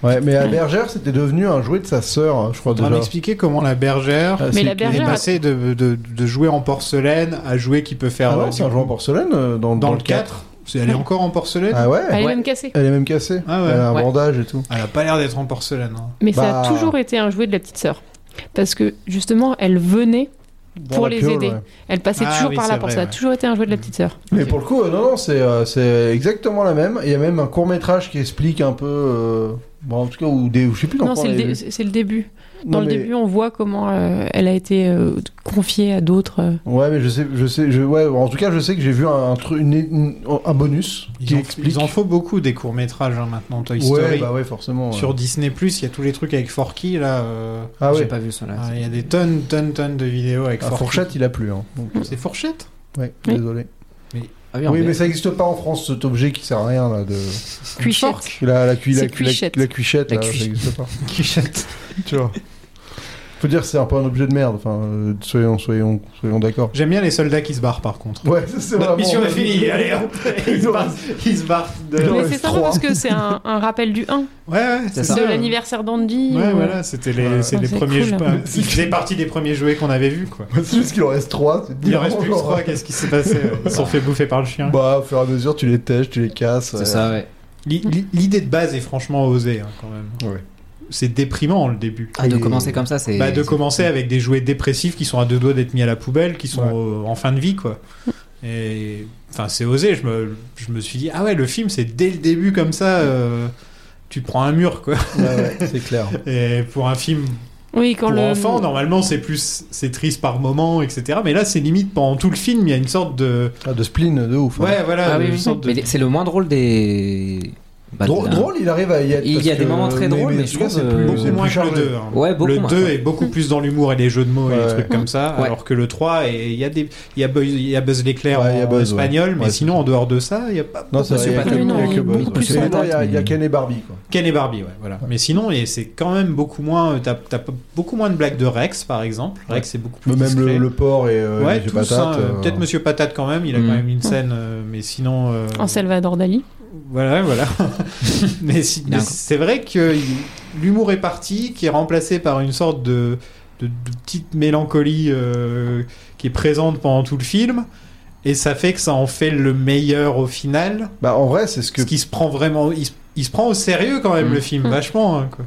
P: Ouais, mais la bergère, c'était devenu un jouet de sa sœur, hein, je crois,
O: On va
P: déjà.
O: m'expliquer comment la bergère
P: Ah,
G: Mais
P: c'est
G: la
P: que-
O: est
G: bergère-
O: passée de, de, de jouer en porcelaine à jouer qui peut faire.
P: Ah
O: euh,
P: non, c'est un
O: du-
P: jeu en porcelaine euh, dans,
O: Dans le 4, c'est- elle est encore en porcelaine
P: Ah ouais
G: Elle est
I: Ouais.
G: même cassée.
P: Elle est même cassée.
O: Ah ouais.
P: Elle a un
I: Ouais.
P: bandage et tout.
O: Elle a pas l'air d'être en porcelaine. hein.
G: Mais ça
P: Bah.
G: a toujours été un jouet de la petite sœur. Parce que justement, elle venait
P: Dans
G: pour
P: la
G: les
P: piole,
G: aider.
P: ouais.
G: Elle passait
O: Ah
G: toujours
O: oui,
G: par
O: c'est
G: là pour
O: vrai,
G: ça.
O: ouais.
G: A toujours été un jouet de la petite sœur.
P: Mais pour le coup, euh, non, non, c'est euh, c'est exactement la même. Il y a même un court métrage qui explique un peu. euh, bon, en tout cas, ou des, ou je sais plus dans
G: Non,
P: quoi
G: c'est
P: on
G: le,
P: l'avait
G: dé-
P: vu.
G: c'est le début. Dans
P: Non,
G: le
P: mais-
G: début, on voit comment euh, elle a été euh, confiée à d'autres. euh.
P: Ouais, mais je sais, je sais, je, ouais. En tout cas, je sais que j'ai vu un truc, une- une- un bonus
O: Il
P: qui
O: en,
P: explique.
O: il en faut beaucoup des courts métrages maintenant. Toy
P: ouais,
O: Story.
P: bah ouais, forcément. ouais.
O: Sur Disney il y a tous les trucs avec Forky là. euh,
P: Ah
I: J'ai
P: ouais.
I: pas vu ça là.
O: ah, Il y a des tonnes, tonnes, tonnes de vidéos avec
P: Ah,
O: Forky.
P: fourchette, il a plu. Hein. Donc,
O: C'est fourchette
P: ouais,
G: Oui.
P: désolé.
I: Ah
P: Oui,
I: en
P: mais
I: fait.
P: ça n'existe pas en France cet objet qui sert à rien là de.
G: Cuichette.
P: La, la, cui- la,
G: C'est
P: cui- la-
G: cuichette.
P: la cuichette,
I: La
P: là,
I: cui-
P: ça n'existe pas.
O: Quichette.
P: tu vois. Faut dire que c'est un peu un objet de merde. Enfin, euh, soyons, soyons, soyons d'accord.
O: J'aime bien les soldats qui se barrent par contre.
P: Ouais, ça, c'est vraiment.
O: allez hop Ils se barrent, ils se barrent de-
P: Il en
G: Mais
P: reste
G: c'est sympa
P: trois.
G: parce que c'est un, un rappel du 1,
O: Ouais, ouais,
I: C'est
O: c'est ça.
G: de l'anniversaire d'Andy. euh,
O: Ouais,
G: ou-
O: voilà, c'était les,
P: Ouais.
O: c'est
G: Ah,
O: les
G: c'est
O: premiers
G: cool.
O: jeux. pas- Ils faisaient partie des premiers jouets qu'on avait vus, quoi.
P: C'est juste qu'il en reste 3.
O: Il en reste plus que trois, qu'est-ce qui s'est passé euh, Ils se sont fait bouffer par le chien.
P: Bah, au fur et à mesure, tu les tèches, tu les casses. euh,
I: C'est ça, ouais.
O: L'i- l'i- L'idée de base est franchement osée, hein, quand même.
P: Ouais.
O: C'est déprimant, le début.
I: Ah, de
O: Et-
I: commencer comme ça, c'est.
O: Bah, de
I: c'est-
O: commencer avec des jouets dépressifs qui sont à deux doigts d'être mis à la poubelle, qui sont
P: Ouais.
O: euh, en fin de vie, quoi. Et enfin, c'est osé. Je me, je me suis dit, ah ouais, le film, c'est dès le début comme ça. euh, Tu prends un mur, quoi.
P: Ouais, ouais, c'est clair.
O: Et pour un film
G: Oui, quand
O: pour
G: le.
O: enfants, normalement, c'est plus c'est triste par moment, etc. Mais là, c'est limite pendant tout le film, il y a une sorte de
P: Ah, de spleen de ouf. hein.
O: ouais, voilà,
I: Ah oui,
O: une
I: oui.
O: sorte de-
I: Mais c'est le moins drôle des. Bah,
P: Drôle,
I: d'un-
P: drôle, il arrive à y être.
I: Il y
P: parce
I: a des
P: que-
I: moments très drôles, mais je
P: en tout
I: trouve,
P: cas, c'est
I: euh,
P: plus-
I: beaucoup
O: beaucoup
P: c'est plus
O: moins que le
P: chargé.
O: 2. hein.
I: Ouais, beaucoup
O: le
I: moins,
O: 2
I: ouais.
O: est beaucoup plus dans l'humour et les jeux de mots et
P: Ouais.
O: les trucs comme ça,
I: Ouais.
O: alors que le 3 et il y a des il y a Buzz, il y a Buzz l'éclair
P: Ouais, il y a
O: en
P: Buzz, ouais.
O: espagnol, mais
P: Ouais,
O: sinon en dehors de ça, il y a pas
P: Non,
O: beaucoup
P: c'est vrai,
I: Monsieur
P: il y a
I: Patate.
P: que- il y a que
G: Non,
P: Buzz.
G: beaucoup euh, plus
P: Sinon,
I: Patate,
P: Il y a- il y a
I: mais-
P: Ken et Barbie, quoi.
O: Ken et Barbie, ouais, voilà. Mais sinon, et c'est quand même beaucoup moins t'as t'as pas- beaucoup moins de blagues de Rex par exemple. Rex c'est beaucoup plus
P: Même le,
O: discret.
P: le porc et euh,
O: Ouais,
P: Monsieur
O: tous, hein, euh,
P: Patate. euh,
O: peut-être Monsieur Patate quand même, il a
I: Mm.
O: quand même une scène, euh, mais sinon. euh,
G: En Salvador Dali.
O: Voilà, voilà. mais si-
I: Il y a
O: mais
I: un-
O: c'est vrai que il- l'humour est parti, qui est remplacé par une sorte de, de- de petite mélancolie euh, qui est présente pendant tout le film. Et ça fait que ça en fait le meilleur au final,
P: Bah, en vrai, c'est ce que.
O: ce qui se prend vraiment, il se il se prend au sérieux quand même
P: Mm.
O: le film, vachement. hein, quoi.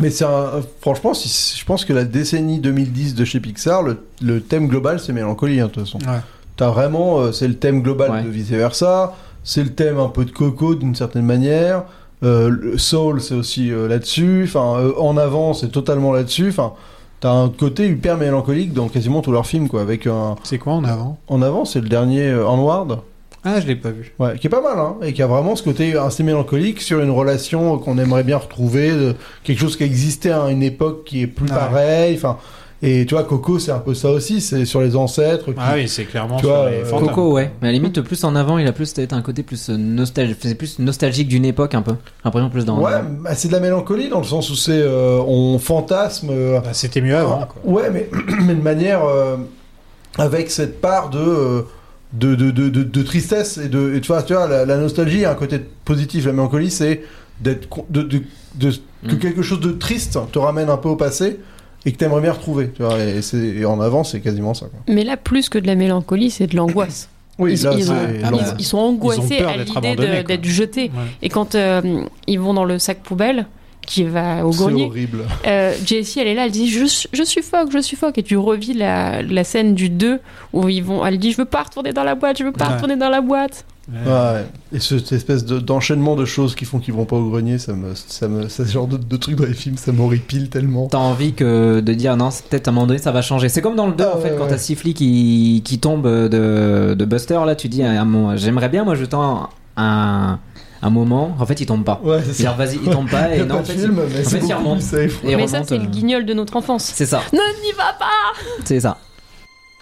P: Mais c'est un- euh, franchement, si- je pense que la décennie 2010 de chez Pixar, le, le thème global, c'est mélancolie, hein, de toute façon.
O: Ouais.
P: T'as vraiment, euh, c'est le thème global de vice versa, c'est le thème un peu de coco d'une certaine manière. euh, le soul, c'est aussi euh, là-dessus. Enfin, euh, en avant, c'est totalement là-dessus. Enfin, t'as un côté hyper mélancolique dans quasiment tous leurs films, quoi. Avec un.
O: C'est quoi en avant
P: En avant, c'est le dernier euh, Onward.
O: Ah, je l'ai pas vu.
P: Ouais, qui est pas mal, hein, et qui a vraiment ce côté assez mélancolique sur une relation qu'on aimerait bien retrouver, de- quelque chose qui existait à une époque qui est plus
O: Ah ouais.
P: pareille. Enfin, et tu vois, Coco, c'est un peu ça aussi, c'est sur les ancêtres. qui-
O: Ah oui, c'est clairement
P: tu
O: sur
P: vois,
O: les
P: euh,
O: fantômes.
P: Coco,
I: Coco, ouais. Mais à la limite, plus en avant, il a plus peut-être un côté plus nostalgique, c'est plus nostalgique d'une époque un peu. J'ai L'impression plus dans.
P: Ouais, bah, c'est de la mélancolie dans le sens où c'est euh, on fantasme. euh,
O: Bah, C'était mieux avant. quoi.
P: ouais, mais, mais de manière euh, avec cette part de. euh, de, de, de, de- de tristesse et de et tu vois, tu vois la, la nostalgie a un côté positif la mélancolie c'est d'être con- de, de, de- que quelque chose de triste te ramène un peu au passé et que t'aimerais bien retrouver tu vois et, c'est- et en avant c'est quasiment ça quoi.
G: Mais là, plus que de la mélancolie, c'est de l'angoisse.
P: Oui,
G: ils,
P: là,
G: ils
P: c'est-
G: ont-
P: Ah
G: ils-
P: bah,
G: ils sont angoissés
P: ils ont peur
G: à
P: d'être
G: l'idée
P: abandonnés,
G: de-
P: quoi.
G: d'être jetés. Et quand euh, ils vont dans le sac poubelle, qui va au
P: C'est
G: grenier,
P: horrible.
G: euh, Jessie, elle est là, elle dit je, je suffoque, je suffoque. Et tu revis la, la scène du 2 où ils vont, elle dit Je veux pas retourner dans la boîte, je veux pas
P: Ouais.
G: retourner dans la boîte.
P: Ouais, et ce- cette espèce de- d'enchaînement de choses qui font qu'ils vont pas au grenier, ça me, ça me, ça, ce genre de, de truc dans les films, ça m'horripile tellement.
I: T'as envie que de dire non, c'est peut-être à un moment donné ça va changer. C'est comme dans le 2
P: Ah,
I: en fait, quand t'as Sifli qui, qui tombe de, de Buster, là tu dis à un moment, j'aimerais bien moi je tends un, un moment, en fait il tombe pas.
P: Ouais, c'est ça.
I: Genre, vas-y, il tombe pas
P: Y a
I: et non,
P: pas
I: en
P: de
I: fait,
P: film,
I: il-
P: mais
I: en
P: c'est
I: fait, il
P: beaucoup
I: remonte.
P: plus safe.
I: Et il
G: Mais ça,
I: remonte,
G: c'est le
I: euh,
G: guignol de notre enfance.
I: C'est ça.
G: Ne n'y va pas
I: C'est ça.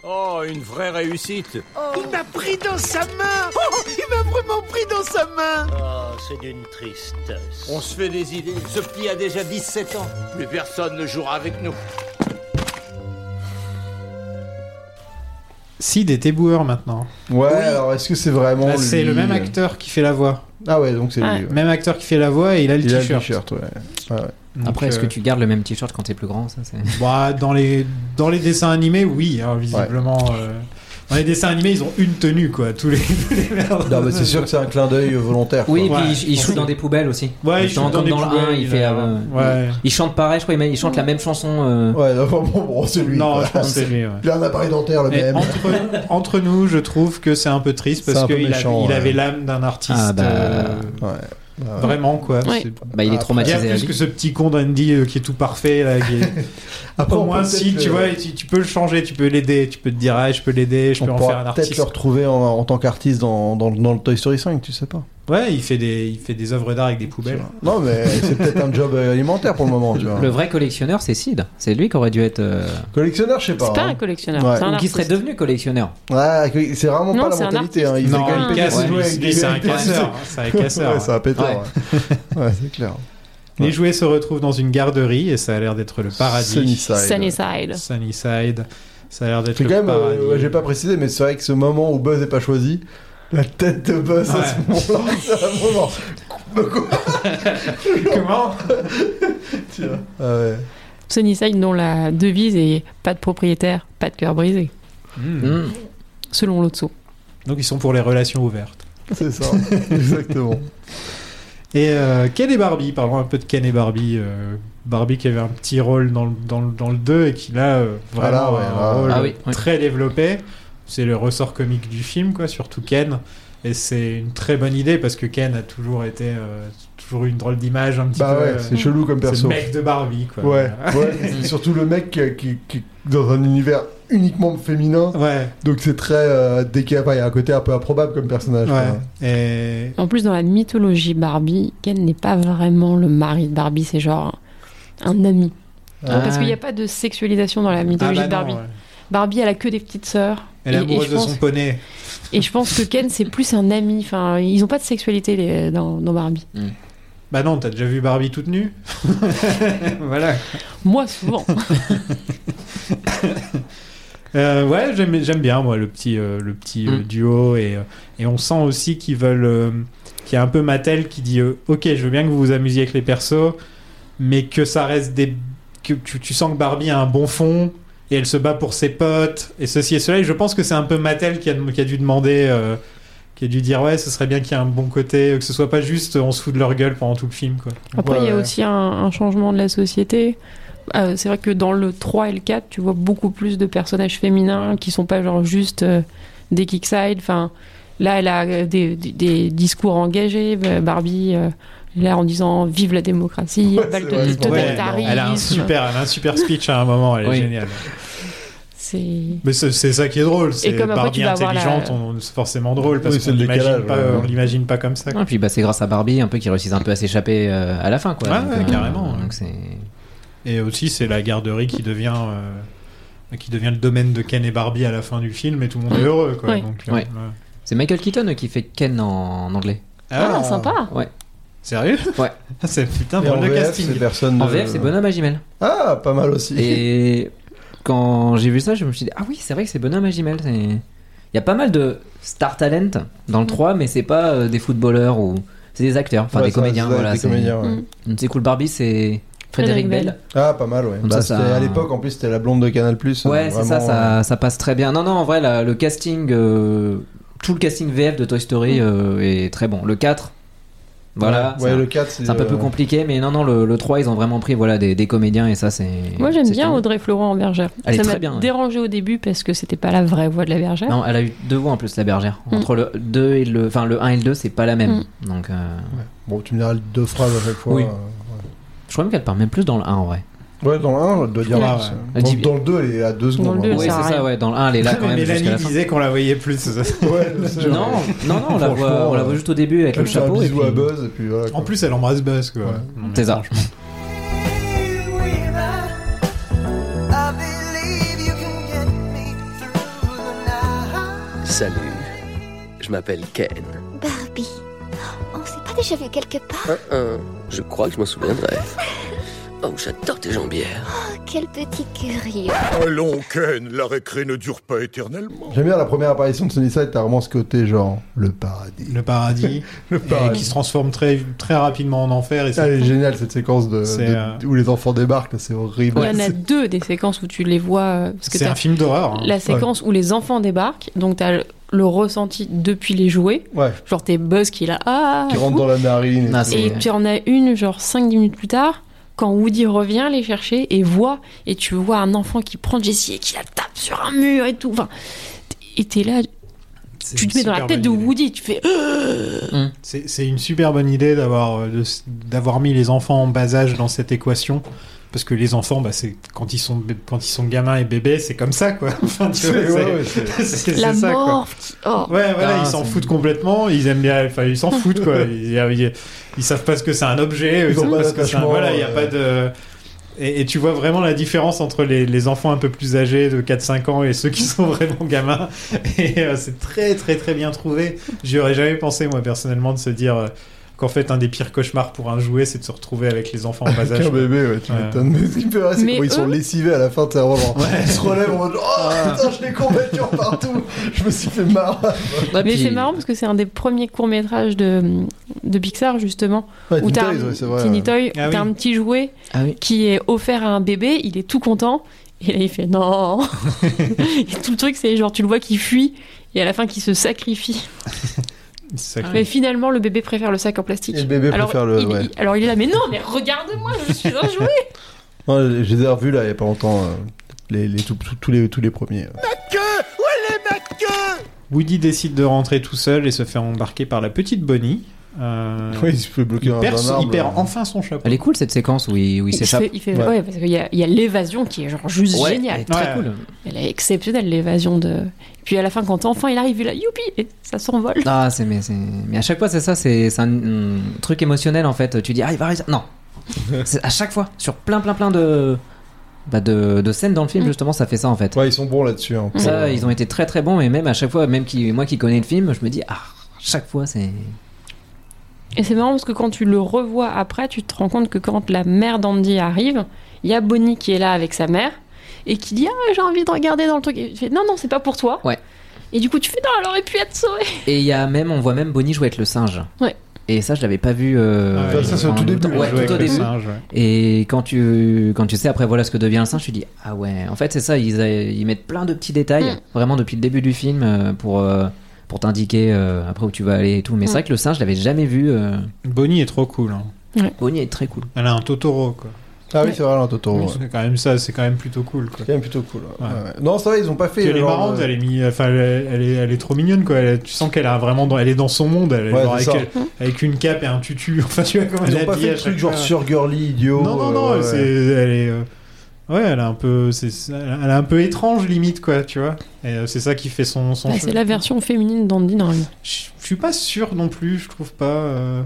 B: Oh, une vraie réussite.
F: Il m'a pris dans sa main Oh, Il m'a vraiment pris dans sa main
I: Ah,
B: Oh, c'est d'une tristesse. On se fait des idées. Ce petit a déjà 17 ans. Mais personne ne jouera avec nous.
O: Sid est éboueur maintenant.
P: Ouais, alors est-ce que c'est vraiment.
O: Là, Bah, c'est
P: lui,
O: le même
P: euh,
O: acteur qui fait la voix.
P: Ah ouais, donc c'est lui. ouais.
O: Même acteur qui fait la voix et il a le
P: Il a le
O: t-shirt.
P: t-shirt, ouais. Ouais, ouais.
O: Donc,
I: Après, est-ce
O: euh,
I: que tu gardes le même t-shirt quand t'es plus grand ça, c'est-
O: Bah, dans, les, dans les dessins animés, oui, hein, visiblement. euh, Dans les dessins animés, ils ont une tenue, quoi. Tous les, tous les merdes.
P: Non, mais c'est sûr que c'est un clin d'œil volontaire.
I: Oui, et
P: quoi.
I: puis il- il joue dans des poubelles aussi.
O: Ouais, il joue dans
I: comme
O: des
I: dans le
O: poubelles,
I: 1, il fait.
O: euh,
I: euh,
O: ouais.
I: Il chante pareil, je crois, il il chante la même chanson. euh,
P: Ouais, non, bon, bon, bon, c'est lui.
O: Non,
P: quoi.
O: je pense que c'est lui, ouais.
P: Il a un appareil dentaire, le
O: Mais
P: Ah, même.
O: entre, entre nous, je trouve que c'est un peu triste
P: C'est
O: parce
P: un peu
O: qu'il avait,
P: méchant,
O: il
P: ouais.
O: avait l'âme d'un artiste.
I: Ah, bah,
O: euh, Vraiment, quoi.
G: Ouais.
O: C'est- Ah,
I: Bah, il est traumatisé
O: Il
I: à
O: y a plus
I: vie.
O: que ce petit con d'Andy euh, qui est tout parfait. Là, qui est-
P: Après,
O: Au
P: on
O: moins,
P: peut
O: si,
P: peut-être
O: tu
P: le-
O: vois, tu, tu peux le changer, tu peux l'aider, tu peux te dire, ah, je peux l'aider, je peux
P: On
O: en faire un
P: pourra peut-être
O: artiste.
P: le retrouver en, en tant qu'artiste dans, dans, dans le Toy Story 5, tu sais pas.
O: Ouais, il fait des, il fait des œuvres d'art avec des poubelles.
P: Non, mais c'est peut-être un job euh, alimentaire pour le moment, tu vois.
I: Le vrai collectionneur, c'est Sid. C'est lui qui aurait dû être. euh,
P: Collectionneur, je sais pas.
G: C'est pas
P: hein.
G: un collectionneur,
P: Ouais.
G: c'est un
P: Ou
I: Qui
G: artiste.
I: serait devenu collectionneur.
P: Ouais, que- c'est vraiment
G: Non,
P: pas la
G: c'est un
P: mentalité. Hein.
G: artiste.
P: Il
O: Non,
P: fait quand même
O: il casse-
P: péter-
O: lui,
P: ouais,
O: c'est
P: il
O: un
P: fait-
O: casseur, hein, c'est un casseur.
P: Ouais, c'est un péteur. Ouais, Ouais, c'est clair.
O: Les jouets se retrouvent dans une garderie et ça a l'air d'être le paradis.
P: Sunnyside.
G: Sunnyside.
O: Sunnyside. Ça a l'air d'être
P: C'est
O: le
P: quand même,
O: paradis.
P: euh, ouais, j'ai pas précisé, mais c'est vrai que ce moment où Buzz est pas choisi, la tête de Buzz à ce moment-là, c'est un moment.
O: Comment
P: tu vois. Ah ouais.
G: Sunnyside, dont la devise est pas de propriétaire, pas de cœur brisé,
P: Mmh.
I: Hmm.
G: selon Lotso.
O: Donc ils sont pour les relations ouvertes.
P: C'est ça, exactement.
O: Et euh, Ken et Barbie, parlons un peu de Ken et Barbie. euh, Barbie qui avait un petit rôle dans le, dans le- dans le 2 et qui là, euh, vraiment
P: Ah là, ouais,
O: a un
P: là.
O: rôle
I: Ah oui, oui.
O: très développé. C'est le ressort comique du film, quoi, surtout Ken. Et c'est une très bonne idée parce que Ken a toujours été euh, toujours eu une drôle d'image un petit
P: Bah
O: peu.
P: ouais,
O: euh,
P: c'est chelou comme
O: c'est
P: perso.
O: le mec de Barbie, quoi.
P: Ouais, ouais, c'est surtout le mec qui, qui- qui- dans un univers uniquement féminin.
O: Ouais.
P: Donc c'est très euh, décalé. Enfin, Il y a un côté un peu improbable comme personnage.
O: Ouais.
P: quoi.
O: Et
G: En plus, dans la mythologie Barbie, Ken n'est pas vraiment le mari de Barbie, c'est genre un ami.
I: Ah.
G: Parce qu'il n'y a pas de sexualisation dans la mythologie
O: Ah bah non,
G: de Barbie.
O: ouais.
G: Barbie, elle a que des petites sœurs.
O: elle est
G: Et- et
O: amoureuse
G: je
O: de
G: pense-
O: son poney.
G: Et je pense que Ken, c'est plus un ami. Enfin, ils n'ont pas de sexualité les- dans, dans Barbie.
O: Bah non, t'as déjà vu Barbie toute nue Voilà.
G: Moi, souvent.
O: Euh, ouais, j'aime j'aime bien moi le petit euh, le petit euh,
I: Mm.
O: duo et euh, et on sent aussi qu'ils veulent euh, qu'il y a un peu Mattel qui dit euh, OK, je veux bien que vous vous amusiez avec les persos mais que ça reste des que tu, tu sens que Barbie a un bon fond et elle se bat pour ses potes et ceci et cela et je pense que c'est un peu Mattel qui a, qui a dû demander euh, qui a dû dire ouais, ce serait bien qu'il y ait un bon côté, que ce soit pas juste euh, on se fout de leur gueule pendant tout le film quoi.
G: Après, il y a
O: Ouais.
G: aussi un, un changement de la société. Euh, c'est vrai que dans le 3 et le 4, tu vois beaucoup plus de personnages féminins qui sont pas genre juste euh, des kickside. Enfin, là, elle a euh, des, des- des discours engagés. Bah, Barbie, euh, là, en disant vive la démocratie,
O: Ouais,
G: pas le
O: c'est vrai, bon, ouais,
G: totalitarisme.
O: elle a un super, elle a un super speech à un moment, elle est
G: Oui.
O: géniale.
G: C'est.
O: Mais c'est c'est ça qui est drôle, c'est
G: comme après,
O: Barbie
G: tu vas avoir
O: intelligente,
G: la-
O: on- c'est forcément drôle parce
I: Oui, c'est
O: qu'on
I: le
O: l'imagine
I: décalage,
O: pas,
I: ouais.
O: on l'imagine pas comme ça. quoi.
I: Et puis bah, c'est grâce à Barbie un peu qu'ils réussissent un peu à s'échapper euh, à la fin quoi.
O: Ouais,
I: Donc,
O: ouais,
I: euh,
O: carrément,
I: donc c'est-
O: Et aussi, c'est la garderie qui devient, euh, qui devient le domaine de Ken et Barbie à la fin du film, et tout le monde est heureux. Quoi.
I: Ouais.
O: Donc, euh,
I: Ouais.
O: ouais.
I: C'est Michael Keaton qui fait Ken en, en anglais.
G: Ah, sympa.
I: Ouais.
O: Sérieux
I: Ouais.
O: c'est putain
P: Et en
O: drôle de
P: VF,
O: casting.
P: c'est personne
I: En
P: de-
I: VF, c'est Bonhomme à Jimel.
P: Ah, pas mal aussi.
I: Et quand j'ai vu ça, je me suis dit ah oui, c'est vrai que c'est Bonhomme à Jimel. c'est- Il y a pas mal de star talent dans le 3, mais c'est pas euh, des footballeurs ou c'est des acteurs, enfin
P: Ouais,
I: des
P: ça,
I: comédiens.
P: c'est ça,
I: voilà,
P: des
I: c'est-
P: comédiens, ouais.
I: Mm. C'est cool Barbie, c'est Frédéric Bell.
P: Ah, pas mal, ouais.
I: Comme
P: Bah,
I: ça, ça-
P: c'était à l'époque, en plus, c'était la blonde de Canal. euh,
I: Ouais, c'est ça,
P: vraiment,
I: ça, ça passe très bien. Non, non, en vrai, la- le casting, euh, tout le casting VF de Toy Story euh, est très bon. Le 4, voilà.
P: Ouais, ouais,
I: c'est un-
P: le 4, c'est,
I: c'est un peu
P: euh,
I: plus compliqué, mais non, non, le, le 3, ils ont vraiment pris voilà, des, des comédiens et ça, c'est.
G: Moi, j'aime
I: c'est
G: bien
I: cool.
G: Audrey Florent en bergère.
I: Elle est
G: ça
I: très
G: m'a
I: bien, ouais.
G: dérangé au début parce que c'était pas la vraie voix de la bergère.
I: Non, elle a eu deux voix en plus, la bergère.
G: Mm.
I: Entre le 2 et le. Enfin, le 1 et le 2, c'est pas la même. Donc. euh,
P: Bon, tu me diras deux phrases à chaque fois.
I: Oui.
P: euh,
I: Je crois même qu'elle parle même plus dans le 1 en vrai.
P: Ouais, dans le 1, elle doit dire.
I: Ouais.
P: là,
I: Elle
P: Dans,
I: dit-
P: dans le 2, elle est à 2 secondes. hein.
I: Oui, c'est ça, ouais. Dans le 1, elle est là quand même.
O: Mélanie
I: jusqu'à la fin.
O: disait qu'on la voyait plus.
I: Non, non, non, on la voit, on la voit juste au début avec le
O: Elle fait un
I: chapeau. et
O: bisou
I: puis-
O: à Buzz, En plus, elle embrasse Buzz. quoi. Non, mais
I: C'est ça.
O: franchement.
Q: Salut, je m'appelle Ken.
K: Barbie. On s'est pas déjà vu quelque part
Q: Hein, hein, je crois que je m'en souviendrai. Oh, j'adore tes jambières.
K: Oh, quel petit curieux.
J: Allons, Ken, la récré ne dure pas éternellement.
P: J'aime bien la première apparition de Sunnyside, t'as vraiment ce côté genre le paradis.
O: Le paradis.
P: Le
O: Et
P: paradis.
O: qui se transforme très, très rapidement en enfer. Et
P: Ah, Elle est géniale cette séquence de,
O: C'est,
P: de-
O: euh,
P: où les enfants débarquent, là, c'est horrible.
G: Il y en a deux des séquences où tu les vois. euh, parce que
P: C'est
G: t'as
P: un film d'horreur, hein.
G: La séquence où les enfants débarquent, donc t'as le- le ressenti depuis les jouets.
P: Ouais.
G: Genre t'es Buzz qui est là. Ah,
P: Qui
G: fou.
P: rentre dans la narine.
I: Ah,
P: tout.
I: c'est-
G: Et tu en as une, genre 5-10 minutes plus tard, quand Woody revient les chercher et voit, et tu vois un enfant qui prend Jessie et qui la tape sur un mur et tout. Enfin, et t'es là, tu te mets dans la
O: super
G: tête de Woody, tu fais.
O: C'est c'est une super bonne idée d'avoir euh, de s- d'avoir mis les enfants en bas âge dans cette équation. Parce que les enfants, bah, c'est quand ils sont bé- quand ils sont gamins et bébés, c'est comme ça quoi. Enfin, tu vois,
P: C'est- ouais, ouais,
O: c'est-
P: c'est-
O: c'est- c'est
P: La
O: ça, quoi.
P: morphe qui- oh.
O: Ouais, voilà,
P: Ah,
O: ils s'en
P: c'est-
O: foutent complètement. Ils aiment bien, enfin, ils s'en foutent quoi. Ils, ils- ils savent pas ce que c'est un objet.
P: Ils ont
O: savent
P: pas
O: ce que c'est. un-
P: d'attachement,
O: Voilà, il y a
P: euh.
O: pas de. Et, et tu vois vraiment la différence entre les, les enfants un peu plus âgés de 4-5 ans et ceux qui sont vraiment gamins. Et euh, c'est très très très bien trouvé. J'y aurais jamais pensé moi personnellement de se dire euh, qu'en fait un des pires cauchemars pour un jouet c'est de se retrouver avec les enfants en bas
P: Avec
O: âge.
P: un bébé, ouais, tu m'étonnes. Mais ce qui me fait rire, c'est
O: Mais
P: quand ils sont
O: eux-
P: lessivés à la fin, tu sais, vraiment, genre,
O: Ouais.
P: ils se relèvent en mode Oh putain, je l'ai combattu en partout, je me suis fait marre.
G: Mais c'est marrant parce que c'est un des premiers courts métrages de, de Pixar justement
P: Ouais,
G: où
P: Teen
G: t'as
P: Toys,
G: un,
P: ouais, c'est vrai,
G: Teeny
P: ouais.
G: Toy,
P: Ah
G: où t'as
P: oui.
G: un petit jouet
I: Ah oui.
G: qui est offert à un bébé, il est tout content et là il fait non. et tout le truc c'est genre tu le vois qui fuit et à la fin qui se sacrifie. Mais finalement le bébé préfère le sac en plastique.
P: Et le bébé
G: alors,
P: préfère le-
G: il,
P: ouais.
G: il- alors il est là mais non mais regarde-moi je suis un jouet.
P: Non, j'ai déjà revu là, il y a pas longtemps, euh, les, les, tous- tous- tous les, tous les premiers. euh.
O: Woody décide de rentrer tout seul et se fait embarquer par la petite Bonnie. Euh,
P: Ouais, il se fait bloquer dans
O: perd
P: un
O: son-
P: arbre,
O: il perd
P: là.
O: enfin son chapeau.
I: Elle est cool cette séquence où il, où il
G: Il
I: s'échappe.
G: fait- il fait- ouais. parce qu'il y a, il y a l'évasion qui est genre juste
I: Ouais,
G: géniale.
I: elle est très Ouais. cool.
G: Elle est exceptionnelle l'évasion de. Puis à la fin quand enfin il arrive il est là youpi et ça s'envole.
I: Ah, c'est mais, c'est- mais à chaque fois c'est ça, c'est c'est un, un truc émotionnel en fait. Tu dis ah il va réussir. Non, C'est à chaque fois sur plein plein plein de bah, de, de scènes dans le film
G: Mm.
I: justement ça fait ça en fait.
P: Ouais, ils sont bons là-dessus. hein, pour-
I: Ça ils ont été très très bons et même à chaque fois même qui moi qui connais le film je me dis ah chaque fois c'est
G: Et c'est marrant parce que quand tu le revois après, tu te rends compte que quand la mère d'Andy arrive, il y a Bonnie qui est là avec sa mère et qui dit Ah, j'ai envie de regarder dans le truc. Et tu fais Non, non, c'est pas pour toi.
I: ouais.
G: Et du coup, tu fais Non, elle aurait pu être sauvée.
I: Et il y a même on voit même Bonnie jouer avec le singe.
G: Ouais.
I: Et ça je l'avais pas vu. euh,
P: Ah ouais, ça, c'est au
I: en
P: tout
I: même
P: début,
I: temps.
P: elle
I: Ouais,
P: jouait
I: tout au
P: avec le
I: début.
P: singe, ouais.
I: Et quand tu quand tu sais après voilà ce que devient le singe tu dis ah ouais en fait c'est ça ils a- ils mettent plein de petits détails vraiment depuis le début du film euh, pour euh, pour t'indiquer euh, après où tu vas aller et tout. Mais c'est
G: Mm.
I: vrai que le singe, je l'avais jamais vu. euh.
O: Bonnie est trop cool. hein.
I: Bonnie est très cool.
O: Elle a un Totoro, quoi.
P: Ah oui, c'est vrai, elle a un Totoro,
O: Oui,
P: ouais.
O: C'est quand même ça, c'est quand même plutôt cool, quoi.
P: C'est quand même plutôt cool. hein. ouais. Ouais, ouais. Non, ça va, ils ont pas fait.
O: Puis elle est
P: genre,
O: marrante,
P: euh,
O: elle est mis, enfin, elle, est- elle est, elle est trop mignonne quoi. Elle- tu sens qu'elle a vraiment, dans- elle est dans son monde, elle est
P: Ouais,
O: genre
P: c'est
O: avec,
P: ça.
O: elle- avec une cape et un tutu. Enfin, tu vois comment
P: Ils
O: elle
P: ont pas fait
O: habillée
P: le
O: à
P: truc
O: chaque
P: genre
O: fois.
P: surgirly, idiot.
O: Non non non,
P: euh, ouais.
O: c'est, elle est, euh, ouais, elle est un peu, c'est, elle est un peu étrange limite quoi, tu vois. Et euh, c'est ça qui fait son, son.
G: Bah,
O: cheveu.
G: c'est la version féminine d'Andy normalement.
O: Je suis pas sûr non plus, je trouve pas. euh,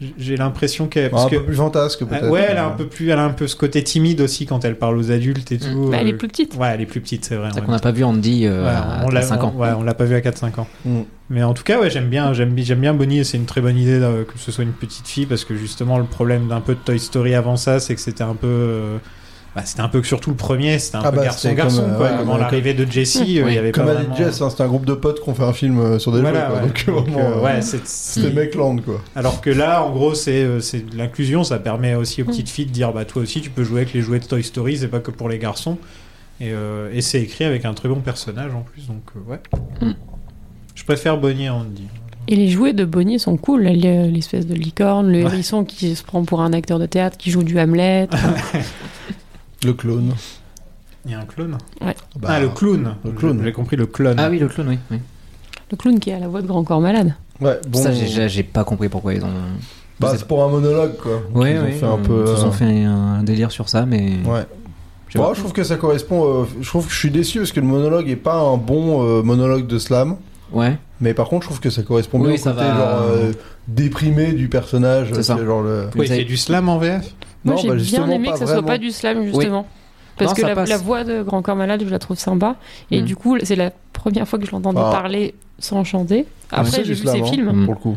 O: j- J'ai l'impression qu'elle.
P: Bah,
O: parce
P: un peu
O: que-
P: plus fantasque, peut-être.
O: Ah, Ouais, elle a un peu plus, elle a un peu ce côté timide aussi quand elle parle aux adultes
I: Mm.
O: et tout.
G: Bah, elle est
O: euh,
G: plus petite.
O: Ouais, elle est plus petite, c'est vrai.
I: C'est
O: en
I: qu'on n'a
O: même
I: pas vu Andy euh,
O: Ouais,
I: à
O: on
I: à
O: l'a-
I: 5 ans.
O: on- ouais, on l'a pas vu à 4-5 ans.
P: Mm.
O: Mais en tout cas, ouais, j'aime bien, j'aime, bi- j'aime bien Bonnie et c'est une très bonne idée euh, que ce soit une petite fille parce que justement, le problème d'un peu de Toy Story avant ça, c'est que c'était un peu. euh, bah, c'était un peu que surtout le premier, c'était un
P: Ah
O: peu
P: bah, c'était
O: garçon-garçon.
P: comme, euh,
O: quoi.
P: ouais,
O: Avant
P: comme-
O: l'arrivée de Jessie, euh, il y avait
P: Comme
O: pas
P: a dit
O: vraiment... euh,
P: Jess, hein, c'est un groupe de potes qui ont fait un film euh, sur des
O: Voilà,
P: jouets. quoi.
O: ouais.
P: Donc,
O: Donc,
P: vraiment,
O: euh,
P: euh,
O: ouais, c'est-
P: c'était Mecland, quoi.
O: Alors que là, en gros, c'est euh, c'est de l'inclusion. Ça permet aussi aux
I: Mm.
O: petites filles de dire bah toi aussi tu peux jouer avec les jouets de Toy Story, c'est pas que pour les garçons. Et, euh, et c'est écrit avec un très bon personnage en plus, donc euh, ouais.
I: Mm.
O: Je préfère Bonnie à Andy.
G: Et les jouets de Bonnie sont cool, là, le- l'espèce de licorne, le hérisson qui se prend pour un acteur de théâtre qui joue du Hamlet.
P: Le clone.
O: Il y a un clone
G: Ouais.
P: Bah,
O: Ah, le clown
P: le clown.
O: Je- J'ai compris le clone.
I: Ah oui, le clown, oui. oui.
G: Le clown qui a la voix de grand corps malade.
P: Ouais, bon.
I: Ça, j'ai- j'ai j'ai pas compris pourquoi ils ont.
P: Bah, c'est pour un monologue, quoi.
I: Ouais,
P: Ils ont
I: ouais,
P: fait un peu.
I: Ils
P: euh,
I: ont fait un délire sur ça, mais.
P: Ouais.
I: Je sais
P: Bon,
I: pas.
P: je trouve que ça correspond. euh, je trouve que je suis déçu parce que le monologue est pas un bon euh, monologue de slam.
I: Ouais.
P: Mais par contre, je trouve que ça correspond
I: Oui,
P: bien au
I: ça
P: côté
I: va.
P: genre euh, déprimé du personnage.
I: C'est
P: euh,
I: ça.
P: c'est genre le.
O: Oui, c'est du slam en VF
G: Moi,
P: Non,
G: j'ai
P: bah,
G: bien
P: justement,
G: aimé
P: pas
G: que ça soit
P: vraiment.
G: pas du slam, justement.
P: Oui.
G: Parce
P: Non,
G: que
P: ça
G: la,
P: passe.
G: la voix de Grand Corps Malade, je la trouve sympa. Et
P: Mm.
G: du coup, c'est la première fois que je l'entendais
P: Ah.
G: parler sans chanter.
P: Ah, mais
G: Après,
P: c'est
G: j'ai
P: du
G: vu
P: slam,
G: ses
P: hein,
G: films.
I: Mm.
P: Pour le coup.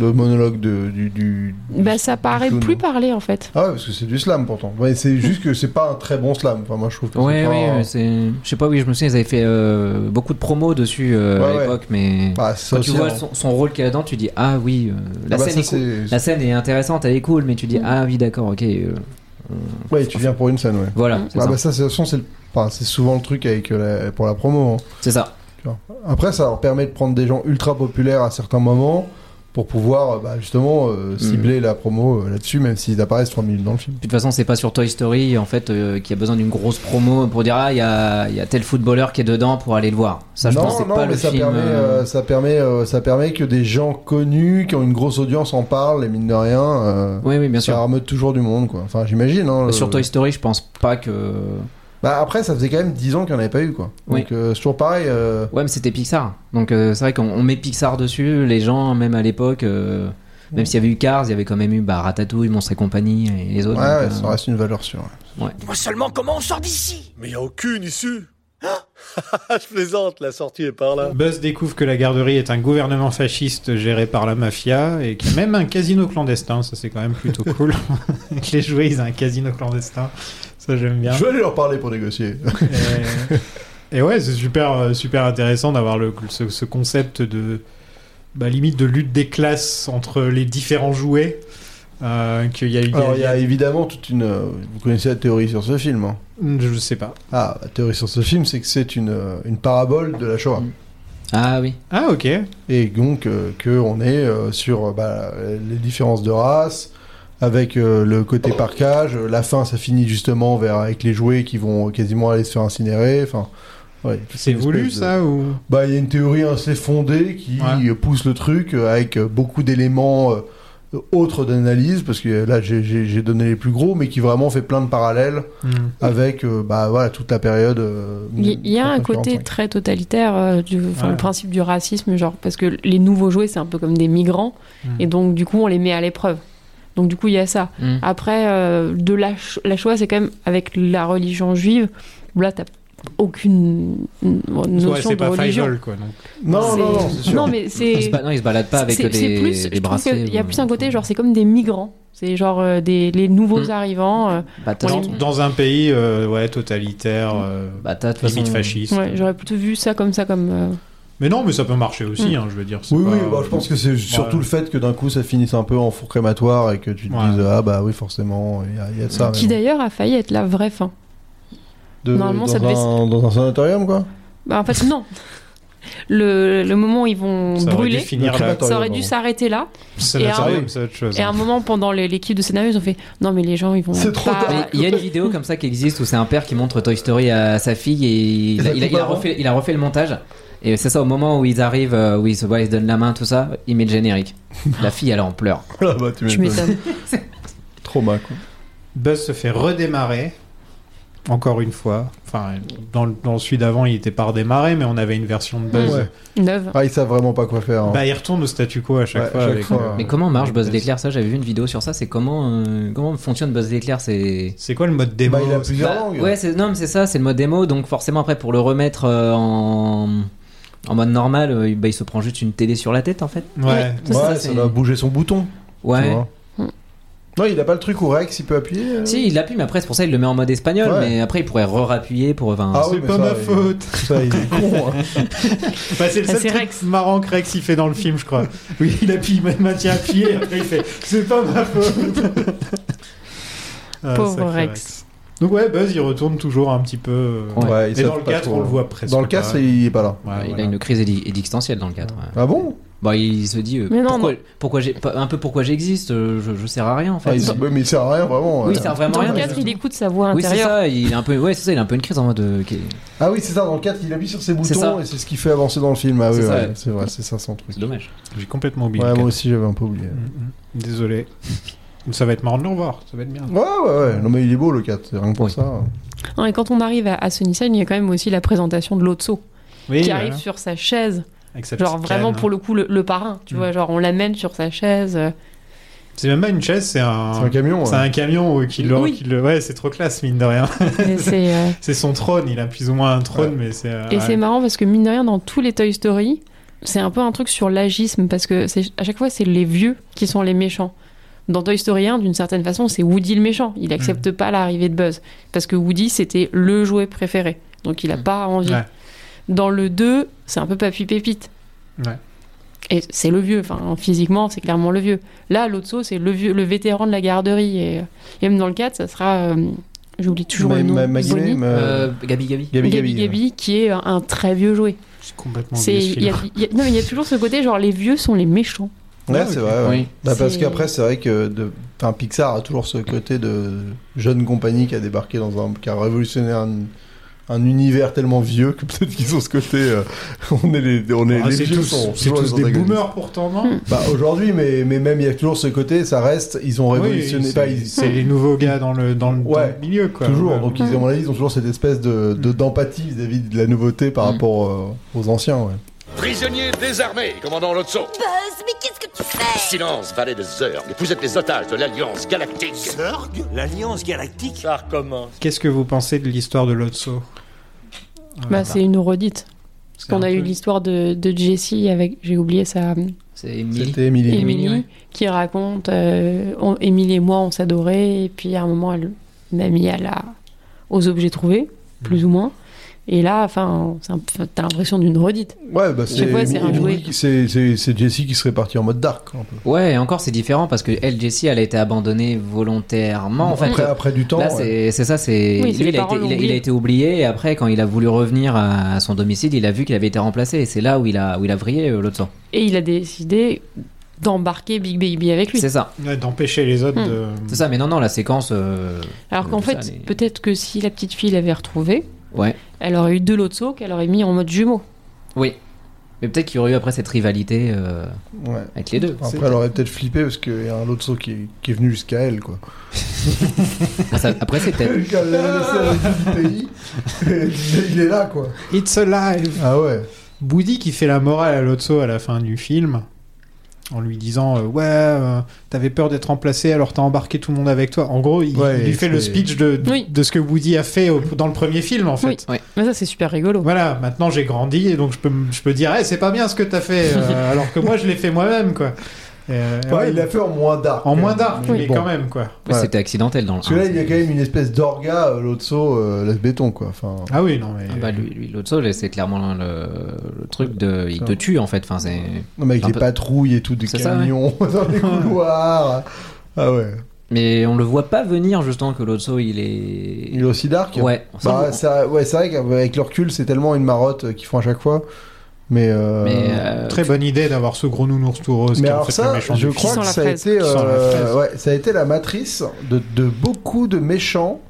P: Le monologue de, du, du.
G: Bah, ça paraît
P: clown,
G: plus
P: non.
G: parler, en fait.
P: Ah ouais, parce que c'est du slam pourtant. Ouais, c'est juste que c'est pas un très bon slam. Enfin, moi, je trouve que
I: Ouais,
P: c'est pas
I: oui,
P: un-
I: ouais, c'est. Je sais pas, oui, je me souviens, ils avaient fait euh, beaucoup de promos dessus euh,
P: Ouais,
I: à
P: ouais.
I: l'époque, mais.
P: Bah, ça
I: quand tu
P: aussi,
I: vois
P: hein.
I: son, son rôle qu'il a dedans, tu dis ah oui, euh, la,
P: Ah bah,
I: scène
P: ça,
I: est cool.
P: c'est-
I: la scène est intéressante, elle est cool, mais tu dis ah oui, d'accord, ok. euh, euh,
P: Ouais, tu viens pour une scène, ouais.
G: Mm.
I: Voilà, c'est
P: Ah
I: ça.
P: bah ça, c'est- de toute façon, c'est le- enfin, c'est souvent le truc avec euh, la- pour la promo.
I: C'est ça.
P: Après, ça leur permet de prendre des gens ultra populaires à certains moments pour pouvoir euh, bah, justement euh, cibler la promo euh, là-dessus, même s'ils apparaissent 3 minutes dans le film.
I: Mm. Puis de toute façon, c'est pas sur Toy Story en fait euh, qu'il y a besoin d'une grosse promo pour dire ah il y a, il y a tel footballeur qui est dedans pour aller le voir. Ça, je
P: non,
I: pense que c'est
P: non,
I: pas
P: mais
I: le
P: ça
I: film.
P: permet,
I: euh,
P: euh, ça permet, euh, ça permet que des gens connus qui ont une grosse audience en parlent et mine de rien. euh,
I: Oui, oui, bien sûr.
P: Ça remeut toujours du monde, quoi. Enfin, j'imagine. hein,
I: Sur
P: le-
I: Toy Story, je pense pas que.
P: Bah après, ça faisait quand même 10 ans qu'il n'y en avait pas eu, quoi.
I: Oui.
P: Donc euh, c'est toujours pareil. euh,
I: Ouais, mais c'était Pixar. Donc euh, c'est vrai qu'on on met Pixar dessus. Les gens, même à l'époque, euh, même s'il y avait eu Cars, il y avait quand même eu bah, Ratatouille, Monstres et compagnie et les autres.
P: Ouais,
I: donc,
P: ouais,
I: euh,
P: ça reste une valeur sûre.
I: ouais.
Q: Moi seulement, comment on sort d'ici
E: Mais y a aucune issue.
Q: Je plaisante, la sortie est par là.
O: Buzz découvre que la garderie est un gouvernement fasciste géré par la mafia et qu'il y a même un casino clandestin. Ça, c'est quand même plutôt cool. Avec Les jouets, ils ont un casino clandestin. Ça, j'aime bien.
P: Je vais aller leur parler pour négocier.
O: Et ouais, c'est super, euh, super intéressant d'avoir le, ce, ce concept de bah, limite de lutte des classes entre les différents jouets. Euh, qu'il y a eu.
P: Alors il y a évidemment toute une. euh, Vous connaissez la théorie sur ce film. hein.
O: Je sais pas.
P: Ah, la théorie sur ce film, c'est que c'est une, euh, une parabole de la Shoah.
I: Ah oui.
O: Ah ok.
P: Et donc euh, que on est euh, sur euh, bah, les différences de race, avec euh, le côté parcage. euh, La fin, ça finit justement vers avec les jouets qui vont quasiment aller se faire incinérer. Enfin, ouais,
O: C'est
P: une
O: voulu
P: espèce de-
O: ça ou
P: Bah, il y a une théorie assez fondée qui euh, pousse le truc euh, avec euh, beaucoup d'éléments euh, autres d'analyse, parce que euh, là j'ai- j'ai j'ai donné les plus gros, mais qui vraiment fait plein de parallèles
O: Mm.
P: avec euh, bah, voilà, toute la période. euh,
G: Il y- il y a un côté
P: 1945.
G: très totalitaire, euh, du, enfin,
P: Ouais.
G: le principe du racisme, genre, parce que les nouveaux jouets, c'est un peu comme des migrants,
P: Hmm.
A: Mm.
G: et donc du coup, on les met à l'épreuve. Donc du coup, il y a ça.
A: Mm.
P: Hmm.
G: Après, euh, de la, Ch- la Shoah, c'est quand même avec la religion juive, où là, t'as aucune notion
I: Ouais, c'est
G: de
I: pas
G: religion.
I: Fievel, quoi, donc.
P: Non, non, non, c'est sûr.
G: Non, mais
I: Ils se
G: c'est.
I: ba- non, ils se baladent pas avec
G: c'est-
I: des-
G: c'est plus-
I: des
G: je trouve
I: bracelets
G: que Il y a
I: ou-
G: plus un côté, genre, c'est comme des migrants. C'est genre euh, des, les nouveaux
I: Hmm.
G: arrivants. euh,
I: Bah,
G: on les- Hmm.
O: dans, dans un pays euh, ouais, totalitaire, euh,
I: Bah,
O: limite fasciste.
G: Ouais, j'aurais plutôt vu ça comme ça, comme. euh,
O: Mais non, mais ça peut marcher aussi,
G: Mm.
O: hein, je veux dire. c'est
P: Oui,
O: pas-
P: oui, bah, je pense que c'est surtout
O: Ouais.
P: le fait que d'un coup ça finisse un peu en four crématoire et que tu te dises Ah, bah oui, forcément, il y a- il y, a de ça.
G: qui
P: mais bon.
G: d'ailleurs a failli être la vraie fin.
P: De-
G: normalement,
P: dans,
G: ça devait
P: un, dans un sanatorium, quoi
G: Bah, en fait, non. le, le moment où ils vont
O: Ça aurait
G: brûler,
O: dû finir là.
G: ça aurait dû s'arrêter là.
O: C'est
G: Et à
O: la
G: un-
O: série, c'est autre chose. hein.
G: Et à un moment, pendant les- l'équipe de scénario, ils ont fait Non, mais les gens, ils vont. C'est
R: Mais Il y a une vidéo comme ça qui existe où c'est un père qui montre Toy Story à sa fille et il,
G: Et ça
R: a- il a,
G: coupe
R: il a
G: avant.
R: refait, il a refait le montage. Et c'est ça, au moment où ils arrivent, euh, où ils se, voient, ils se donnent la main, tout ça, il met le générique. La fille, elle en pleure.
P: Ah bah, tu
G: Tu m'étonnes.
P: Trauma, quoi.
O: Buzz se fait redémarrer. Encore une fois. Enfin, dans, le- dans celui d'avant, il était pas redémarré, mais on avait une version de Buzz.
P: Ouais.
G: Neuve.
P: Ah, ils savent vraiment pas quoi faire. hein.
O: Bah, il retourne au statu quo à chaque
P: Ouais,
O: fois.
P: chaque
O: avec,
P: fois.
O: euh,
R: Mais comment marche Buzz l'éclair Ça, j'avais vu une vidéo sur ça. C'est comment euh, comment fonctionne Buzz l'éclair C'est
O: c'est quoi le mode démo
P: Bah, il a plusieurs langues.
R: Ouais, c'est non, mais c'est ça, c'est le mode démo. Donc forcément après pour le remettre euh, en en mode normal, euh, bah, il se prend juste une télé sur la tête en fait.
O: Ouais. Ouais,
P: Ouais, ça, va bouger son bouton. tu
R: Ouais.
P: vois.
G: Mm.
P: Non, il a pas le truc où Rex il peut appuyer. euh.
R: Si, il l'appuie, mais après, c'est pour ça il le met en mode espagnol,
P: Ouais.
R: mais après, il pourrait re-appuyer pour. Enfin,
P: Ah oui, mais ça, il- Ça, il est con. hein.
O: Bah, c'est le
G: Ah,
O: seul
G: c'est
O: truc marrant que Rex il fait dans le film, je crois. Oui, il appuie, il ma- maintient appuyé, et après il fait C'est pas ma faute. Ah,
G: Pauvre
O: sacré
G: Rex.
O: Donc, ouais, Buzz il retourne toujours un petit peu. euh,
P: Ouais,
O: et
P: ils savent
O: dans le
P: pas
O: 4,
P: trop,
O: on le
P: hein.
O: voit presque.
P: Dans le 4,
O: cas
P: c'est- il est pas là.
R: il a une crise édi- existentielle dans le cadre.
P: Ah bon
R: Bah, il se dit euh,
G: Mais non,
R: pourquoi, pourquoi j'ai, pas- un peu pourquoi j'existe, euh, je, je sers à rien en fait.
P: Ah, il sert- Mais il sert à rien vraiment.
R: Oui,
P: ouais.
R: il sert vraiment
G: Dans
R: à
G: le
R: rien.
G: cadre, il écoute sa voix
R: Oui, c'est
G: intérieure.
R: ça, il est un peu, ouais, c'est ça, il a un peu une crise en mode. euh, qui-
P: Ah oui, c'est ça, dans le 4, il appuie sur ses boutons
R: ça.
P: et c'est ce qui fait avancer dans le film. Ah oui,
R: C'est ça,
P: ouais,
R: ouais.
P: c'est vrai, c'est ça son truc.
R: C'est dommage.
O: J'ai complètement oublié.
P: Ouais,
O: le
P: moi
O: quatre.
P: aussi j'avais un peu oublié.
O: Désolé. Ça va être marrant de le revoir, ça va être bien.
P: Ouais, ouais, ouais. Non, mais il est beau le 4, rien que pour ça.
G: Non, et quand on arrive à, à Sunnyside, il y a quand même aussi la présentation de Lotso,
O: Oui,
G: qui
O: voilà.
G: arrive sur sa chaise.
O: Avec sa
G: Genre
O: petite
G: vraiment
O: canne,
G: pour le coup le, le parrain, tu
O: Mm.
G: vois, genre on l'amène sur sa chaise. euh,
O: C'est même pas une chaise, c'est un.
P: C'est un camion,
O: Ah. C'est
P: ouais.
O: un camion ouais, qui le.
G: Oui.
O: qui le- Ouais, c'est trop classe, mine de rien.
G: et c'est, euh,
O: c'est son trône, il a plus ou moins un trône, mais c'est. euh,
G: Et
O: ouais.
G: c'est marrant parce que mine de rien, dans tous les Toy Story, c'est un peu un truc sur l'agisme parce que c'est- à chaque fois, c'est les vieux qui sont les méchants. Dans Toy Story 1, d'une certaine façon, c'est Woody le méchant. Il accepte pas l'arrivée de Buzz parce que Woody, c'était le jouet préféré. Donc il a pas envie.
O: Ouais.
G: Dans le 2, c'est un peu Papy Pépite.
O: Ouais.
G: Et c'est le vieux, enfin physiquement, c'est clairement le vieux. Là, Lotso, c'est le vieux, le vétéran de la garderie. Et, euh, et même dans le 4, ça sera. euh, J'oublie toujours
P: Ma-
G: le nom.
P: ma- Maggie,
G: Bonnie.
P: ma- Euh,
R: Gabi Gabi.
G: Gabi
P: Gabi Gabi.
G: Gabi, qui est un très vieux jouet.
O: J'ai complètement
G: C'est,
O: oublié ce
G: il y a-
O: film.
G: il y a- non, mais il y a toujours ce côté genre les vieux sont les méchants.
P: Ouais,
O: Ah,
P: c'est
O: ok.
P: vrai. ouais.
R: Oui.
P: Bah, parce
G: C'est-
P: qu'après, c'est vrai que de... enfin, Pixar a toujours ce côté de jeune compagnie qui a débarqué dans un. qui a révolutionné un. un univers tellement vieux que peut-être qu'ils ont ce côté. euh, on est les, on est
O: Ah,
P: les
O: c'est
P: vieux
O: tous,
P: sont
O: c'est
P: toujours
O: tous
P: les
O: des
P: antagonistes.
O: boomers pourtant,
G: Hmm.
O: non
P: Bah aujourd'hui, mais, mais même il y a toujours ce côté, ça reste, ils ont
O: Oui,
P: révolutionné.
O: c'est-
P: pas, ils-
O: C'est les nouveaux gars dans le, dans le, dans
P: Ouais.
O: le milieu,
R: Bah,
O: quoi. Euh,
P: toujours,
O: Ouais.
P: donc ils, à mon avis, ils ont toujours cette espèce de
R: Mm.
P: de- d'empathie vis-à-vis de la nouveauté par rapport euh, aux anciens. Ouais.
S: Prisonnier désarmé, commandant Lotso.
A: Buzz, mais qu'est-ce que tu fais
S: Silence, valet de Zurg. Vous êtes les otages de l'Alliance Galactique. Zurg L'Alliance Galactique Ça recommence.
O: Qu'est-ce que vous pensez de l'histoire de Lotso
G: Bah, c'est une redite. Parce
O: Ah, C'est
G: qu'on
O: un
G: a eu
O: peu-
G: l'histoire de, de Jessie avec, j'ai oublié ça,
R: C'est Emily.
P: C'était Emily.
G: Émilie, qui raconte euh, on- Émilie et moi on s'adorait, et puis à un moment elle m'a mis à la, aux objets trouvés,
O: Hmm.
G: plus ou moins. Et là, enfin, c'est un- enfin, t'as l'impression d'une redite.
P: Ouais, bah c'est
G: Chaque fois, c'est un
P: Emily
G: jouet.
P: qui- c'est c'est- c'est Jessie qui serait partie en mode dark. quoi, un peu.
R: Ouais, et encore, c'est différent parce que elle, Jessie, elle a été abandonnée volontairement. En fait,
P: après, après du temps.
R: Là,
P: ouais.
R: c'est- c'est ça, c'est.
G: Oui, c'est
R: lui,
G: les
R: il a,
G: parents
R: été, il, a,
G: l'ont
R: il a
G: oublié.
R: été oublié et après, quand il a voulu revenir à son domicile, il a vu qu'il avait été remplacé et c'est là où il a, où il a vrillé euh, l'autre sens.
G: Et il a décidé d'embarquer Big Baby avec lui.
R: C'est ça,
O: Ouais, D'empêcher les autres
G: Hmm.
O: de.
R: c'est ça, mais non, non, la séquence. euh,
G: Alors qu'en
R: ça,
G: fait,
R: elle est-
G: peut-être que si la petite fille l'avait retrouvé,
R: Ouais,
G: elle aurait eu deux lots de seaux qu'elle aurait mis en mode jumeau.
R: oui. Mais peut-être qu'il y aurait eu après cette rivalité euh,
P: Ouais.
R: avec les deux.
P: Après, elle aurait peut-être flippé parce qu'il y a un Lotso qui est, qui est venu jusqu'à elle, quoi.
R: Ah, Ça- après, c'est peut-être.
P: Elle l'a laissé à la petite pays, et elle disait, il est là, quoi.
O: It's alive
P: Ah ouais.
O: Woody qui fait la morale à Lotso à la fin du film en lui disant euh, ouais euh, t'avais peur d'être remplacé alors t'as embarqué tout le monde avec toi en gros il,
P: Ouais,
O: il lui fait le
P: c'est-
O: speech de, de,
G: Oui.
O: de ce que Woody a fait au- dans le premier film en fait
G: Oui. Mais ça, c'est super rigolo.
O: voilà maintenant j'ai grandi et donc je peux m- je peux dire Eh, c'est pas bien ce que t'as fait euh, alors que moi je l'ai fait moi-même quoi Et, euh,
P: Enfin,
O: ouais,
P: il l'a fait en moins dark.
O: en moins
P: euh,
O: dark mais
P: bon.
O: quand même quoi
R: Ouais,
P: Ouais.
R: C'était accidentel dans le.
P: Parce que
R: un,
P: là, il y a quand même une espèce d'orga euh, Lotso euh, lève-béton, quoi. Enfin,
O: ah oui non mais
R: Ah bah lui, lui, l'autre sol, c'est clairement le, le truc de. Il te tue en fait. Enfin, c'est.
P: non, mais avec
R: un
P: les
R: peu-
P: patrouilles et tout, des
R: C'est ça, ouais.
P: camions dans les couloirs. Ah ouais.
R: Mais on le voit pas venir justement que l'autre sol, il est.
P: Il est aussi dark hein.
R: Ouais.
P: Bah, ça- ouais, c'est vrai qu'avec le recul, c'est tellement une marotte euh, qu'ils font à chaque fois Mais, euh,
O: Mais, euh, très bonne idée d'avoir ce gros nounours tout rose qui
P: Mais
O: est en
P: alors
O: fait le
P: ça,
O: méchant
P: je
O: du
P: crois
O: film.
P: que ça a, été,
O: Qui sent la
P: euh,
O: fraise.
P: ouais, ça a été la matrice de, de beaucoup de méchants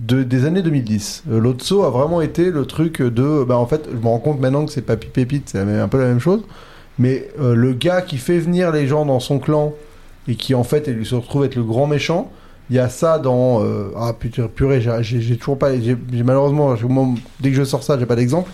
P: de, des années 2010. Euh, Lotso a vraiment été le truc de... Bah, en fait, je me rends compte maintenant que c'est Papy Pépite, c'est la même- un peu la même chose. Mais euh, le gars qui fait venir les gens dans son clan et qui en fait il se retrouve être le grand méchant, il y a ça dans... euh, ah putain, purée, j'ai- j'ai j'ai toujours pas... j'ai- j'ai malheureusement, j'ai- moi, dès que je sors ça, j'ai pas d'exemple.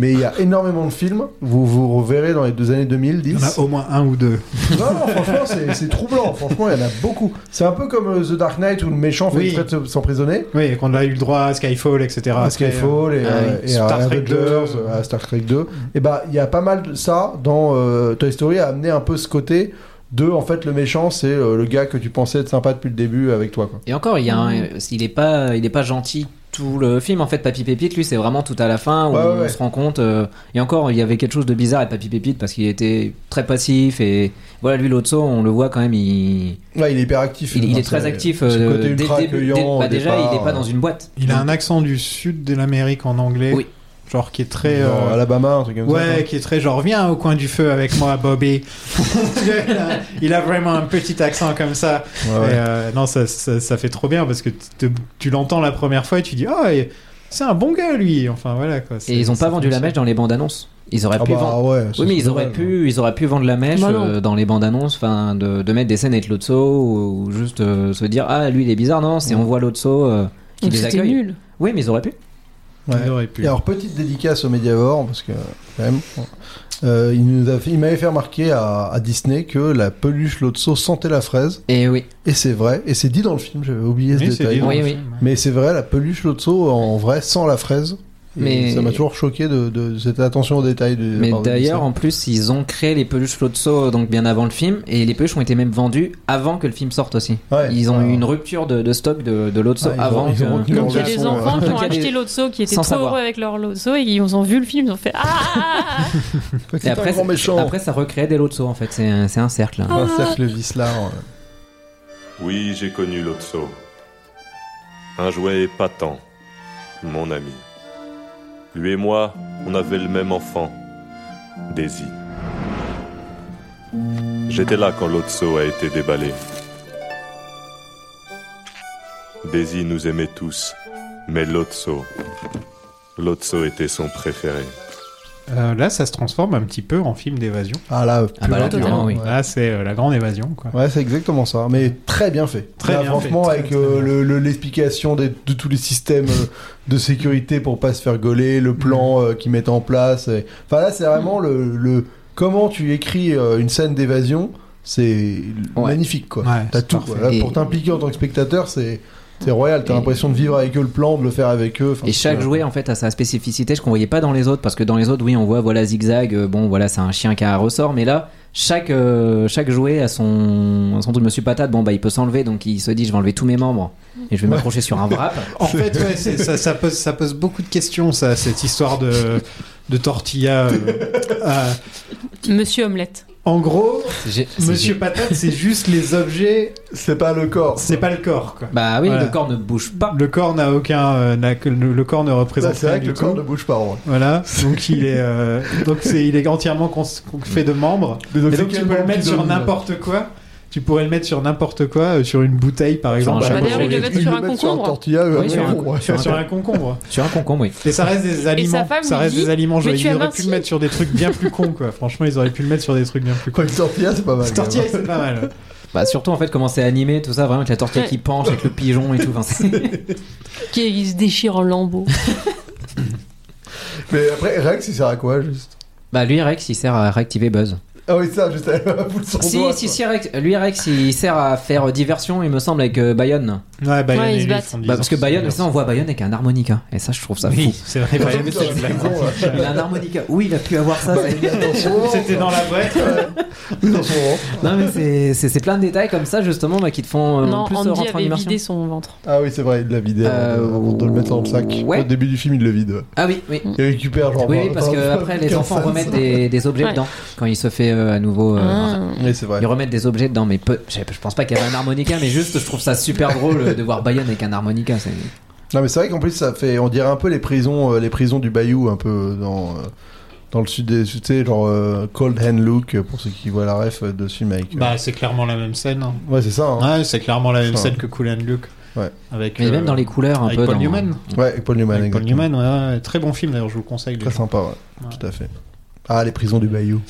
P: Mais il y a énormément de films, vous vous reverrez dans les deux années 2010.
O: Il y en a au moins un ou deux.
P: Non, non, franchement, c'est- c'est troublant. Franchement, il y en a beaucoup. C'est un peu comme euh, The Dark Knight où le méchant fait
O: Oui.
P: exprès de se- s'emprisonner.
O: Oui, et qu'on a eu le droit à Skyfall, etc.
R: Ah,
P: À Skyfall et,
O: Après,
P: euh,
O: ah oui.
P: et à
O: Star Trek 2.
P: Avengers, à Star Trek 2.
R: Mm.
P: Et bah, il y a pas mal de ça dans euh, Toy Story a amené un peu ce côté de en fait le méchant c'est euh, le gars que tu pensais être sympa depuis le début avec toi quoi.
R: Et encore, il, y a
G: Mmh.
R: un- Euh, il, est pas, il est pas gentil tout le film. En fait, Papy Pépite, lui, c'est vraiment tout à la fin où
P: Ouais, ouais,
R: on
P: ouais.
R: se rend compte. euh, et encore, il y avait quelque chose de bizarre avec Papy Pépite parce qu'il était très passif. Et voilà, lui, l'autre saut, on le voit quand même, il.
P: Ouais, il est hyper actif.
R: Il, il est très actif.
P: Ce
R: euh,
P: côté
R: dès
P: ultra
R: le début- dès-
P: accueillant
R: bah,
P: au
R: déjà,
P: départ,
R: il est pas
P: euh.
R: dans une boîte.
O: Il a un accent du sud de l'Amérique en anglais.
R: Oui.
O: Genre qui est très.
P: Genre
O: euh,
P: Alabama, un truc comme ça,
O: ouais,
R: euh,
P: quoi.
O: qui est très genre, viens au coin du feu avec moi, Bobby. il, a, il a vraiment un petit accent comme ça.
P: Ouais,
O: Et,
P: ouais.
O: euh, non, ça, ça, ça fait trop bien parce que tu te- tu l'entends la première fois et tu dis, ah, et- c'est un bon gars lui. Enfin voilà quoi.
R: Et ils ont
O: ont
R: pas vendu la mèche dans les bandes annonces. Ils auraient
O: Ah
R: pu
O: bah
R: vendre.
O: ouais, ça,
R: oui, mais
O: c'est
R: ils auraient
O: dommage.
R: pu, ils auraient pu vendre la mèche
O: Bah non.
R: euh, dans les bandes annonces, enfin, de, de mettre des scènes avec Lotso ou, ou juste euh, se dire ah lui il est bizarre. Non, c'est on voit Lotso euh, qui
P: Donc
R: les
P: c'était
R: accueille.
P: nul.
R: Oui, mais ils auraient pu.
O: Il aurait pu.
P: Et alors, petite dédicace au Médiavore, parce que quand même, euh, il, nous a fait- il m'avait fait remarquer à, à Disney que la peluche Lotso sentait la fraise.
R: Et Eh oui.
P: Et c'est vrai, et c'est dit dans le film, j'avais oublié
R: Oui,
P: ce
R: c'est
P: détail.
R: dit dans le Oui, film, oui.
P: Mais c'est vrai, la peluche Lotso en vrai sent la fraise. Et
R: Mais-
P: Ça m'a toujours choqué de, de cette attention aux détails. De,
R: Mais
P: par
R: d'ailleurs,
P: Disney.
R: en plus, ils ont créé les peluches Lotso donc bien avant le film, et les peluches ont été même vendues avant que le film sorte aussi. ils ont eu une rupture de, de stock de, de Lotso
P: Ah, ils ont-
R: avant.
P: ils ont
R: que-
P: retenu
G: Donc il y a des enfants qui
R: Donc,
G: ont
R: il y a des-
G: acheté l'Otso, qui étaient
R: euh, sans
G: trop
R: savoir.
G: heureux avec leur Lotso et ils ont vu le film, ils ont fait Ah
R: Et après, après, ça recrée des Lotso en fait. C'est un, c'est un cercle.
P: Un cercle vicelard.
O: euh.
T: Oui, j'ai connu Lotso. Un jouet épatant, mon ami. Lui et moi, on avait le même enfant, Daisy. J'étais là quand Lotso a été déballé. Daisy nous aimait tous, mais Lotso. Lotso était son préféré.
O: Euh, là, ça se transforme un petit peu en film d'évasion.
P: Ah là,
O: Ah
P: purée,
O: bah là,
P: purée.
O: totalement, oui. Là, c'est euh, la grande évasion, quoi.
P: Ouais, c'est exactement ça. Mais très bien fait.
O: Très
P: Là,
O: bien
P: Franchement,
O: fait, très,
P: avec euh, le- le- l'explication des- de tous les systèmes euh, de sécurité pour pas se faire gauler, le
O: Mm.
P: plan euh, qu'ils mettent en place. et- Enfin, là, c'est vraiment le, le- Comment tu écris euh, une scène d'évasion, c'est magnifique, quoi.
O: Ouais,
P: T'as
O: c'est
P: tout,
O: parfait.
P: quoi. Là,
R: Et-
P: pour t'impliquer en tant que spectateur, c'est. C'est royal, t'as l'impression de vivre avec eux le plan, de le faire avec eux. Enfin,
R: Et chaque
P: c'est-
R: jouet en fait a sa spécificité, ce qu'on voyait pas dans les autres, parce que dans les autres, oui, on voit voilà zigzag, euh, bon voilà c'est un chien qui a un ressort, mais là chaque euh, chaque jouet a son son truc. Monsieur Patate, bon bah il peut s'enlever, donc il se dit je vais enlever tous mes membres et je vais m'accrocher sur un wrap.
O: En fait, ouais, c'est- ça, ça pose, ça pose beaucoup de questions, ça, cette histoire de, de tortilla. euh, euh,
G: Monsieur Omelette.
O: en gros,
R: J'ai- c'est-
O: Monsieur
R: j'ai-
O: Patate, c'est juste les objets.
P: C'est pas le corps.
O: C'est pas le corps, quoi.
R: Bah oui,
O: Voilà.
R: le corps ne bouge pas.
O: Le corps n'a aucun, euh, n'a que- le, le corps ne
P: Là,
O: représente
P: Bah, c'est vrai
O: rien
P: que
O: du
P: le corps ne
O: tout.
P: bouge pas. en vrai.
O: Voilà, donc il est, euh, donc c'est, il est entièrement cons- cons- fait de membres.
P: Mais donc
O: Et donc
P: c'est
O: tu peux
P: quel
O: le
P: membre
O: mettre
P: qui euh,
O: sur
P: domine
O: n'importe quoi. Tu pourrais le mettre sur n'importe quoi, euh, sur une bouteille par exemple.
P: Bah, d'ailleurs, il le met sur un concombre. tortilla, euh,
O: Oui, sur un-
P: concombre.
O: sur- sur un concombre.
R: Sur un concombre, oui.
O: Et ça reste des
P: Et
O: aliments.
P: sa femme
O: ça
P: lui
O: reste
P: dit,
O: des aliments.
P: mais
O: Je,
P: tu
O: ils
P: as
O: auraient pu
P: minci.
O: le mettre sur des trucs bien plus cons, quoi. Franchement, ils auraient pu le mettre sur des trucs bien plus cons.
P: Une tortilla, c'est pas mal.
O: Tortilla, c'est pas mal.
R: Bah surtout en fait comment c'est animé tout ça, vraiment avec la tortilla
G: Ouais.
R: qui penche, avec le pigeon et tout. Enfin, c'est-
G: Qui il se déchire en lambeaux.
P: Mais après, Rex, il sert à quoi, juste
R: bah lui Rex, il sert à réactiver Buzz.
P: Ah oui, ça, juste à la boule sur
R: Si si si Rex, lui Rex, il sert à faire euh, diversion, il me semble avec euh, Bayonne.
O: Ouais, Bayonne
G: Ouais, ils
O: et
G: se
O: lui
G: battent.
O: font des
R: Bah, parce que Bayonne, ça on voit Bayonne avec un harmonica. Et ça, je trouve ça fou.
O: C'est vrai, Bayonne, c'est une blague.
R: Il a un harmonica. Oui, il a pu avoir
P: Bah,
R: ça.
O: C'était dans la boîte.
R: non, mais c'est- c'est c'est plein de détails comme ça, justement, bah, qui te font euh,
G: non,
R: plus
G: Andy
R: rentrer en
G: avait
R: immersion.
G: vidé son ventre.
P: Ah oui, c'est vrai, il l'a vidé avant, de- avant de le mettre dans le sac. Au début du film, il le vide.
R: Euh, Ah oui, oui.
P: Il récupère genre.
R: Oui, oui, parce que
P: enfin,
R: après, les
P: 15
R: enfants
P: cents.
R: remettent des, des objets
P: Ouais.
R: dedans quand il se fait euh, à nouveau. euh,
P: Ah.
R: Ils remettent des objets dedans, mais peu- je, je pense pas qu'il y avait un harmonica, mais juste, je trouve ça super drôle euh, de voir Bayonne avec un harmonica. c'est-
P: Non, mais c'est vrai qu'en plus, ça fait. On dirait un peu les prisons, euh, les prisons du Bayou, un peu dans. euh, dans le sud des. Tu sais, genre euh, Cold Hand Look, euh, pour ceux qui voient la ref euh, dessus, mec.
O: Bah, c'est clairement la même scène. hein.
P: Ouais, c'est ça. hein.
O: Ouais, c'est clairement la même
P: Enfin,
O: scène que Cool and Luke.
P: Ouais.
O: Avec, euh,
I: Mais même dans les couleurs, un
O: avec
I: peu
O: Paul
I: dans-
O: Newman.
P: Ouais, avec Paul Newman,
O: Avec Paul
P: exactement.
O: Newman, ouais, ouais. Très bon film d'ailleurs, je vous le conseille. les
P: Très
O: gens.
P: sympa, ouais. Tout à fait. Ah, les prisons du Bayou.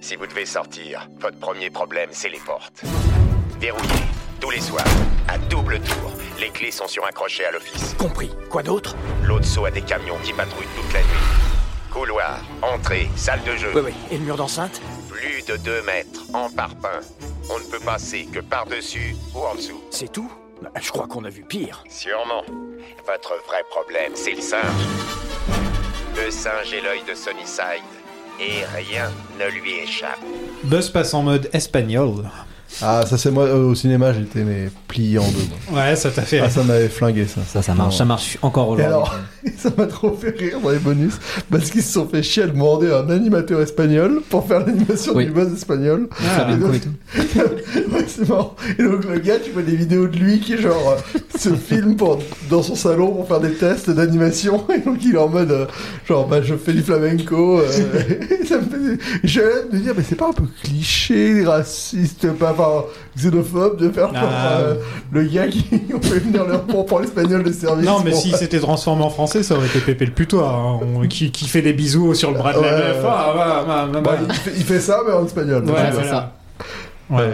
T: Si vous devez sortir, votre premier problème, c'est les portes. Verrouillées, tous les soirs, à double tour. Les clés sont sur un crochet à
I: euh.
T: l'office.
C: Compris. Quoi d'autre
T: L'autre saut a des camions qui patrouillent toute la nuit. Couloir, entrée, salle de jeu.
C: Oui, oui. Et le mur d'enceinte
T: Plus de 2 mètres, en parpaing. On ne peut passer que par-dessus ou en dessous.
C: C'est tout Bah, Je crois qu'on a vu pire.
T: Sûrement. Votre vrai problème, c'est le singe. Le singe est l'œil de Sunnyside. Et rien ne lui échappe.
O: Buzz passe en mode espagnol.
P: Ah, ça c'est moi euh, au cinéma, j'étais mais plié en deux. moi.
O: Ouais, ça t'a fait.
P: Ah, ça m'avait flingué ça.
I: Ça, ça marche, ça marche encore aujourd'hui.
P: Et alors, ça m'a trop fait rire dans les bonus parce qu'ils se sont fait chier à demander à un animateur espagnol pour faire l'animation
I: Oui.
P: du buzz espagnol.
I: Ah,
P: Et
I: bien
P: donc-
I: cool et tout.
P: Ouais, c'est marrant. Et donc le gars, tu vois des vidéos de lui qui genre euh, se filme pour- dans son salon pour faire des tests d'animation et donc il est en mode euh, genre bah je fais du flamenco. euh, et ça me fait j'ai hâte de dire mais c'est pas un peu cliché, raciste, pas enfin, xénophobe de faire genre,
O: Ah.
P: euh, le gars qui on fait venir leur pour pour l'espagnol de service.
O: Non, mais
P: pour-
O: si c'était transformé en français, ça aurait été Pépé le putois, hein, on- qui, qui fait des bisous sur le bras de la
P: Ouais,
O: meuf.
P: ouais.
O: Ah, bah, bah, bah,
P: Bon,
O: bah.
P: il, fait, il fait ça mais en espagnol.
O: Ouais,
P: Donc,
O: voilà.
P: Ouais.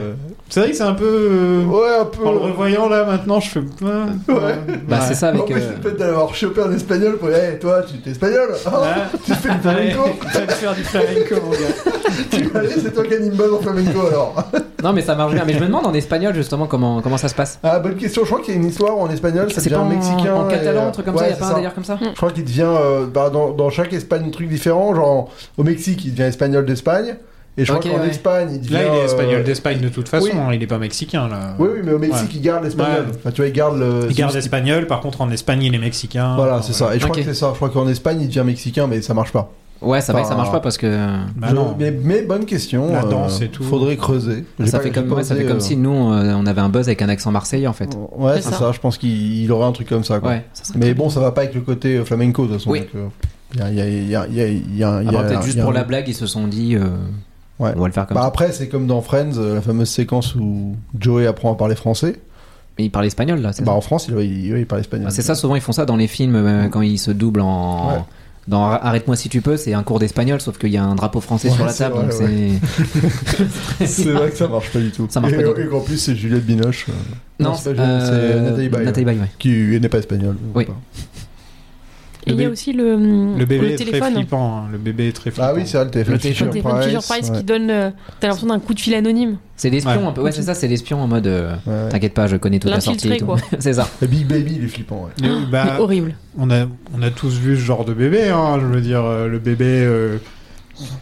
O: C'est vrai que c'est un peu. euh,
P: Ouais, un peu.
O: En le revoyant là maintenant, je fais. Ah,
P: Ouais.
I: Bah, c'est ça avec.
P: En plus,
I: euh,
P: le fait d'avoir chopé un espagnol pour dire Hey, toi, tu t'es espagnol hein Tu fais du flamenco
O: T'as dû faire du flamenco, mon gars.
P: Tu vas aller, c'est toi qui anime Buzz en flamenco alors
I: Non, mais ça marche bien. Mais je me demande en espagnol justement comment, comment ça se passe.
P: Ah, bonne question. Je crois qu'il y a une histoire où en espagnol, ça
I: C'est
P: devient
I: pas en-
P: mexicain.
I: en
P: et,
I: catalan,
P: euh,
I: un truc comme
P: ouais,
I: ça, y a
P: c'est
I: pas un délire comme ça
P: Je crois qu'il devient. euh, bah, dans, dans chaque Espagne, un truc différent. Genre au Mexique, il devient espagnol d'Espagne. Et je crois
I: Ok,
P: qu'en
I: ouais.
P: Espagne, il devient.
O: Là, il est espagnol
P: euh,
O: d'Espagne de toute façon, hein, il est pas mexicain là.
P: Oui, oui, mais au Mexique,
O: Ouais.
P: il garde l'espagnol.
O: Ouais.
P: Enfin, tu vois, il garde le.
O: Il garde espagnol, par contre en Espagne, il est mexicain.
P: Voilà, c'est ça. Et je crois
I: Ok.
P: que c'est ça. Je crois qu'en Espagne, il devient mexicain, mais ça marche pas.
I: Ouais, ça va,
P: Enfin,
I: ça marche pas parce que.
O: Bah
P: Je-
O: non.
P: mais, mais bonne question.
O: La
P: euh,
O: danse et tout.
P: Faudrait creuser. J'ai
I: Ça
P: pas-
I: fait,
P: j'ai
I: comme,
P: pas
I: ouais, ça
P: osé,
I: fait comme
P: euh,
I: si nous euh, on avait un buzz avec un accent marseillais en fait.
P: Ouais, c'est
I: C'est
P: ça.
I: ça.
P: Je pense qu'il il aurait un truc comme ça. Quoi.
I: Ouais, ça serait
P: mais
I: très
P: bon, ça va pas avec le côté euh, flamenco de toute façon.
I: Oui.
P: donc, euh, Il y a, il y a, il y a, il y a, il y a- il y a-
I: Après, peut-être
P: il
I: juste
P: y a-
I: pour la blague, ils se sont dit euh,
P: Ouais.
I: on va le faire comme
P: Bah,
I: ça.
P: après, c'est comme dans Friends, euh, la fameuse séquence où Joey apprend à parler français.
I: Mais ils parlent espagnol là, c'est
P: Bah,
I: ça
P: en France, il, il, il parle espagnol.
I: Ah, C'est ça, souvent ils font ça dans les films euh, quand ils se doublent en.
P: Ouais.
I: Dans Ar- Arrête-moi si tu peux, c'est un cours d'espagnol, sauf qu'il y a un drapeau français
P: Ouais,
I: sur la
P: c'est
I: table,
P: vrai,
I: donc c'est.
P: C'est vrai que ça marche pas du tout.
I: Ça marche
P: et,
I: pas du tout.
P: et qu'en plus, c'est Juliette Binoche. euh,
I: Non,
P: c'est
I: c'est,
P: pas Juliette,
I: euh,
P: c'est Nathalie Baye.
I: Nathalie Baye, ouais.
P: Qui elle n'est pas espagnole.
I: Oui.
P: Pas.
G: Et il y a aussi le,
O: Le bébé est très
G: téléphone.
O: flippant. hein. Le bébé est très flippant.
P: Ah oui, c'est vrai, le téléphone.
I: Le téléphone
G: Le téléphone Fisher Price qui donne. euh, T'as l'impression d'un coup de fil anonyme.
I: C'est l'espion
O: Ouais.
I: un peu. Ouais, c'est ça, c'est l'espion en mode. euh, T'inquiète pas, je connais toute la sortie et
G: L'infiltré,
I: tout.
G: quoi.
I: c'est ça.
P: Le Big Baby, il est flippant. Ouais.
O: Le- bah,
G: Horrible.
O: on, a, on a tous vu ce genre de bébé. Hein, je veux dire, euh, le bébé. euh,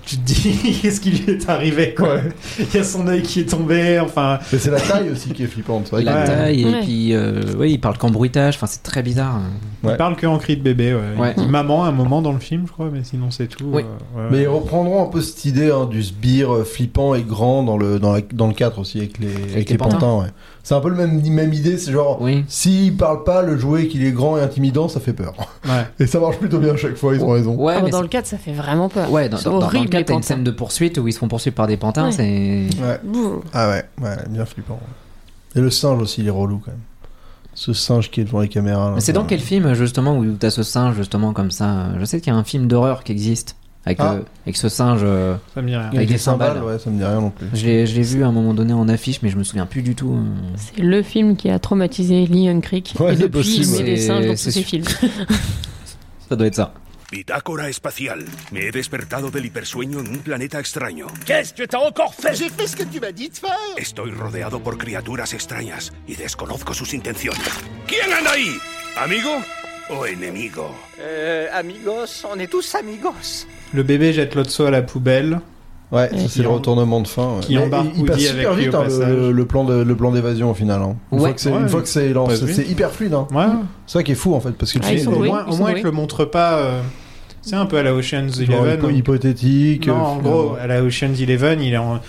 O: tu te dis, qu'est-ce qui lui est arrivé quoi Il y a son œil qui est tombé. Enfin,
P: Mais c'est la taille aussi qui est flippante. C'est vrai
I: La
P: que-
O: Ouais.
I: taille, et
G: Ouais.
I: puis. euh, ouais, il parle qu'en bruitage, enfin c'est très bizarre. hein.
O: il parle que en cri de bébé. Ouais. Il
I: Ouais.
O: dit maman à un moment dans le film, je crois, mais sinon c'est tout.
I: Oui.
O: euh, ouais.
P: Mais oh. ils reprendront un peu cette idée hein, du sbire euh, flippant et grand dans le, dans, la- dans le 4 aussi, avec les, avec
I: les
P: les pantins. ouais. C'est un peu le même, même idée, c'est genre,
I: Oui.
P: s'il parle pas, le jouet qu'il est grand et intimidant, ça fait peur.
O: Ouais.
P: Et ça marche plutôt bien à chaque fois, ils ont raison.
I: Ouais,
G: Ah,
I: mais
G: dans le cadre, ça fait vraiment peur.
I: c'est- ouais, dans,
G: C'est
I: dans- dans- dans
G: horrible,
I: le cas,
G: les
I: t'as une
G: pantins.
I: scène de poursuite où ils se font poursuivre par des pantins,
G: Ouais.
I: c'est.
P: Ouais.
G: Bouh.
P: Ah ouais, ouais, bien flippant. ouais. Et le singe aussi, il est relou quand même. Ce singe qui est devant les caméras. là,
I: Mais c'est dans
P: ça-
I: quel film justement où t'as ce singe justement comme ça Je sais qu'il y a un film d'horreur qui existe avec,
P: Ah.
I: le- avec ce singe. euh,
O: Ça me dit rien.
P: Avec,
I: Avec
P: des
I: des
P: cymbales,
I: cymbales.
P: ouais, ça me dit rien non plus.
I: Je l'ai je l'ai vu à un moment donné en affiche, mais je me souviens plus du tout. euh.
G: C'est le film qui a traumatisé Leon Creek.
P: Ouais,
G: et
P: c'est
G: depuis, il
I: possible.
G: met des
I: C'est-
G: singes dans tous
I: c'est
G: ses
I: sûr.
G: films.
I: Ça doit être ça.
U: Bitácora espacial. Me he despertado del hipersueño en un planeta extraño.
E: Qu'est-ce que t'as encore fait
F: J'ai fait ce que tu m'as dit de faire
U: Estoy rodeado por criaturas extrañas y desconozco sus intenciones. ¿Quién anda ahí? ¿Amigo o enemigo?
Q: Euh, amigos, on est tous amigos.
O: Le bébé jette l'autre seau à la poubelle.
P: Ouais, ça,
O: Qui
P: c'est le
O: en-
P: retournement de fin. ouais.
O: qui
P: Mais
O: embarque
P: il, il passe
O: Woody
P: super
O: avec lui
P: vite
O: au
P: hein,
O: passage.
P: le, le plan de- le plan d'évasion au final. hein. Une
I: Ouais.
P: fois que c'est-
O: Ouais,
P: une fois que c'est lancé,
O: passe vite.
P: c'est hyper fluide. hein.
O: Ouais.
P: C'est ça qui est fou en fait, parce que le
G: Ah,
P: film
G: ils sont
P: il est
O: au
G: doués.
O: moins,
G: ils
O: au
G: sont
O: moins, il
G: doués.
O: te le montre pas. euh, C'est un peu à la Ocean's
P: genre
O: Eleven.
P: hypo-
O: où-
P: hypothétique.
O: Non,
P: euh,
O: en
P: finalement.
O: gros, à la Ocean's Eleven, il, est en-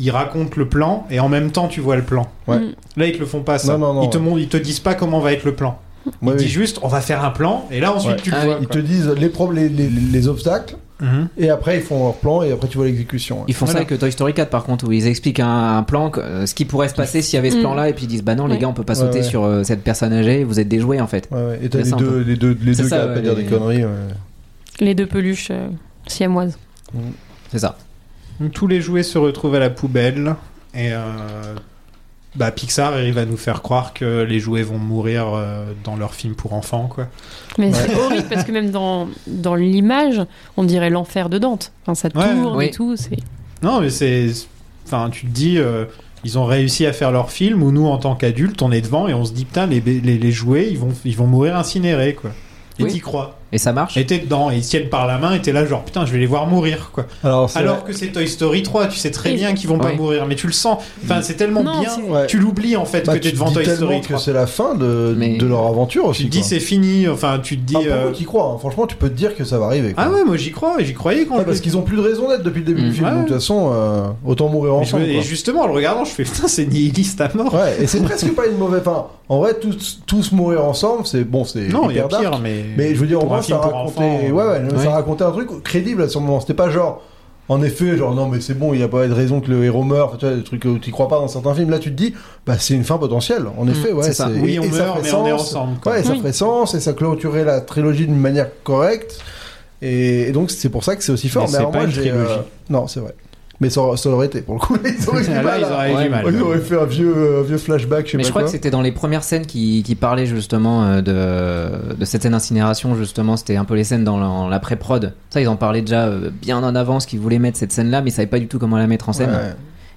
O: il raconte le plan et en même temps, tu vois le plan.
P: Ouais.
G: Mm.
O: Là, ils te le font pas ça.
P: Non, non, non,
O: ils, te
P: ouais.
O: montrent- ils te disent pas comment va être le plan. Ils
P: Ouais,
O: disent
P: oui.
O: juste, on va faire un plan et là, ensuite,
P: Ouais.
O: tu le
I: Ah,
O: vois.
P: Ils
O: quoi.
P: te disent les, problèmes, les, les- les obstacles,
O: Mhm.
P: Et après, ils font leur plan et après, tu vois l'exécution. ouais.
I: Ils font ça
P: Voilà.
I: avec Toy Story 4 par contre, où ils expliquent un, un plan, que- euh, ce qui pourrait se passer s'il y avait ce
P: Mm.
I: plan-là, et puis ils disent bah non les
P: Ouais.
I: gars on peut pas
P: Ouais,
I: sauter
P: ouais.
I: sur euh, cette personne âgée, vous êtes déjoués en fait.
P: Ouais, ouais. Et t'as
I: C'est
P: les
I: ça, un
P: deux,
I: peu.
P: les deux, les
I: C'est
P: deux
I: ça,
P: gars à pas
I: ouais,
P: dire
I: les-
P: des conneries. ouais.
G: Les deux peluches euh, siamoises.
I: C'est ça.
O: Donc, tous les jouets se retrouvent à la poubelle et euh, bah, Pixar arrive à nous faire croire que les jouets vont mourir euh, dans leur film pour enfants quoi.
G: Mais c'est horrible parce que même dans, dans l'image, on dirait l'enfer de Dante. Enfin, ça
O: Ouais.
G: tourne
O: Oui.
G: et tout. C'est...
O: Non mais c'est enfin tu te dis euh, ils ont réussi à faire leur film où nous en tant qu'adultes on est devant et on se dit putain les, bé- les, les jouets ils vont ils vont mourir incinérés quoi. Et
I: Oui.
O: t'y crois.
I: Et ça marche
O: Et t'es dedans et ils se tiennent par la main et t'es là genre putain je vais les voir mourir quoi.
P: Alors,
I: c'est
O: Alors
I: vrai.
O: que c'est Toy Story 3 tu sais très
I: Et-
O: bien qu'ils vont pas
I: Ouais.
O: mourir mais tu le sens. Enfin c'est tellement
P: Non,
O: bien
P: c'est- Ouais.
O: tu l'oublies en fait
P: Bah,
O: que t'es
P: tu te
O: devant
P: dis
O: Toy
P: tellement
O: Story 3.
P: que c'est la fin de, de leur aventure aussi.
O: Tu te dis
P: quoi.
O: c'est fini, enfin tu te dis.
P: Ah, pour
O: euh,
P: ceux qui croient, hein. franchement, tu peux te dire que ça va arriver. quoi.
O: Ah ouais, moi j'y crois, et j'y croyais quand
P: Ouais,
O: je-
P: parce qu'ils ont plus de raison d'être depuis le début
O: Mm.
P: du film.
O: Ouais.
P: Donc, de toute façon, euh, autant mourir
O: Et je
P: ensemble.
O: me- Et
P: quoi.
O: justement, en le regardant, je fais putain, c'est nihiliste à mort.
P: Ouais, et c'est presque pas une mauvaise fin. En vrai, tous, tous mourir ensemble, c'est bon, c'est
O: Non, il y a
P: hyper dark,
O: pire, mais-
P: je veux dire, au
O: pour un
P: moins, ça
O: film pour
P: racontait, ouais,
O: enfants, euh,
P: ouais,
O: ouais.
P: ça racontait un truc crédible à ce moment. C'était pas genre, en effet, genre non, mais c'est bon, il y a pas de raison que le héros meure. Enfin, Tu vois, des trucs où tu crois pas dans certains films. Là, tu te dis, bah, c'est une fin potentielle. En effet, ouais,
O: Mm, c'est ça. Oui,
P: et-
O: on
P: et ça
O: meurt,
P: ferait
O: mais on est
P: sens.
O: ensemble, quoi.
P: Ouais, et ça
O: Oui.
P: ferait sens et ça clôturait la trilogie d'une manière correcte. Et, et donc, c'est pour ça que c'est aussi fort.
O: Mais c'est
P: alors,
O: pas
P: moi,
O: une
P: j'ai, euh,
O: trilogie.
P: Non, c'est vrai. Mais ça, aura- ça aurait été hein. pour le coup. Ils auraient fait
O: Là,
P: pas,
O: ils
P: là.
O: auraient eu du mal.
P: Ils auraient fait un vieux, euh, un vieux flashback, je sais
I: Mais
P: pas
I: je crois
P: quoi.
I: que c'était dans les premières scènes qui, qui parlaient justement euh, de, de cette scène d'incinération, justement, c'était un peu les scènes dans la- en- la pré-prod. Ça, ils en parlaient déjà euh, bien en avance qu'ils voulaient mettre cette scène-là, mais ils savaient pas du tout comment la mettre en scène.
P: Ouais.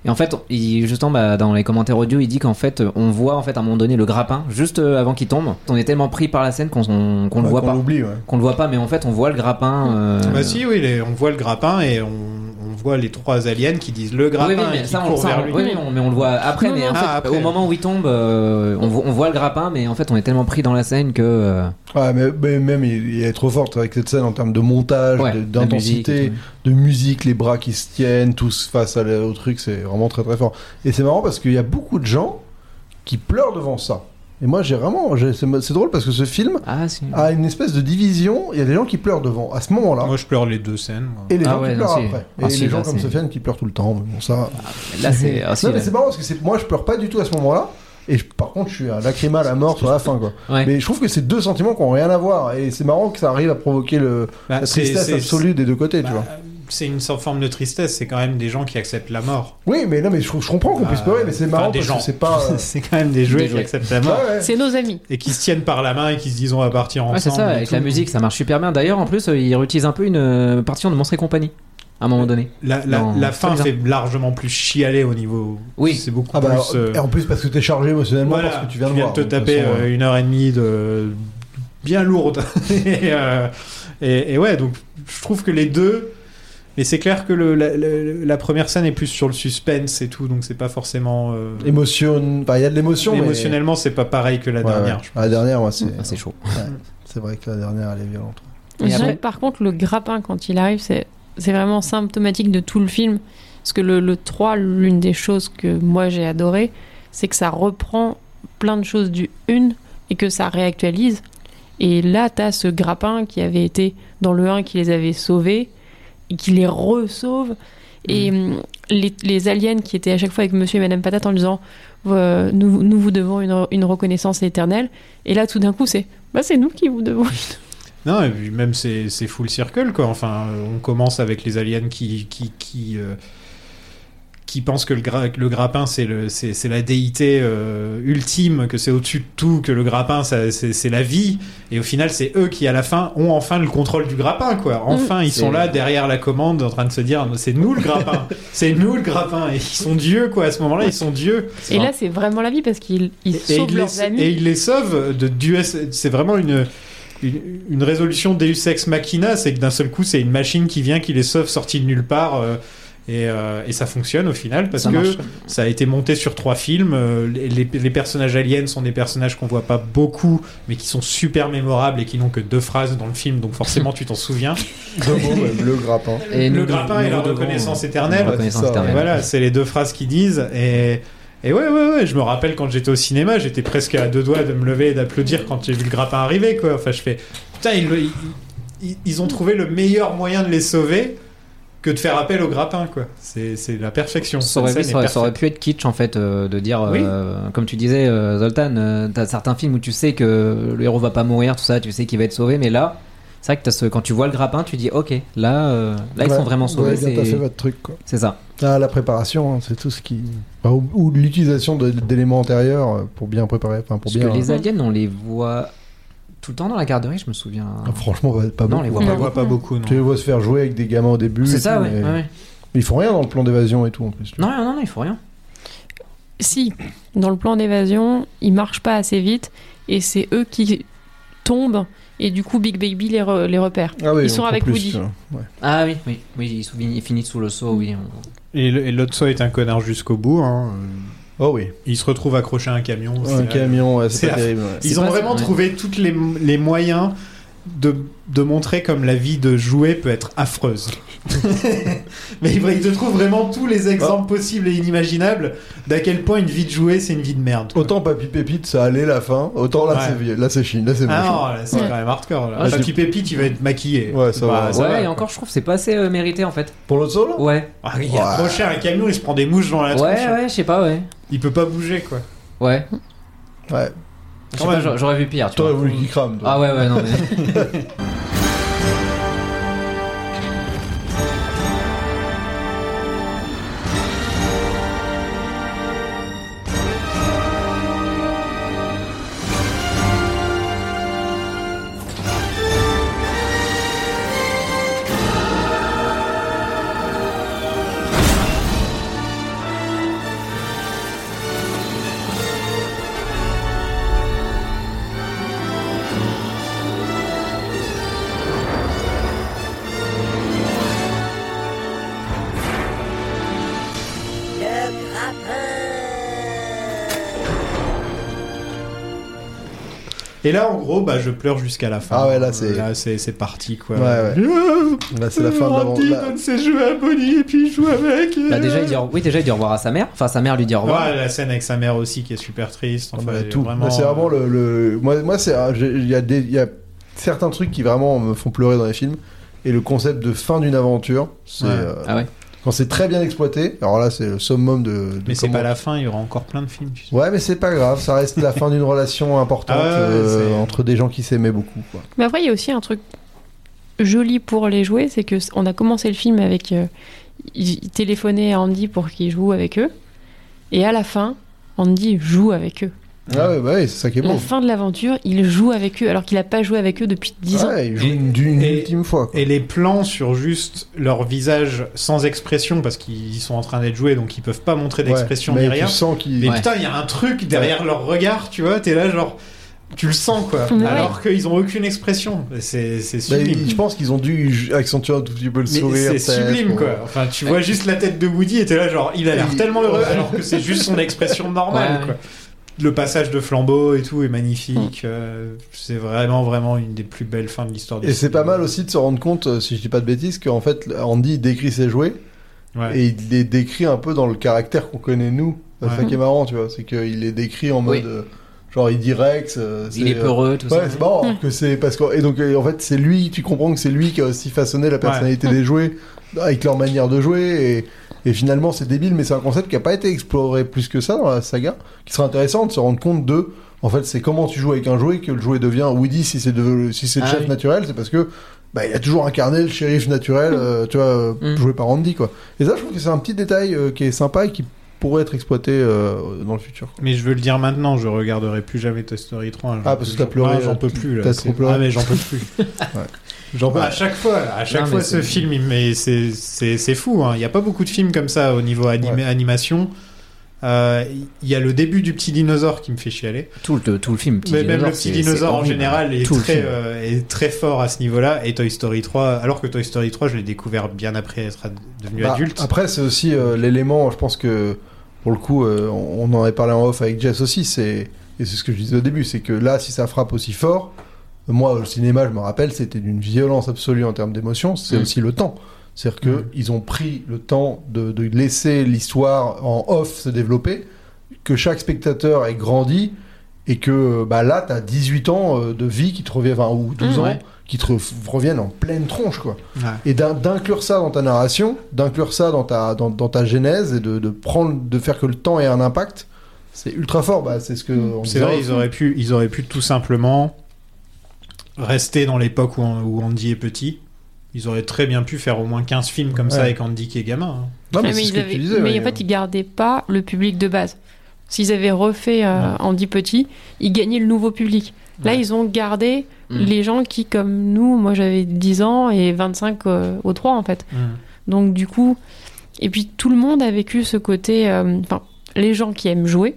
I: Et en fait, il- justement, bah, dans les commentaires audio, il dit qu'en fait, euh, on voit en fait à un moment donné le grappin juste euh, avant qu'il tombe. On est tellement pris par la scène qu'on qu'on- qu'on le
P: Ouais,
I: voit
P: Bah, qu'on
I: pas,
P: l'oublie, ouais.
I: qu'on le voit pas, mais en fait, on voit le grappin. euh,
O: Bah si, oui, les- on voit le grappin et on, on voit les trois aliens qui disent le grappin
I: Oui, oui,
O: et
I: mais
O: qui
I: ça, on,
O: courent
I: ça,
O: vers
I: on-
O: lui.
I: oui, mais on- mais on le voit après.
O: Non,
I: mais
O: non,
I: en fait,
O: ah, après.
I: au moment où il tombe, euh, on, vo- on voit le grappin, mais en fait, on est tellement pris dans la scène que. euh,
P: Ouais, mais, mais même il, il est trop fort avec cette scène en termes de montage,
I: Ouais,
P: de-
I: la musique et
P: d'intensité, de musique, les bras qui se tiennent, tous face à la- au truc, c'est vraiment très très fort. Et c'est marrant parce qu'il y a beaucoup de gens qui pleurent devant ça. Et moi, j'ai vraiment, j'ai- c'est c'est drôle parce que ce film
I: Ah,
P: a une espèce de division. Il y a des gens qui pleurent devant à ce moment-là,
O: Moi, je pleure les deux scènes. moi.
P: Bah. et les gens
O: ouais,
P: qui
O: non,
P: pleurent
O: si.
P: après.
O: Ah,
P: et
O: si,
P: les
O: là,
P: gens comme
O: c'est-
P: Sofiane qui pleurent tout le temps. mais bon, ça.
I: mais là, c'est- ah, si,
P: non, mais
I: là.
P: c'est marrant parce que c'est- moi, je pleure pas du tout à ce moment-là. Et je- par contre, je suis un lacryma à la mort sur la fin, quoi. Mais je trouve que c'est deux sentiments qui ont rien à voir. Et c'est marrant que ça arrive à provoquer le,
O: Bah,
P: la
O: c'est-
P: tristesse
O: c'est- Bah,
P: absolue des deux côtés, tu vois.
O: C'est une sorte- forme de tristesse, c'est quand même des gens qui acceptent la mort.
P: Oui, mais non, mais je, je comprends qu'on puisse pleurer, mais c'est
O: bah, Enfin,
P: marrant
O: des
P: parce
O: gens.
P: que c'est pas. euh,
O: c'est quand même des
P: Des
O: jouets qui
P: jouets.
O: acceptent la mort.
P: Ah ouais.
G: C'est nos amis.
O: Et qui se tiennent par la main et qui se disent on va partir ensemble.
I: Ouais, c'est ça,
O: et
I: avec
O: tout.
I: la musique, ça marche super bien. D'ailleurs, en plus, euh, ils réutilisent un peu une euh, partition de Monstres et compagnie à un moment donné.
O: La, la-
I: Dans-
O: la
I: c'est
O: fin
I: bizarre.
O: fait largement plus chialer au niveau. Oui. C'est beaucoup
P: Ah bah,
O: plus. euh,
P: Et en plus, parce que t'es chargé émotionnellement,
O: voilà,
P: parce que tu viens de voir,
O: te
P: donc, de toute
O: taper
P: façon,
O: euh, une heure et demie de bien lourde. et, euh, et- et ouais, donc je trouve que les deux. Mais c'est clair que le- la, la- la première scène est plus sur le suspense et tout, donc c'est pas forcément. euh,
P: Émotion. Enfin, il y a de l'émotion. mais-
O: Émotionnellement, c'est pas pareil que la
P: Ouais,
O: dernière.
P: ouais. La dernière, ouais, c'est.
O: Ah,
I: c'est chaud.
P: C'est vrai que la dernière, elle est violente.
G: Je dirais que par contre, le grappin, quand il arrive, c'est c'est vraiment symptomatique de tout le film. Parce que le, le 3, l'une des choses que moi j'ai adoré, c'est que ça reprend plein de choses du 1 et que ça réactualise. Et là, t'as ce grappin qui avait été dans le 1 qui les avait sauvés et qui les re-sauve. Et hum, les, les aliens qui étaient à chaque fois avec monsieur et madame Patate en disant euh, nous, nous vous devons une, une reconnaissance éternelle. Et là, tout d'un coup, c'est bah, c'est nous qui vous devons une
O: Non, et puis même c'est c'est full circle, quoi. Enfin, euh, on commence avec les aliens qui. qui, qui euh, qui pensent que le, gra- que le grappin c'est le- c'est c'est la déité euh, ultime, que c'est au-dessus de tout, que le grappin ça- c'est c'est la vie, et au final c'est eux qui à la fin ont enfin le contrôle du grappin quoi. Enfin
I: Mm.
O: ils sont
I: C'est-
O: là derrière la commande en train de se dire c'est nous le grappin, c'est nous le grappin, et ils sont dieux quoi. À ce moment-là ils sont dieux.
G: Et là, c'est vraiment la vie parce qu'ils ils
O: Et
G: sauvent
O: il,
G: leurs
O: les,
G: amis.
O: et il les sauve de Deus- C'est vraiment une, une, une résolution Deus Ex Machina. C'est que d'un seul coup, c'est une machine qui vient, qui les sauve, sortie de nulle part. euh, et, euh, et ça fonctionne au final parce
I: Ça
O: que
I: marche.
O: ça a été monté sur trois films. euh, les, les- les personnages aliens sont des personnages qu'on voit pas beaucoup, mais qui sont super mémorables et qui n'ont que deux phrases dans le film, donc forcément tu t'en souviens.
P: Deux mots, ouais, le grappin.
I: Et
O: le
I: nous-
O: grappin
I: nous euh,
O: et la
I: devons-
O: reconnaissance éternelle.
I: La reconnaissance
O: Et
I: éternelle.
O: Voilà, c'est les deux phrases qu'ils disent. Et, et ouais, ouais, ouais, je me rappelle quand j'étais au cinéma, j'étais presque à deux doigts de me lever et d'applaudir quand j'ai vu le grappin arriver, quoi. Enfin, je fais, putain, il, le- il, ils- ils ont trouvé le meilleur moyen de les sauver que de faire appel au grappin, quoi. C'est c'est la perfection.
I: Ça aurait,
O: Cette
I: ça
O: scène est
I: aurait- ça aurait pu être kitsch en fait euh, de dire, euh, comme tu disais euh, Zoltan, euh, t'as certains films où tu sais que le héros va pas mourir, tout ça, tu sais qu'il va être sauvé, mais là, c'est vrai que t'as ce- quand tu vois le grappin, tu dis ok, là, euh, là ils
P: Ouais,
I: sont vraiment
P: Vous
I: sauvés.
P: avez bien
I: c'est-
P: taffé votre truc, quoi.
I: C'est ça.
P: Ah, la préparation, hein, c'est tout ce qui. Enfin, ou ou l'utilisation de- d'éléments antérieurs euh, pour bien préparer. Enfin, pour
I: Parce
P: bien. hein.
I: que les aliens, on les voit tout le temps dans la garderie, je me souviens.
P: Ah, Franchement, pas, pas
I: Non, on
P: beaucoup.
I: les voit pas On les
O: Mm.
I: voit beaucoup. pas beaucoup, non.
P: Tu les vois se faire jouer avec des gamins au début.
I: C'est
P: et
I: ça,
P: tout,
I: ouais,
P: mais-
I: ouais, ouais.
P: mais Ils font rien dans le plan d'évasion et tout, en plus.
I: Non, non, non, ils font rien.
G: Si, dans le plan d'évasion, ils marchent pas assez vite et c'est eux qui tombent et du coup Big Baby les, re- les repère.
P: Ah
G: ils sont avec Woody.
P: hein. euh,
I: Ah oui, oui, oui, ils sont- ils finissent sous le seau, oui.
P: Mm.
I: on-
O: Et le- et l'autre soit est un connard jusqu'au bout. hein.
P: Oh oui.
O: Il se retrouve accroché à un camion.
I: Oh,
P: Un
O: c'est-
P: camion, ouais, c'est pas
O: aff-
P: terrible, ouais.
O: Ils
P: C'est
O: ont
P: pas-
O: vraiment
P: ouais.
O: trouvé tous les, les moyens de, de montrer comme la vie de jouet peut être affreuse. Mais ils ils te trouvent vraiment tous les exemples possibles et inimaginables d'à quel point une vie de jouet c'est une vie de merde.
P: Autant Papy Pépite, ça allait la fin. Autant là,
O: Ouais.
P: c'est vieux. Là, c'est chine. Là, c'est
O: Ah
P: moche.
O: non, là, c'est
P: Ouais.
O: quand même hardcore. Là.
P: Ah,
O: Papy
P: c'est-
O: Pépite, il va être maquillé.
P: Ouais, ça
O: Bah,
P: va.
O: ça
I: ouais, hein.
O: va,
I: et
O: quoi.
I: encore, je trouve que c'est pas assez euh, mérité en fait.
P: Pour l'autre solo
I: Ouais.
O: Ah, il est accroché à un camion, il se prend des mouches dans
I: Ouais,
O: la tronche.
I: ouais, je sais pas, ouais.
O: Il peut pas bouger, quoi.
I: Ouais.
P: Ouais.
I: Je sais
O: Quand
I: pas,
O: même.
I: j'aurais- J'aurais vu pire, tu
P: T'aurais
I: vois.
P: voulu qu'il crame, toi.
I: Ah ouais, ouais, non, mais.
A: Ah.
O: Et là, en gros, bah, je pleure jusqu'à la fin.
P: Ah ouais, là, c'est-
O: c'est c'est parti, quoi.
I: Ah
P: Ouais, ouais. Là, c'est la fin de l'avant.
O: Randy
P: la-
O: donne ses jeux à Bonnie et puis il joue avec.
I: Bah, déjà, il dit au- Oui, déjà, il dit au revoir à sa mère. Enfin, sa mère lui dit au revoir.
O: Ah Ouais, Ah la scène avec sa mère aussi qui est super triste. Enfin,
P: Bah, tout.
O: Vraiment... euh,
P: Là, c'est vraiment le. le- Moi, moi c'est. ah, j'ai- Il y, a des- il y a certains trucs qui vraiment me font pleurer dans les films. Et le concept de fin d'une aventure, c'est.
O: Ouais.
P: euh,
I: Ah ouais.
P: Quand c'est très bien exploité, alors là, c'est le summum de. de
O: Mais c'est
P: comment-
O: pas la fin, il y aura encore plein de films. tu sais.
P: Ouais, mais c'est pas grave, ça reste la fin d'une relation importante
O: Ah ouais, ouais,
P: euh,
O: c'est-
P: entre des gens qui s'aimaient beaucoup. Quoi.
G: Mais après, il y a aussi un truc joli pour les jouer, c'est que c- on a commencé le film avec euh, ils ils téléphonaient à Andy pour qu'il joue avec eux, et à la fin, Andy joue avec eux.
P: Ah ouais, bah ouais, c'est ça qui est
G: La
P: beau.
G: fin de l'aventure, il joue avec eux alors qu'il a pas joué avec eux depuis 10 ans.
P: Ouais, il joue une, d'une ultime fois.
O: Et les plans sur juste leur visage sans expression, parce qu'ils sont en train d'être joués, donc ils peuvent pas montrer
P: Ouais,
O: d'expression
P: mais
O: ni
P: tu
O: rien.
P: sens qu'ils-
O: Mais
P: Ouais.
O: putain, il y a un truc derrière leur regard, tu vois, t'es là genre. Tu le sens quoi,
P: Ouais.
O: alors qu'ils ont aucune expression. C'est c'est
P: Bah,
O: sublime.
P: je pense qu'ils ont dû ju- accentuer un tout petit peu le
O: Mais
P: sourire.
O: C'est
P: peut-être, euh,
O: sublime
P: pour-
O: quoi. Enfin, tu vois juste la tête de Woody et t'es là genre il a l'air
P: Il-
O: tellement heureux
P: Ouais.
O: alors que c'est juste son expression normale
P: Ouais, ouais.
O: quoi. Le passage de flambeau et tout est magnifique.
P: Mm.
O: euh, c'est vraiment vraiment une des plus belles fins de l'histoire du
P: Et c'est
O: cinéma.
P: pas mal aussi de se rendre compte, euh, si je dis pas de bêtises, qu'en fait Andy il décrit ses jouets
O: Ouais.
P: et il les décrit un peu dans le caractère qu'on connaît nous. C'est ça
O: Ouais.
P: qui est marrant, tu vois, c'est qu'il les décrit en
I: Oui.
P: mode euh, genre il dit Rex. euh,
I: Il
P: c'est,
I: est peureux, tout ça.
P: Ouais, c'est marrant que c'est parce que et donc euh, en fait c'est lui, tu comprends que c'est lui qui a aussi façonné la personnalité
O: Ouais.
P: des jouets avec leur manière de jouer et, et finalement c'est débile, mais c'est un concept qui a pas été exploré plus que ça dans la saga, qui serait intéressant de se rendre compte de. En fait, c'est comment tu joues avec un jouet que le jouet devient Woody si c'est de- si c'est le
I: Ah
P: chef
I: oui.
P: naturel, c'est parce que bah, il a toujours incarné le shérif naturel,
I: Mm.
P: euh, tu vois, euh, joué par Andy quoi. Et ça, je trouve que c'est un petit détail euh, qui est sympa et qui pourrait être exploité euh, dans le futur.
O: Mais je veux le dire maintenant, je regarderai plus jamais Toy Story 3. hein, j'en
P: Ah, parce
O: peux-
P: que t'as pleuré,
O: Ah, j'en peux
P: t'as
O: plus là.
P: trop
O: c'est-
P: pleuré.
O: Ah mais j'en peux plus. J'en
I: Ah,
O: peux- à chaque fois, à chaque
P: Non, mais
O: fois ce
P: c'est-
O: film, il- mais c'est c'est c'est fou. hein. Il n'y a pas beaucoup de films comme ça au niveau animé, animation. Euh, Il y a le début du petit dinosaure qui me fait chialer.
I: Tout le, tout le film, petit
O: Mais même
I: dinosaure,
O: le petit
I: c'est- c'est
O: dinosaure en
I: horrible.
O: général est
I: Tout le
O: très,
I: film.
O: euh, est très fort à ce niveau-là. Et Toy Story 3, alors que Toy Story 3, je l'ai découvert bien après être ad- devenu
P: Bah,
O: adulte.
P: Après, c'est aussi euh, l'élément, je pense que pour le coup, euh, on, on en avait parlé en off avec Jess aussi, c'est, et c'est ce que je disais au début, c'est que là, si ça frappe aussi fort, moi au cinéma, je me rappelle, c'était d'une violence absolue en termes d'émotion, c'est
O: Mm.
P: aussi le temps. C'est-à-dire qu'ils ils ont pris le temps de, de laisser l'histoire en off se développer, que chaque spectateur ait grandi et que euh, bah, là, t'as 18 ans euh, de vie qui te revient, enfin, ou 12
O: Mhm,
P: ans,
O: ouais.
P: qui te re- reviennent en pleine tronche, quoi. Et d'in- d'inclure ça dans ta narration, d'inclure ça dans ta, dans, dans ta genèse et de, de prendre, de faire que le temps ait un impact, c'est ultra fort. Bah, c'est ce que. on
O: C'est
P: disait
O: vrai,
P: au
O: ils
P: film.
O: auraient, pu, ils auraient pu tout simplement rester dans l'époque où, où Andy est petit. Ils auraient très bien pu faire au moins 15 films comme ça
P: Ouais.
O: avec Andy qui est gamin. hein.
G: Ah, ils avaient- mais en fait, ils gardaient pas le public de base. S'ils avaient refait euh, Andy Petit, ils gagnaient le nouveau public. Là, ils ont gardé
A: Mm.
G: les gens qui, comme nous, moi j'avais 10 ans et 25 euh, aux 3 en fait.
O: hein.
G: Donc du coup, et puis tout le monde a vécu ce côté, euh, enfin les gens qui aiment jouer,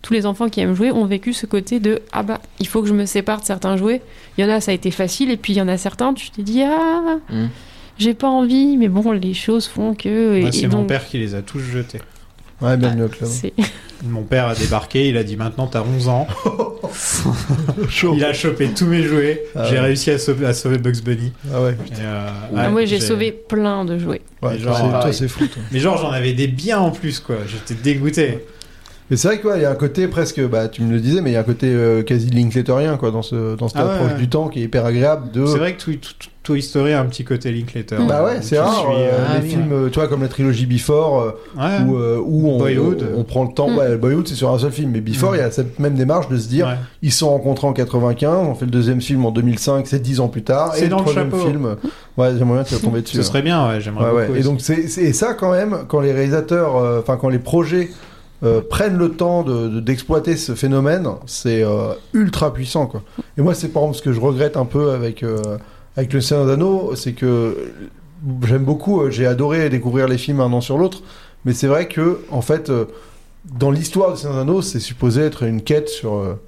G: tous les enfants qui aiment jouer ont vécu ce côté de ah bah il faut que je me sépare de certains jouets. Il y en a ça a été facile et puis il y en a certains tu t'es dit ah
O: Mm.
G: j'ai pas envie mais bon les choses font que et,
O: Moi,
G: et
O: c'est mon
G: donc
O: père qui les a tous jetés.
P: Ouais, bienvenue au club.
G: Ah, c'est-
O: Mon père a débarqué, il a dit maintenant t'as 11 ans. il a chopé tous mes jouets.
P: Ah
O: j'ai
P: ouais.
O: réussi à sauver, à sauver Bugs Bunny. euh,
P: Ah ouais.
G: Ah, moi j'ai sauvé plein de jouets.
P: Ouais, c'est- toi, c'est fou, toi.
O: Mais genre j'en avais des biens en plus quoi. J'étais dégoûté.
P: Mais c'est vrai qu'il y a un côté presque, bah, tu me le disais, mais il y a un côté euh, quasi Linklaterien quoi, dans, ce, dans cette
O: Ah ouais,
P: approche
O: ouais.
P: du temps qui est hyper agréable. De...
O: C'est vrai que tout, tout, Toy Story a un petit côté Linklater.
P: Euh. Bah
O: Où
P: ouais, c'est
O: tu
P: rare.
O: suis,
P: euh,
O: euh,
P: les
O: oui.
P: films, euh, tu vois, comme la trilogie Before, euh,
O: Ouais.
P: où, euh, où on,
O: Boyhood.
P: on prend le temps.
G: Mm.
P: Ouais, Boyhood, c'est sur un seul film, mais Before,
O: Mm.
P: il y a cette même démarche de se dire,
O: Ouais.
P: ils se sont rencontrés en 95, on fait le deuxième film en 2005, c'est 10 ans plus tard,
O: C'est
P: et
O: dans
P: le
O: le
P: troisième
O: chapeau.
P: film. euh, Ouais, j'aimerais bien que tu vas tomber dessus.
O: Ce
P: hein.
O: serait bien, ouais, j'aimerais
P: Ouais,
O: beaucoup.
P: ouais. Et
O: aussi.
P: donc c'est c'est- et ça quand même quand les réalisateurs, euh, enfin quand les projets euh, prennent le temps de- de- d'exploiter ce phénomène, c'est euh, ultra puissant quoi. Et moi c'est par exemple ce que je regrette un peu avec euh, avec le Seigneur des Anneaux, c'est que j'aime beaucoup, euh, j'ai adoré découvrir les films un an sur l'autre, mais c'est vrai que en fait euh, dans l'histoire du Seigneur des Anneaux, c'est supposé être une quête sur euh,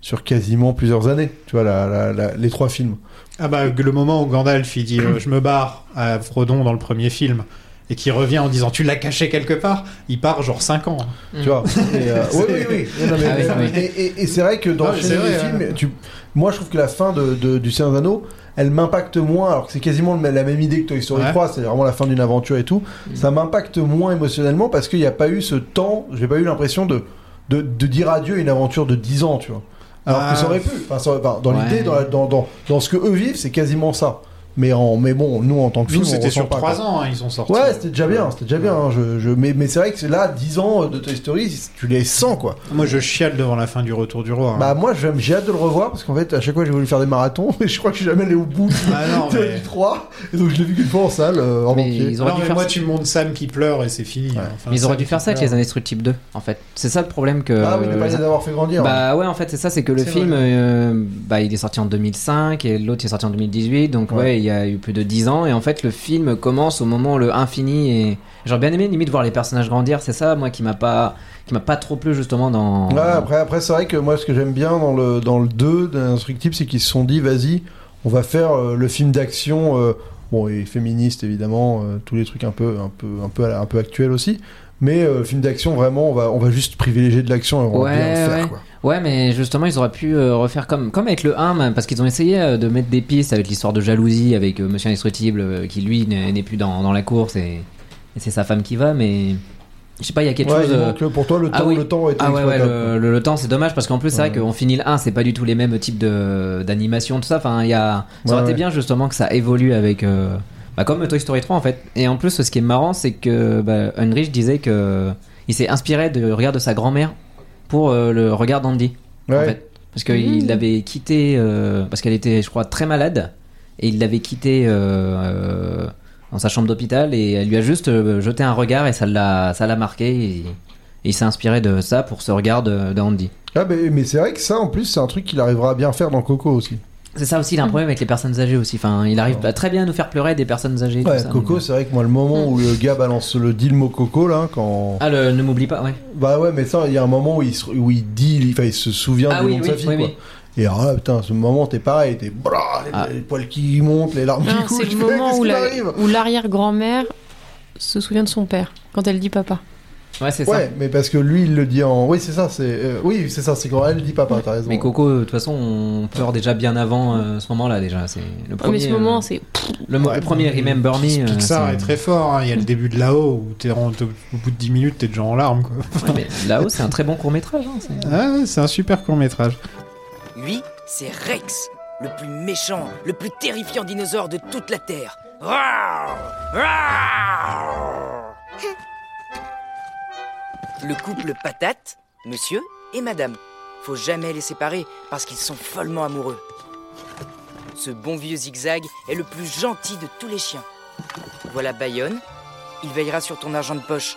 P: sur quasiment plusieurs années, tu vois la- la- la- les trois films.
O: Ah bah le moment où Gandalf il dit euh, je me barre à Frodon dans le premier film et qui revient en disant tu l'as caché quelque part, il part genre 5 ans.
P: Tu vois.
O: Mm.
P: Et, euh, oui, oui, oui. Non, non, mais- et- et- et c'est vrai que dans
O: Ah,
P: les
O: c'est vrai,
P: films, tu- moi je trouve que la fin de, de- du Seigneur des Anneaux, elle m'impacte moins, alors que c'est quasiment le- la même idée que Toy Story
O: Ouais. Mm.
P: 3, c'est vraiment la fin d'une aventure et tout. Ça m'impacte moins émotionnellement parce qu'il n'y a pas eu ce temps, j'ai pas eu l'impression de, de, de dire adieu à une aventure de 10 ans, tu vois. Alors
O: Ah.
P: que ça aurait pu. Enfin, ça aurait- enfin, dans
O: Ouais.
P: l'idée, dans, la- dans, dans, dans ce que eux vivent, c'est quasiment ça. Mais, en, mais bon, nous en tant que
O: Nous
P: film, on
O: c'était
P: ressent
O: sur
P: pas,
O: 3
P: quoi.
O: ans, hein, ils ont sorti.
P: Ouais, c'était déjà bien, c'était déjà bien. hein, je, je- Mais, mais c'est vrai que c'est là, 10 ans de Toy Story, tu les sens quoi.
O: Moi je chiale devant la fin du retour du roi. hein.
P: Bah moi j'aime- j'ai hâte de le revoir parce qu'en fait à chaque fois j'ai voulu faire des marathons et je crois que je suis jamais allé au bout du,
O: Ah non,
P: du-
O: mais-
P: du 3 et donc je l'ai vu qu'une fois en salle euh, en entier.
I: ils auraient
O: Non,
I: dû
O: mais
I: faire
O: moi
I: ça.
O: tu montes Sam qui pleure et c'est fini. hein. Enfin,
I: Mais ils auraient
O: Sam
I: dû
O: qui
I: faire ça avec
O: pleure.
I: les Indestructibles 2, en fait. C'est ça le problème que.
P: Ah oui,
O: euh,
P: mais pas les avoir fait grandir. hein.
I: Bah ouais, en fait, c'est ça, c'est que le
P: C'est
I: film,
P: vrai.
I: euh, bah, il est sorti en 2005 et l'autre il est sorti en 2018, donc ouais. il y a eu plus de 10 ans. Et en fait, le film commence au moment le infini et j'aurais bien aimé limite voir les personnages grandir. C'est ça, moi, qui m'a pas, qui m'a pas trop plu justement dans.
P: Ouais, après après c'est vrai que moi ce que j'aime bien dans le dans le 2 d'Instructible c'est qu'ils se sont dit vas-y on va faire euh, le film d'action euh, bon et féministe évidemment euh, tous les trucs un peu un peu un peu à la- un peu actuel aussi mais euh, film d'action vraiment on va on va juste privilégier de l'action et on va
I: Ouais,
P: bien le faire
I: ouais.
P: quoi.
I: Ouais, mais justement, ils auraient pu euh, refaire comme, comme avec le 1, même, parce qu'ils ont essayé euh, de mettre des pistes avec l'histoire de jalousie, avec euh, Monsieur Indestructible, euh, qui lui n'est n'est plus dans, dans la course, et, et c'est sa femme qui va, mais je sais pas, il y a quelque
P: Ouais,
I: chose.
P: il
I: euh,
P: manque le- pour toi le
I: ah
P: temps
I: oui.
P: le temps était
I: Ah ouais, ouais,
P: exploitable.
I: le, le- le temps, c'est dommage, parce qu'en plus, c'est
P: Ouais.
I: vrai qu'on finit le 1, c'est pas du tout les mêmes types de- d'animation, tout ça, enfin, il y a. Ça aurait
P: Ouais,
I: été
P: ouais.
I: bien justement que ça évolue avec. euh, bah, comme Toy Story 3 en fait. Et en plus, ce qui est marrant, c'est que bah, Heinrich disait que il s'est inspiré du regard de sa grand-mère pour euh, le regard d'Andy. en
P: Ouais.
I: fait. Parce qu'il
P: Mmh.
I: l'avait quitté, euh, parce qu'elle était, je crois, très malade. Et il l'avait quitté euh, euh, dans sa chambre d'hôpital et elle lui a juste euh, jeté un regard et ça l'a ça l'a marqué. Et, et il s'est inspiré de ça pour ce regard de- d'Andy.
P: Ah mais, mais c'est vrai que ça en plus c'est un truc qu'il arrivera à bien faire dans Coco aussi.
I: C'est ça aussi, il a
G: Mmh.
I: un problème avec les personnes âgées aussi. Enfin, il arrive à très bien à nous faire pleurer des personnes âgées. et tout
P: Ouais,
I: ça, Hmm.
P: Coco
I: donc,
P: c'est vrai que moi le moment où le gars balance le dit le mot Coco là quand
I: Ah, le, ne m'oublie pas, ouais.
P: bah ouais mais ça il y a un moment où il se, où il dit il, enfin, il se souvient
I: Ah
P: du
I: oui,
P: nom de
I: oui,
P: sa fille
I: oui,
P: quoi.
I: oui. Ah.
P: Et alors là putain ce moment t'es pareil t'es brrr, les, les poils qui montent les larmes
G: Non,
P: qui coulent.
G: c'est
P: je
G: le
P: fais,
G: moment
P: qu'est-ce
G: où
P: qui
G: la-
P: m'arrive
G: où l'arrière-grand-mère se souvient de son père quand elle dit papa.
I: Ouais, c'est
P: Ouais, mais parce que lui, il le dit en. Oui, c'est ça, c'est. euh, Oui, c'est ça, c'est quand elle dit papa, t'as raison.
I: Mais Coco, de toute façon, on pleure déjà bien avant euh, ce moment-là, déjà. C'est le premier.
G: Ah, mais ce moment,
I: euh,
G: c'est.
I: Le, mo- le premier Remember Me. euh,
O: bah, Pixar
I: c'est-
O: est très fort, hein. il y a le début de là-haut où t'es rendu- au bout de 10 minutes t'es déjà en larmes. quoi.
I: Là-haut, c'est un très bon court-métrage. hein, c'est-
O: Ah ouais, c'est un super court métrage.
S: Lui, c'est Rex, le plus méchant, le plus terrifiant dinosaure de toute la Terre. Rawr Rawr le couple patate, monsieur et madame. Faut jamais les séparer parce qu'ils sont follement amoureux. Ce bon vieux zigzag est le plus gentil de tous les chiens. Voilà Bayonne, il veillera sur ton argent de poche.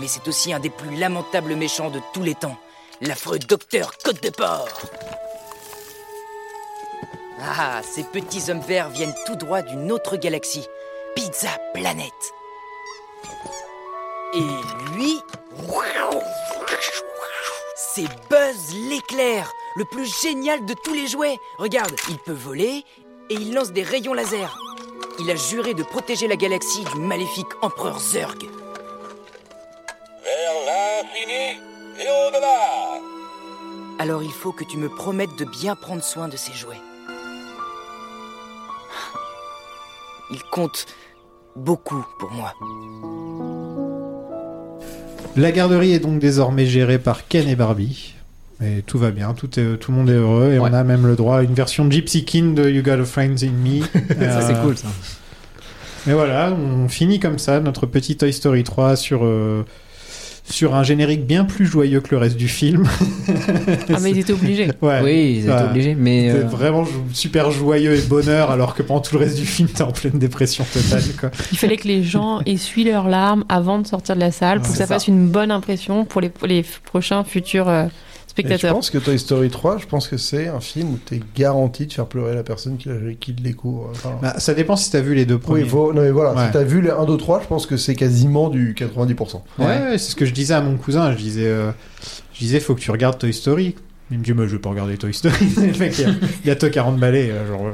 S: Mais c'est aussi un des plus lamentables méchants de tous les temps, l'affreux docteur Côte de Porc. Ah, ces petits hommes verts viennent tout droit d'une autre galaxie, Pizza Planet. Et lui, c'est Buzz l'éclair, le plus génial de tous les jouets. Regarde, il peut voler et il lance des rayons laser. Il a juré de protéger la galaxie du maléfique empereur Zurg.
M: Vers l'infini et au-delà
S: Alors il faut que tu me promettes de bien prendre soin de ces jouets. Ils comptent beaucoup pour moi.
O: La garderie est donc désormais gérée par Ken et Barbie. Et tout va bien, tout, est, tout le monde est heureux et on a même le droit à une version Gypsy King de You Got a Friend in Me. Euh,
I: Ça, c'est cool, ça.
O: Mais voilà, on finit comme ça notre petit Toy Story 3 sur, euh, sur un générique bien plus joyeux que le reste du film.
G: Ah, mais ils étaient obligés.
O: Ouais.
I: Oui, ils étaient
O: Ouais.
I: obligés, mais,
O: C'était
I: euh,
O: vraiment jou- super joyeux et bonheur, alors que pendant tout le reste du film, t'es en pleine dépression totale. Quoi.
G: Il fallait que les gens essuient leurs larmes avant de sortir de la salle
P: Ah,
G: pour que
O: C'est
G: ça
O: ça.
G: fasse une bonne impression pour les, pour les f- prochains futurs euh,
P: Et Je
G: spectateurs.
P: pense que Toy Story 3, je pense que c'est un film où t'es garanti de faire pleurer la personne qui, la- qui le découvre. Enfin,
O: Bah, ça dépend si t'as vu les deux
P: oui,
O: premiers.
P: faut- non, mais voilà,
O: Ouais.
P: si t'as vu les 1, 2, 3, je pense que c'est quasiment du 90%.
O: Ouais, ouais, c'est ce que je disais à mon cousin. Je disais, euh, je disais, faut que tu regardes Toy Story. Il me dit, mais je veux pas regarder Toy Story. Le mec, il y a- il y a toi 40 balais. euh, Genre, euh.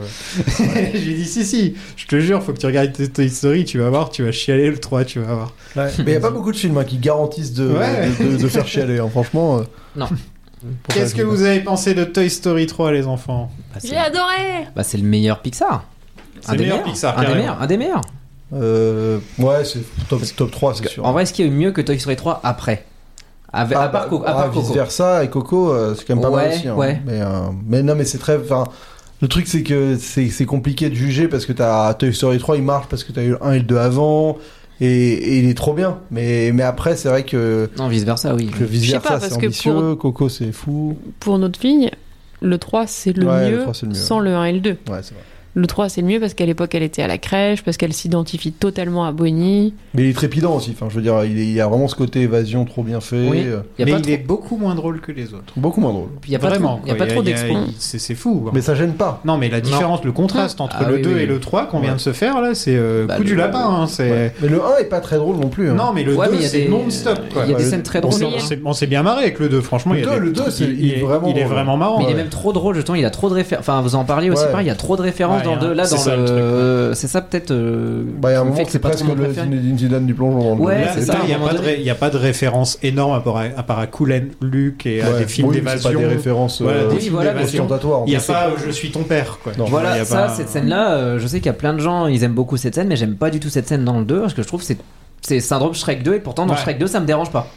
O: je lui dis, si, si, je te jure, faut que tu regardes Toy Story. Tu vas voir, tu vas chialer le 3, tu vas voir.
P: Mais il n'y a pas beaucoup de films hein, qui garantissent de,
O: Ouais.
P: de, de- de faire chialer, hein, franchement. euh.
I: Non.
P: Pour
O: Qu'est-ce
P: ça,
O: que
P: je-
O: vous avez pensé de Toy Story 3, les enfants
G: J'ai adoré
I: Bah, c'est le meilleur Pixar.
O: C'est le meilleur
I: Un
O: Pixar,
I: des
O: carrément.
I: meilleurs. Un des meilleurs.
P: Euh, ouais, c'est top, top 3, c'est sûr.
I: En vrai, est-ce qu'il y a eu mieux que Toy Story 3 après Avec-
P: Ah,
I: À
P: bah,
I: part Co- à part
P: vice
I: Coco.
P: versa, et Coco, euh, c'est quand même pas mal
I: Ouais,
P: aussi. hein.
I: ouais.
P: Mais, euh, mais non, mais c'est très. enfin, Le truc, c'est que c'est c'est compliqué de juger parce que t'as Toy Story 3, il marche parce que t'as eu le 1 et le 2 avant. Et, et il est trop bien. Mais, mais après, c'est vrai que.
I: Non, vice versa, oui.
P: Que vice
G: Je sais pas,
P: versa,
G: parce
P: c'est
G: que
P: ambitieux.
G: pour-
P: Coco, c'est fou.
G: Pour notre fille, le 3 c'est le,
P: Ouais, le
G: mieux
P: 3, c'est le mieux.
G: sans le 1 et le 2.
P: Ouais, c'est vrai.
G: Le 3 c'est le mieux parce qu'à l'époque elle était à la crèche, parce qu'elle s'identifie totalement à Bonnie.
P: Mais il est trépidant aussi. Enfin, je veux dire, il, est- il y a vraiment ce côté évasion trop bien fait.
G: Oui.
P: euh,
O: Mais il est beaucoup moins drôle que les autres.
P: Beaucoup moins drôle.
I: Il y a pas
O: Vraiment,
I: trop- il y a
O: quoi.
I: pas trop
O: il y
I: d'expo.
O: il- C'est c'est fou.
P: Mais ça gêne pas.
O: Non, mais la
I: Non.
O: différence, le contraste
I: Ah,
O: entre le
I: oui,
O: 2
I: oui.
O: et le 3 qu'on vient de se faire, là, c'est euh,
I: Bah,
O: coup
I: le-
O: du lapin. hein, c'est...
P: Mais le 1 est pas très drôle non plus. hein.
O: Non, mais le
I: Ouais,
O: 2,
I: mais il y a
O: c'est
I: des-
O: non-stop. quoi.
I: il y a des
O: Le-
I: scènes très
O: on
I: drôles.
O: s'est- on s'est- On s'est bien marré avec le 2, franchement.
P: Le
O: il y a
P: 2,
O: des
P: le 2,
O: trucs-
P: c'est-
O: il,
P: il est
O: est
P: vraiment
O: Il est
P: drôle.
O: vraiment marrant.
I: Mais
O: euh.
I: il est
O: ouais.
I: même trop drôle, justement. Il a trop de références. Enfin, vous en parliez aussi,
O: Ouais.
I: pareil. Il y a trop de références
O: Ouais,
I: dans
O: hein.
I: le. Là,
O: C'est
I: dans
O: ça, le
I: le.
O: truc,
I: euh, C'est ça, peut-être. euh,
P: Bah, il y a un
I: le
P: moment,
I: fait que
P: c'est presque
I: mon
P: le
I: préféré.
P: Zinedine Zidane du plongeon. dans le
I: Ouais,
P: monde.
I: c'est
O: Là,
I: ça,
O: Il n'y
I: à un
O: a, pas
I: moment
O: de ré- il y a pas de référence énorme à part à, à part à Cool and Luke et à
P: Ouais.
O: des films
P: Oui, mais c'est
O: d'évasion.
P: pas des références,
O: Voilà,
P: euh,
O: des
P: oui,
O: films
P: voilà,
O: d'évasion.
P: ostentatoires.
O: Il n'y a
P: Mais c'est
O: pas
P: pas-
O: euh, Je suis ton père. quoi. Tu vois, il y
I: Voilà,
O: a
I: ça,
O: pas-
I: cette scène-là, euh, je sais qu'il y a plein de gens, ils aiment beaucoup cette scène, mais j'aime pas du tout cette scène dans le 2, parce que je trouve que c'est c'est syndrome Shrek 2, et pourtant dans
O: Ouais.
I: Shrek 2, ça me dérange pas.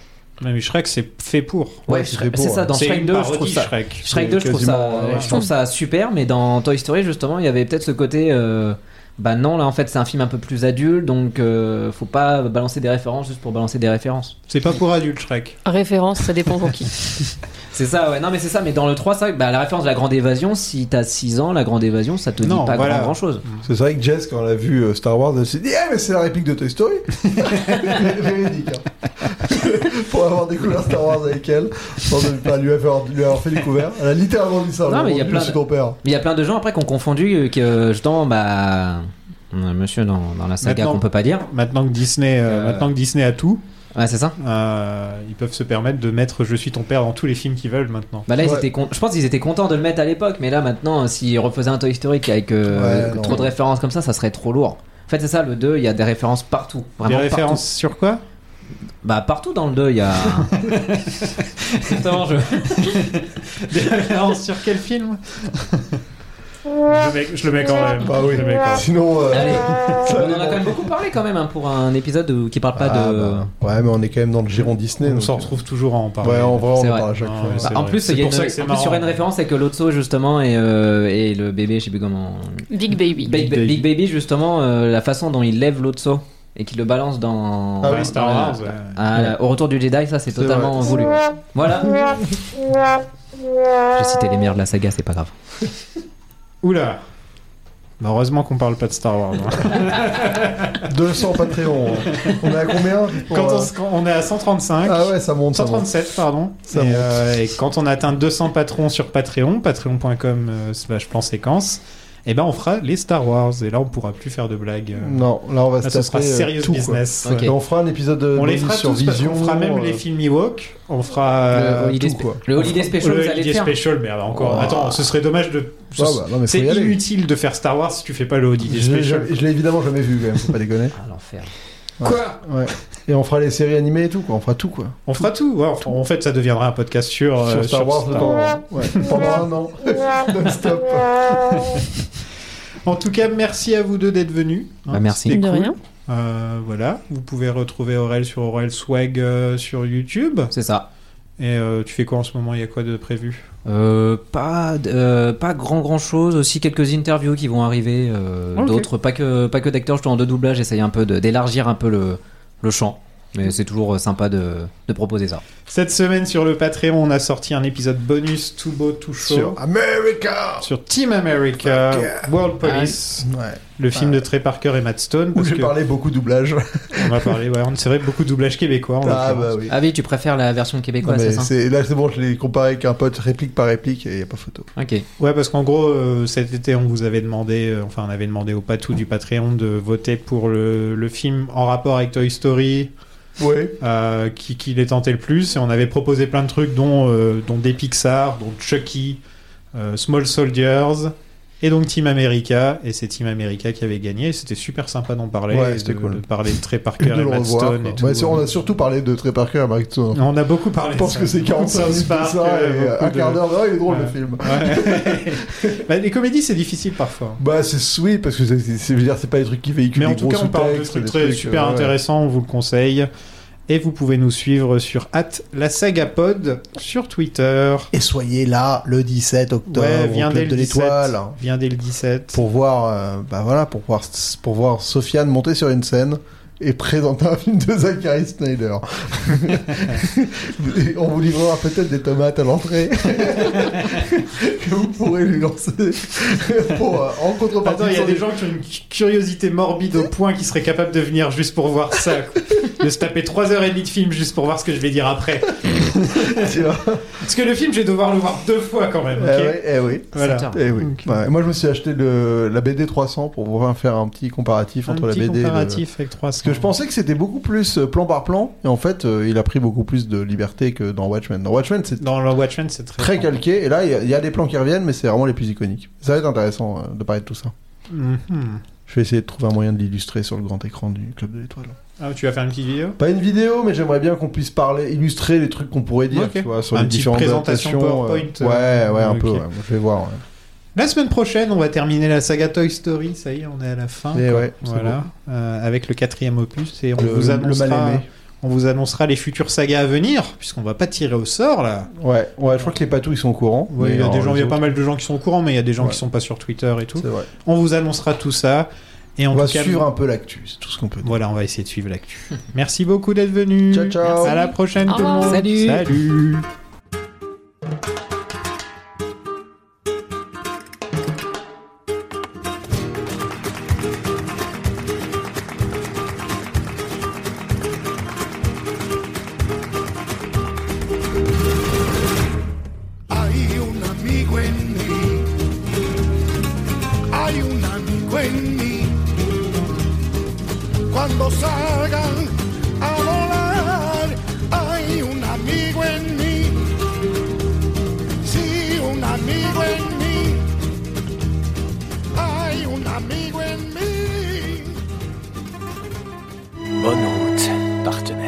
O: Ouais, Mais Shrek, c'est fait pour.
I: Ouais, Shrek- c'est ça, dans
O: C'est
I: Shrek
O: une
I: 2, je
O: parodie,
I: trouve ça.
O: Shrek,
I: Shrek 2, je trouve ça,
O: Quasiment, ouais.
I: je trouve ça super, mais dans Toy Story, justement, il y avait peut-être ce côté. euh, bah non, là en fait c'est un film un peu plus adulte, donc euh, faut pas balancer des références juste pour balancer des références.
O: C'est pas pour adultes, Shrek.
G: Référence, ça dépend pour qui.
I: C'est ça, ouais, non mais c'est ça, mais dans le 3, ça, bah, la référence de la grande évasion, si t'as 6 ans, la grande évasion, ça te dit pas grand chose.
P: C'est vrai que Jess, quand elle a vu euh, Star Wars, elle s'est dit Eh, mais c'est la réplique de Toy Story Véridique, hein. Pour avoir découvert Star Wars avec elle, sans de- pas lui avoir, lui avoir fait découvert. Elle a littéralement dit ça.
I: Non, mais il y a
P: Je
I: plein
P: suis
I: de-
P: ton père.
I: Mais il y a plein de gens après qui ont confondu euh, que euh, justement bah on a un monsieur dans, dans la saga
O: Maintenant-
I: qu'on peut pas dire.
O: Maintenant que Disney, euh, maintenant que Disney a tout.
I: Ouais, c'est ça.
O: Euh, ils peuvent se permettre de mettre Je suis ton père dans tous les films qu'ils veulent maintenant.
I: Bah là ils étaient con- je pense qu'ils étaient contents de le mettre à l'époque mais là maintenant euh, s'ils refaisaient un Toy Story avec euh,
O: Ouais, non.
I: trop de références comme ça ça serait trop lourd. En fait c'est ça le 2 il y a des références partout.
O: Des
I: Vraiment
O: références sur quoi
I: partout. Bah partout dans le 2, il y a. Justement, je.
O: sur quel film
A: Je
O: le mets- je le mets quand même.
P: Bah oui.
O: Je le mets quand même.
P: Sinon, euh,
I: Allez, on en a quand même beaucoup parlé quand même hein, pour un épisode où- qui parle pas
P: Ah,
I: de.
P: bah, ouais, mais on est quand même dans le giron Disney. On s'en
O: retrouve Ah, toujours à en parler.
P: Ouais, on va
I: C'est
P: en
I: vrai.
P: parler à chaque fois.
I: Bah, en plus, il y a une, en plus, il y aurait une référence avec l'Otso justement et, euh, et le bébé, je sais plus comment.
G: Big Baby.
I: Big, Ba- Big Baby, justement, euh, la façon dont il lève l'Otso et qu'il le balance dans.
O: Ah oui,
I: dans
O: Star
I: la-
O: Wars, ouais.
I: à la- au retour du Jedi, ça c'est
O: C'est
I: totalement
O: vrai.
I: voulu. Voilà. J'ai cité les meilleurs de la saga, c'est pas grave.
O: Oula Bah, heureusement qu'on parle pas de Star Wars. hein.
P: 200 Patreon. hein. On est à combien pour,
O: quand on,
P: euh,
O: se- quand on est à 135.
P: Ah ouais, ça monte. ça monte.
O: 137, pardon.
P: Ça
O: et,
P: monte.
O: euh, et quand on atteint 200 patrons sur Patreon, patreon.com euh, slash plan séquence, et ben on fera les Star Wars. Et là, on pourra plus faire de blagues. euh.
P: Non, là on va
O: Là,
P: se
O: ce sera
P: taper euh,
O: serious
P: tout, quoi.
O: business.
P: Et On fera un épisode de
O: on les
P: bonus
O: fera
P: sur
O: tous, parce
P: Vision.
O: qu'on fera même
P: euh,
O: les films Ewok, on fera euh,
P: Le Holiday
O: tout,
P: Spe-
O: quoi.
P: le
O: On
P: Holiday
O: fera-
P: Special,
O: le
P: vous allez
O: Holiday
P: le faire.
O: Special, mais alors encore,
P: Oh.
O: attends, ce serait dommage de. ce-
P: Ah bah, non, mais faut
O: c'est
P: y aller.
O: inutile de faire Star Wars si tu fais pas le Holiday
P: Je l'ai
O: Special.
P: jamais- je l'ai évidemment jamais vu quand même, faut pas déconner.
I: Ah, l'enfer.
O: Quoi
P: Ouais. Et on fera les séries animées et tout, quoi. On fera tout, quoi.
O: On fera tout. ouais, on- En fait, ça deviendra un podcast sur, euh,
P: Sur Star Wars pendant- ouais, pendant un an. Non-stop.
O: En tout cas, merci à vous deux d'être venus. hein,
I: Bah, merci.
O: c'était
I: De
O: cool.
I: rien.
O: Euh, voilà, vous pouvez retrouver Aurel sur Aurel Swag euh, sur YouTube.
I: C'est ça.
O: Et euh, tu fais quoi en ce moment Il y a quoi de prévu
I: Euh, pas, d- euh, pas grand grand chose, aussi quelques interviews qui vont arriver, euh,
O: Ok.
I: d'autres, pas que, pas que d'acteurs, je suis en deux doublages, j'essaye un peu de- d'élargir un peu le, le champ,
O: Mm.
I: mais c'est toujours euh, sympa de, de proposer ça.
O: Cette semaine sur le Patreon, on a sorti un épisode bonus tout beau, tout chaud.
P: Sur America
O: Sur Team America,
P: Fuck yeah.
O: World Police,
P: Ouais.
O: le film de Trey Parker et Matt Stone.
P: Où
O: parce
P: j'ai
O: que-
P: parlé beaucoup doublage.
O: On va parler, ouais, on- c'est vrai, beaucoup de doublage québécois. en
P: Ah,
O: l'occurrence.
P: bah oui.
I: Ah oui, tu préfères la version québécoise,
P: Mais
I: c'est ça
P: c'est- Là, c'est bon, je l'ai comparé avec un pote réplique par réplique et y a pas photo.
I: Ok.
O: Ouais, parce qu'en gros, euh, cet été, on vous avait demandé, euh, enfin, on avait demandé au patou du Patreon de voter pour le, le film en rapport avec Toy Story.
P: Ouais.
O: Euh, qui, qui les tentait le plus. Et on avait proposé plein de trucs, dont, euh, dont des Pixar, dont Chucky, euh, Small Soldiers. Et donc Team America, et c'est Team America qui avait gagné, et c'était super sympa d'en parler,
P: Ouais,
O: et
P: c'était
O: de,
P: cool.
O: de parler de Trey
P: Et
O: Parker
P: de
O: et
P: le
O: Matt
P: revoir.
O: Stone
P: quoi.
O: et tout.
P: Ouais, c'est- on a surtout parlé de Trey Parker et Matt Stone.
O: On a beaucoup parlé
P: Je pense
O: de
P: que
O: ça.
P: c'est 45 minutes de
O: South Park,
P: ça
O: euh,
P: et
O: beaucoup
P: un
O: de-
P: quart d'heure. de- Oh, il est drôle le
O: Ouais.
P: film.
O: Bah, les comédies, c'est difficile parfois.
P: Bah c'est sweet parce que c'est- c'est c'est- je veux dire c'est pas des trucs qui véhiculent
O: Mais en
P: des
O: tout
P: gros
O: cas, on parle de
P: sous-textes,
O: trucs
P: des
O: très super
P: euh, ouais.
O: intéressants, on vous le conseille. Et vous pouvez nous suivre sur la sagapod sur Twitter.
F: Et soyez là le 17 octobre
O: Ouais,
F: au
O: viens dès
F: Club
O: le
F: de
O: 17.
F: l'Étoile.
O: Viens dès le 17.
P: pour voir euh, bah voilà pour voir pour voir Sofiane monter sur une scène et présenter un film de Zachary Snyder. Et on vous livrera peut-être des tomates à l'entrée que vous pourrez lui lancer pour euh, en contrepartie.
O: Attends, il y a
P: sans-
O: des gens qui ont une cu- curiosité morbide au point qu'ils seraient capables de venir juste pour voir ça. quoi. de se taper 3h30 de film juste pour voir ce que je vais dire après.
P: Tu vois
O: Parce que le film, je vais devoir le voir deux fois quand même. ok
P: Eh oui, eh oui.
O: Voilà.
P: Eh oui. Ouais, moi, je me suis acheté le, la BD 300 pour pouvoir faire un petit comparatif
O: Un
P: entre
O: petit
P: la BD. et le-
O: comparatif avec 300.
P: Parce que je pensais que c'était beaucoup plus euh, plan par plan, et en fait, euh, il a pris beaucoup plus de liberté que dans Watchmen. Dans Watchmen, c'est
O: Dans le Watchmen, c'est très.
P: très calqué, et là, il y a- il y, a des plans qui reviennent, mais c'est vraiment les plus iconiques. Ça va être intéressant euh, de parler de tout ça.
O: Mhm.
P: Je vais essayer de trouver un moyen de l'illustrer sur le grand écran du Club de l'Étoile.
O: Ah, tu vas faire une petite vidéo
P: Pas une vidéo, mais j'aimerais bien qu'on puisse parler, illustrer les trucs qu'on pourrait dire,
O: Ok.
P: tu vois, sur
O: Un
P: les
O: petit
P: différentes
O: présentation
P: adaptations, euh,
O: PowerPoint, euh,
P: Ouais, ouais, un
O: ok.
P: peu. ouais. Je vais voir. ouais.
O: La semaine prochaine, on va terminer la saga Toy Story. Ça y est, on est à la fin.
P: Et Eh ouais, c'est
O: voilà. Euh, avec le quatrième opus et on
P: Le-
O: vous
P: le mal
O: annoncera.
P: aimé.
O: on vous annoncera les futures sagas à venir, puisqu'on va pas tirer au sort là.
P: Ouais, ouais, je crois que les patous ils sont au courant.
O: Ouais, il y a
P: Mais
O: des
P: alors,
O: gens, il y
P: les
O: a pas
P: autres,
O: mal de gens qui sont au courant, mais il y a des gens
P: Ouais.
O: qui sont pas sur Twitter et tout.
P: C'est vrai.
O: On vous annoncera tout ça. Et en
P: On
O: tout
P: va
O: cas,
P: suivre un peu l'actu, c'est tout ce qu'on peut dire.
O: Voilà, on va essayer de suivre l'actu. Merci beaucoup d'être venu. Ciao,
P: ciao.
O: À la prochaine,
P: Au
O: tout le
P: revoir.
O: monde.
P: Salut.
O: Salut.
H: Hay un amigo en mí. Hay un amigo en mí. Cuando salgan a volar, hay un amigo en mí. Sí, un amigo en mí. Hay un amigo en mí.
C: Bonne route, partenaire.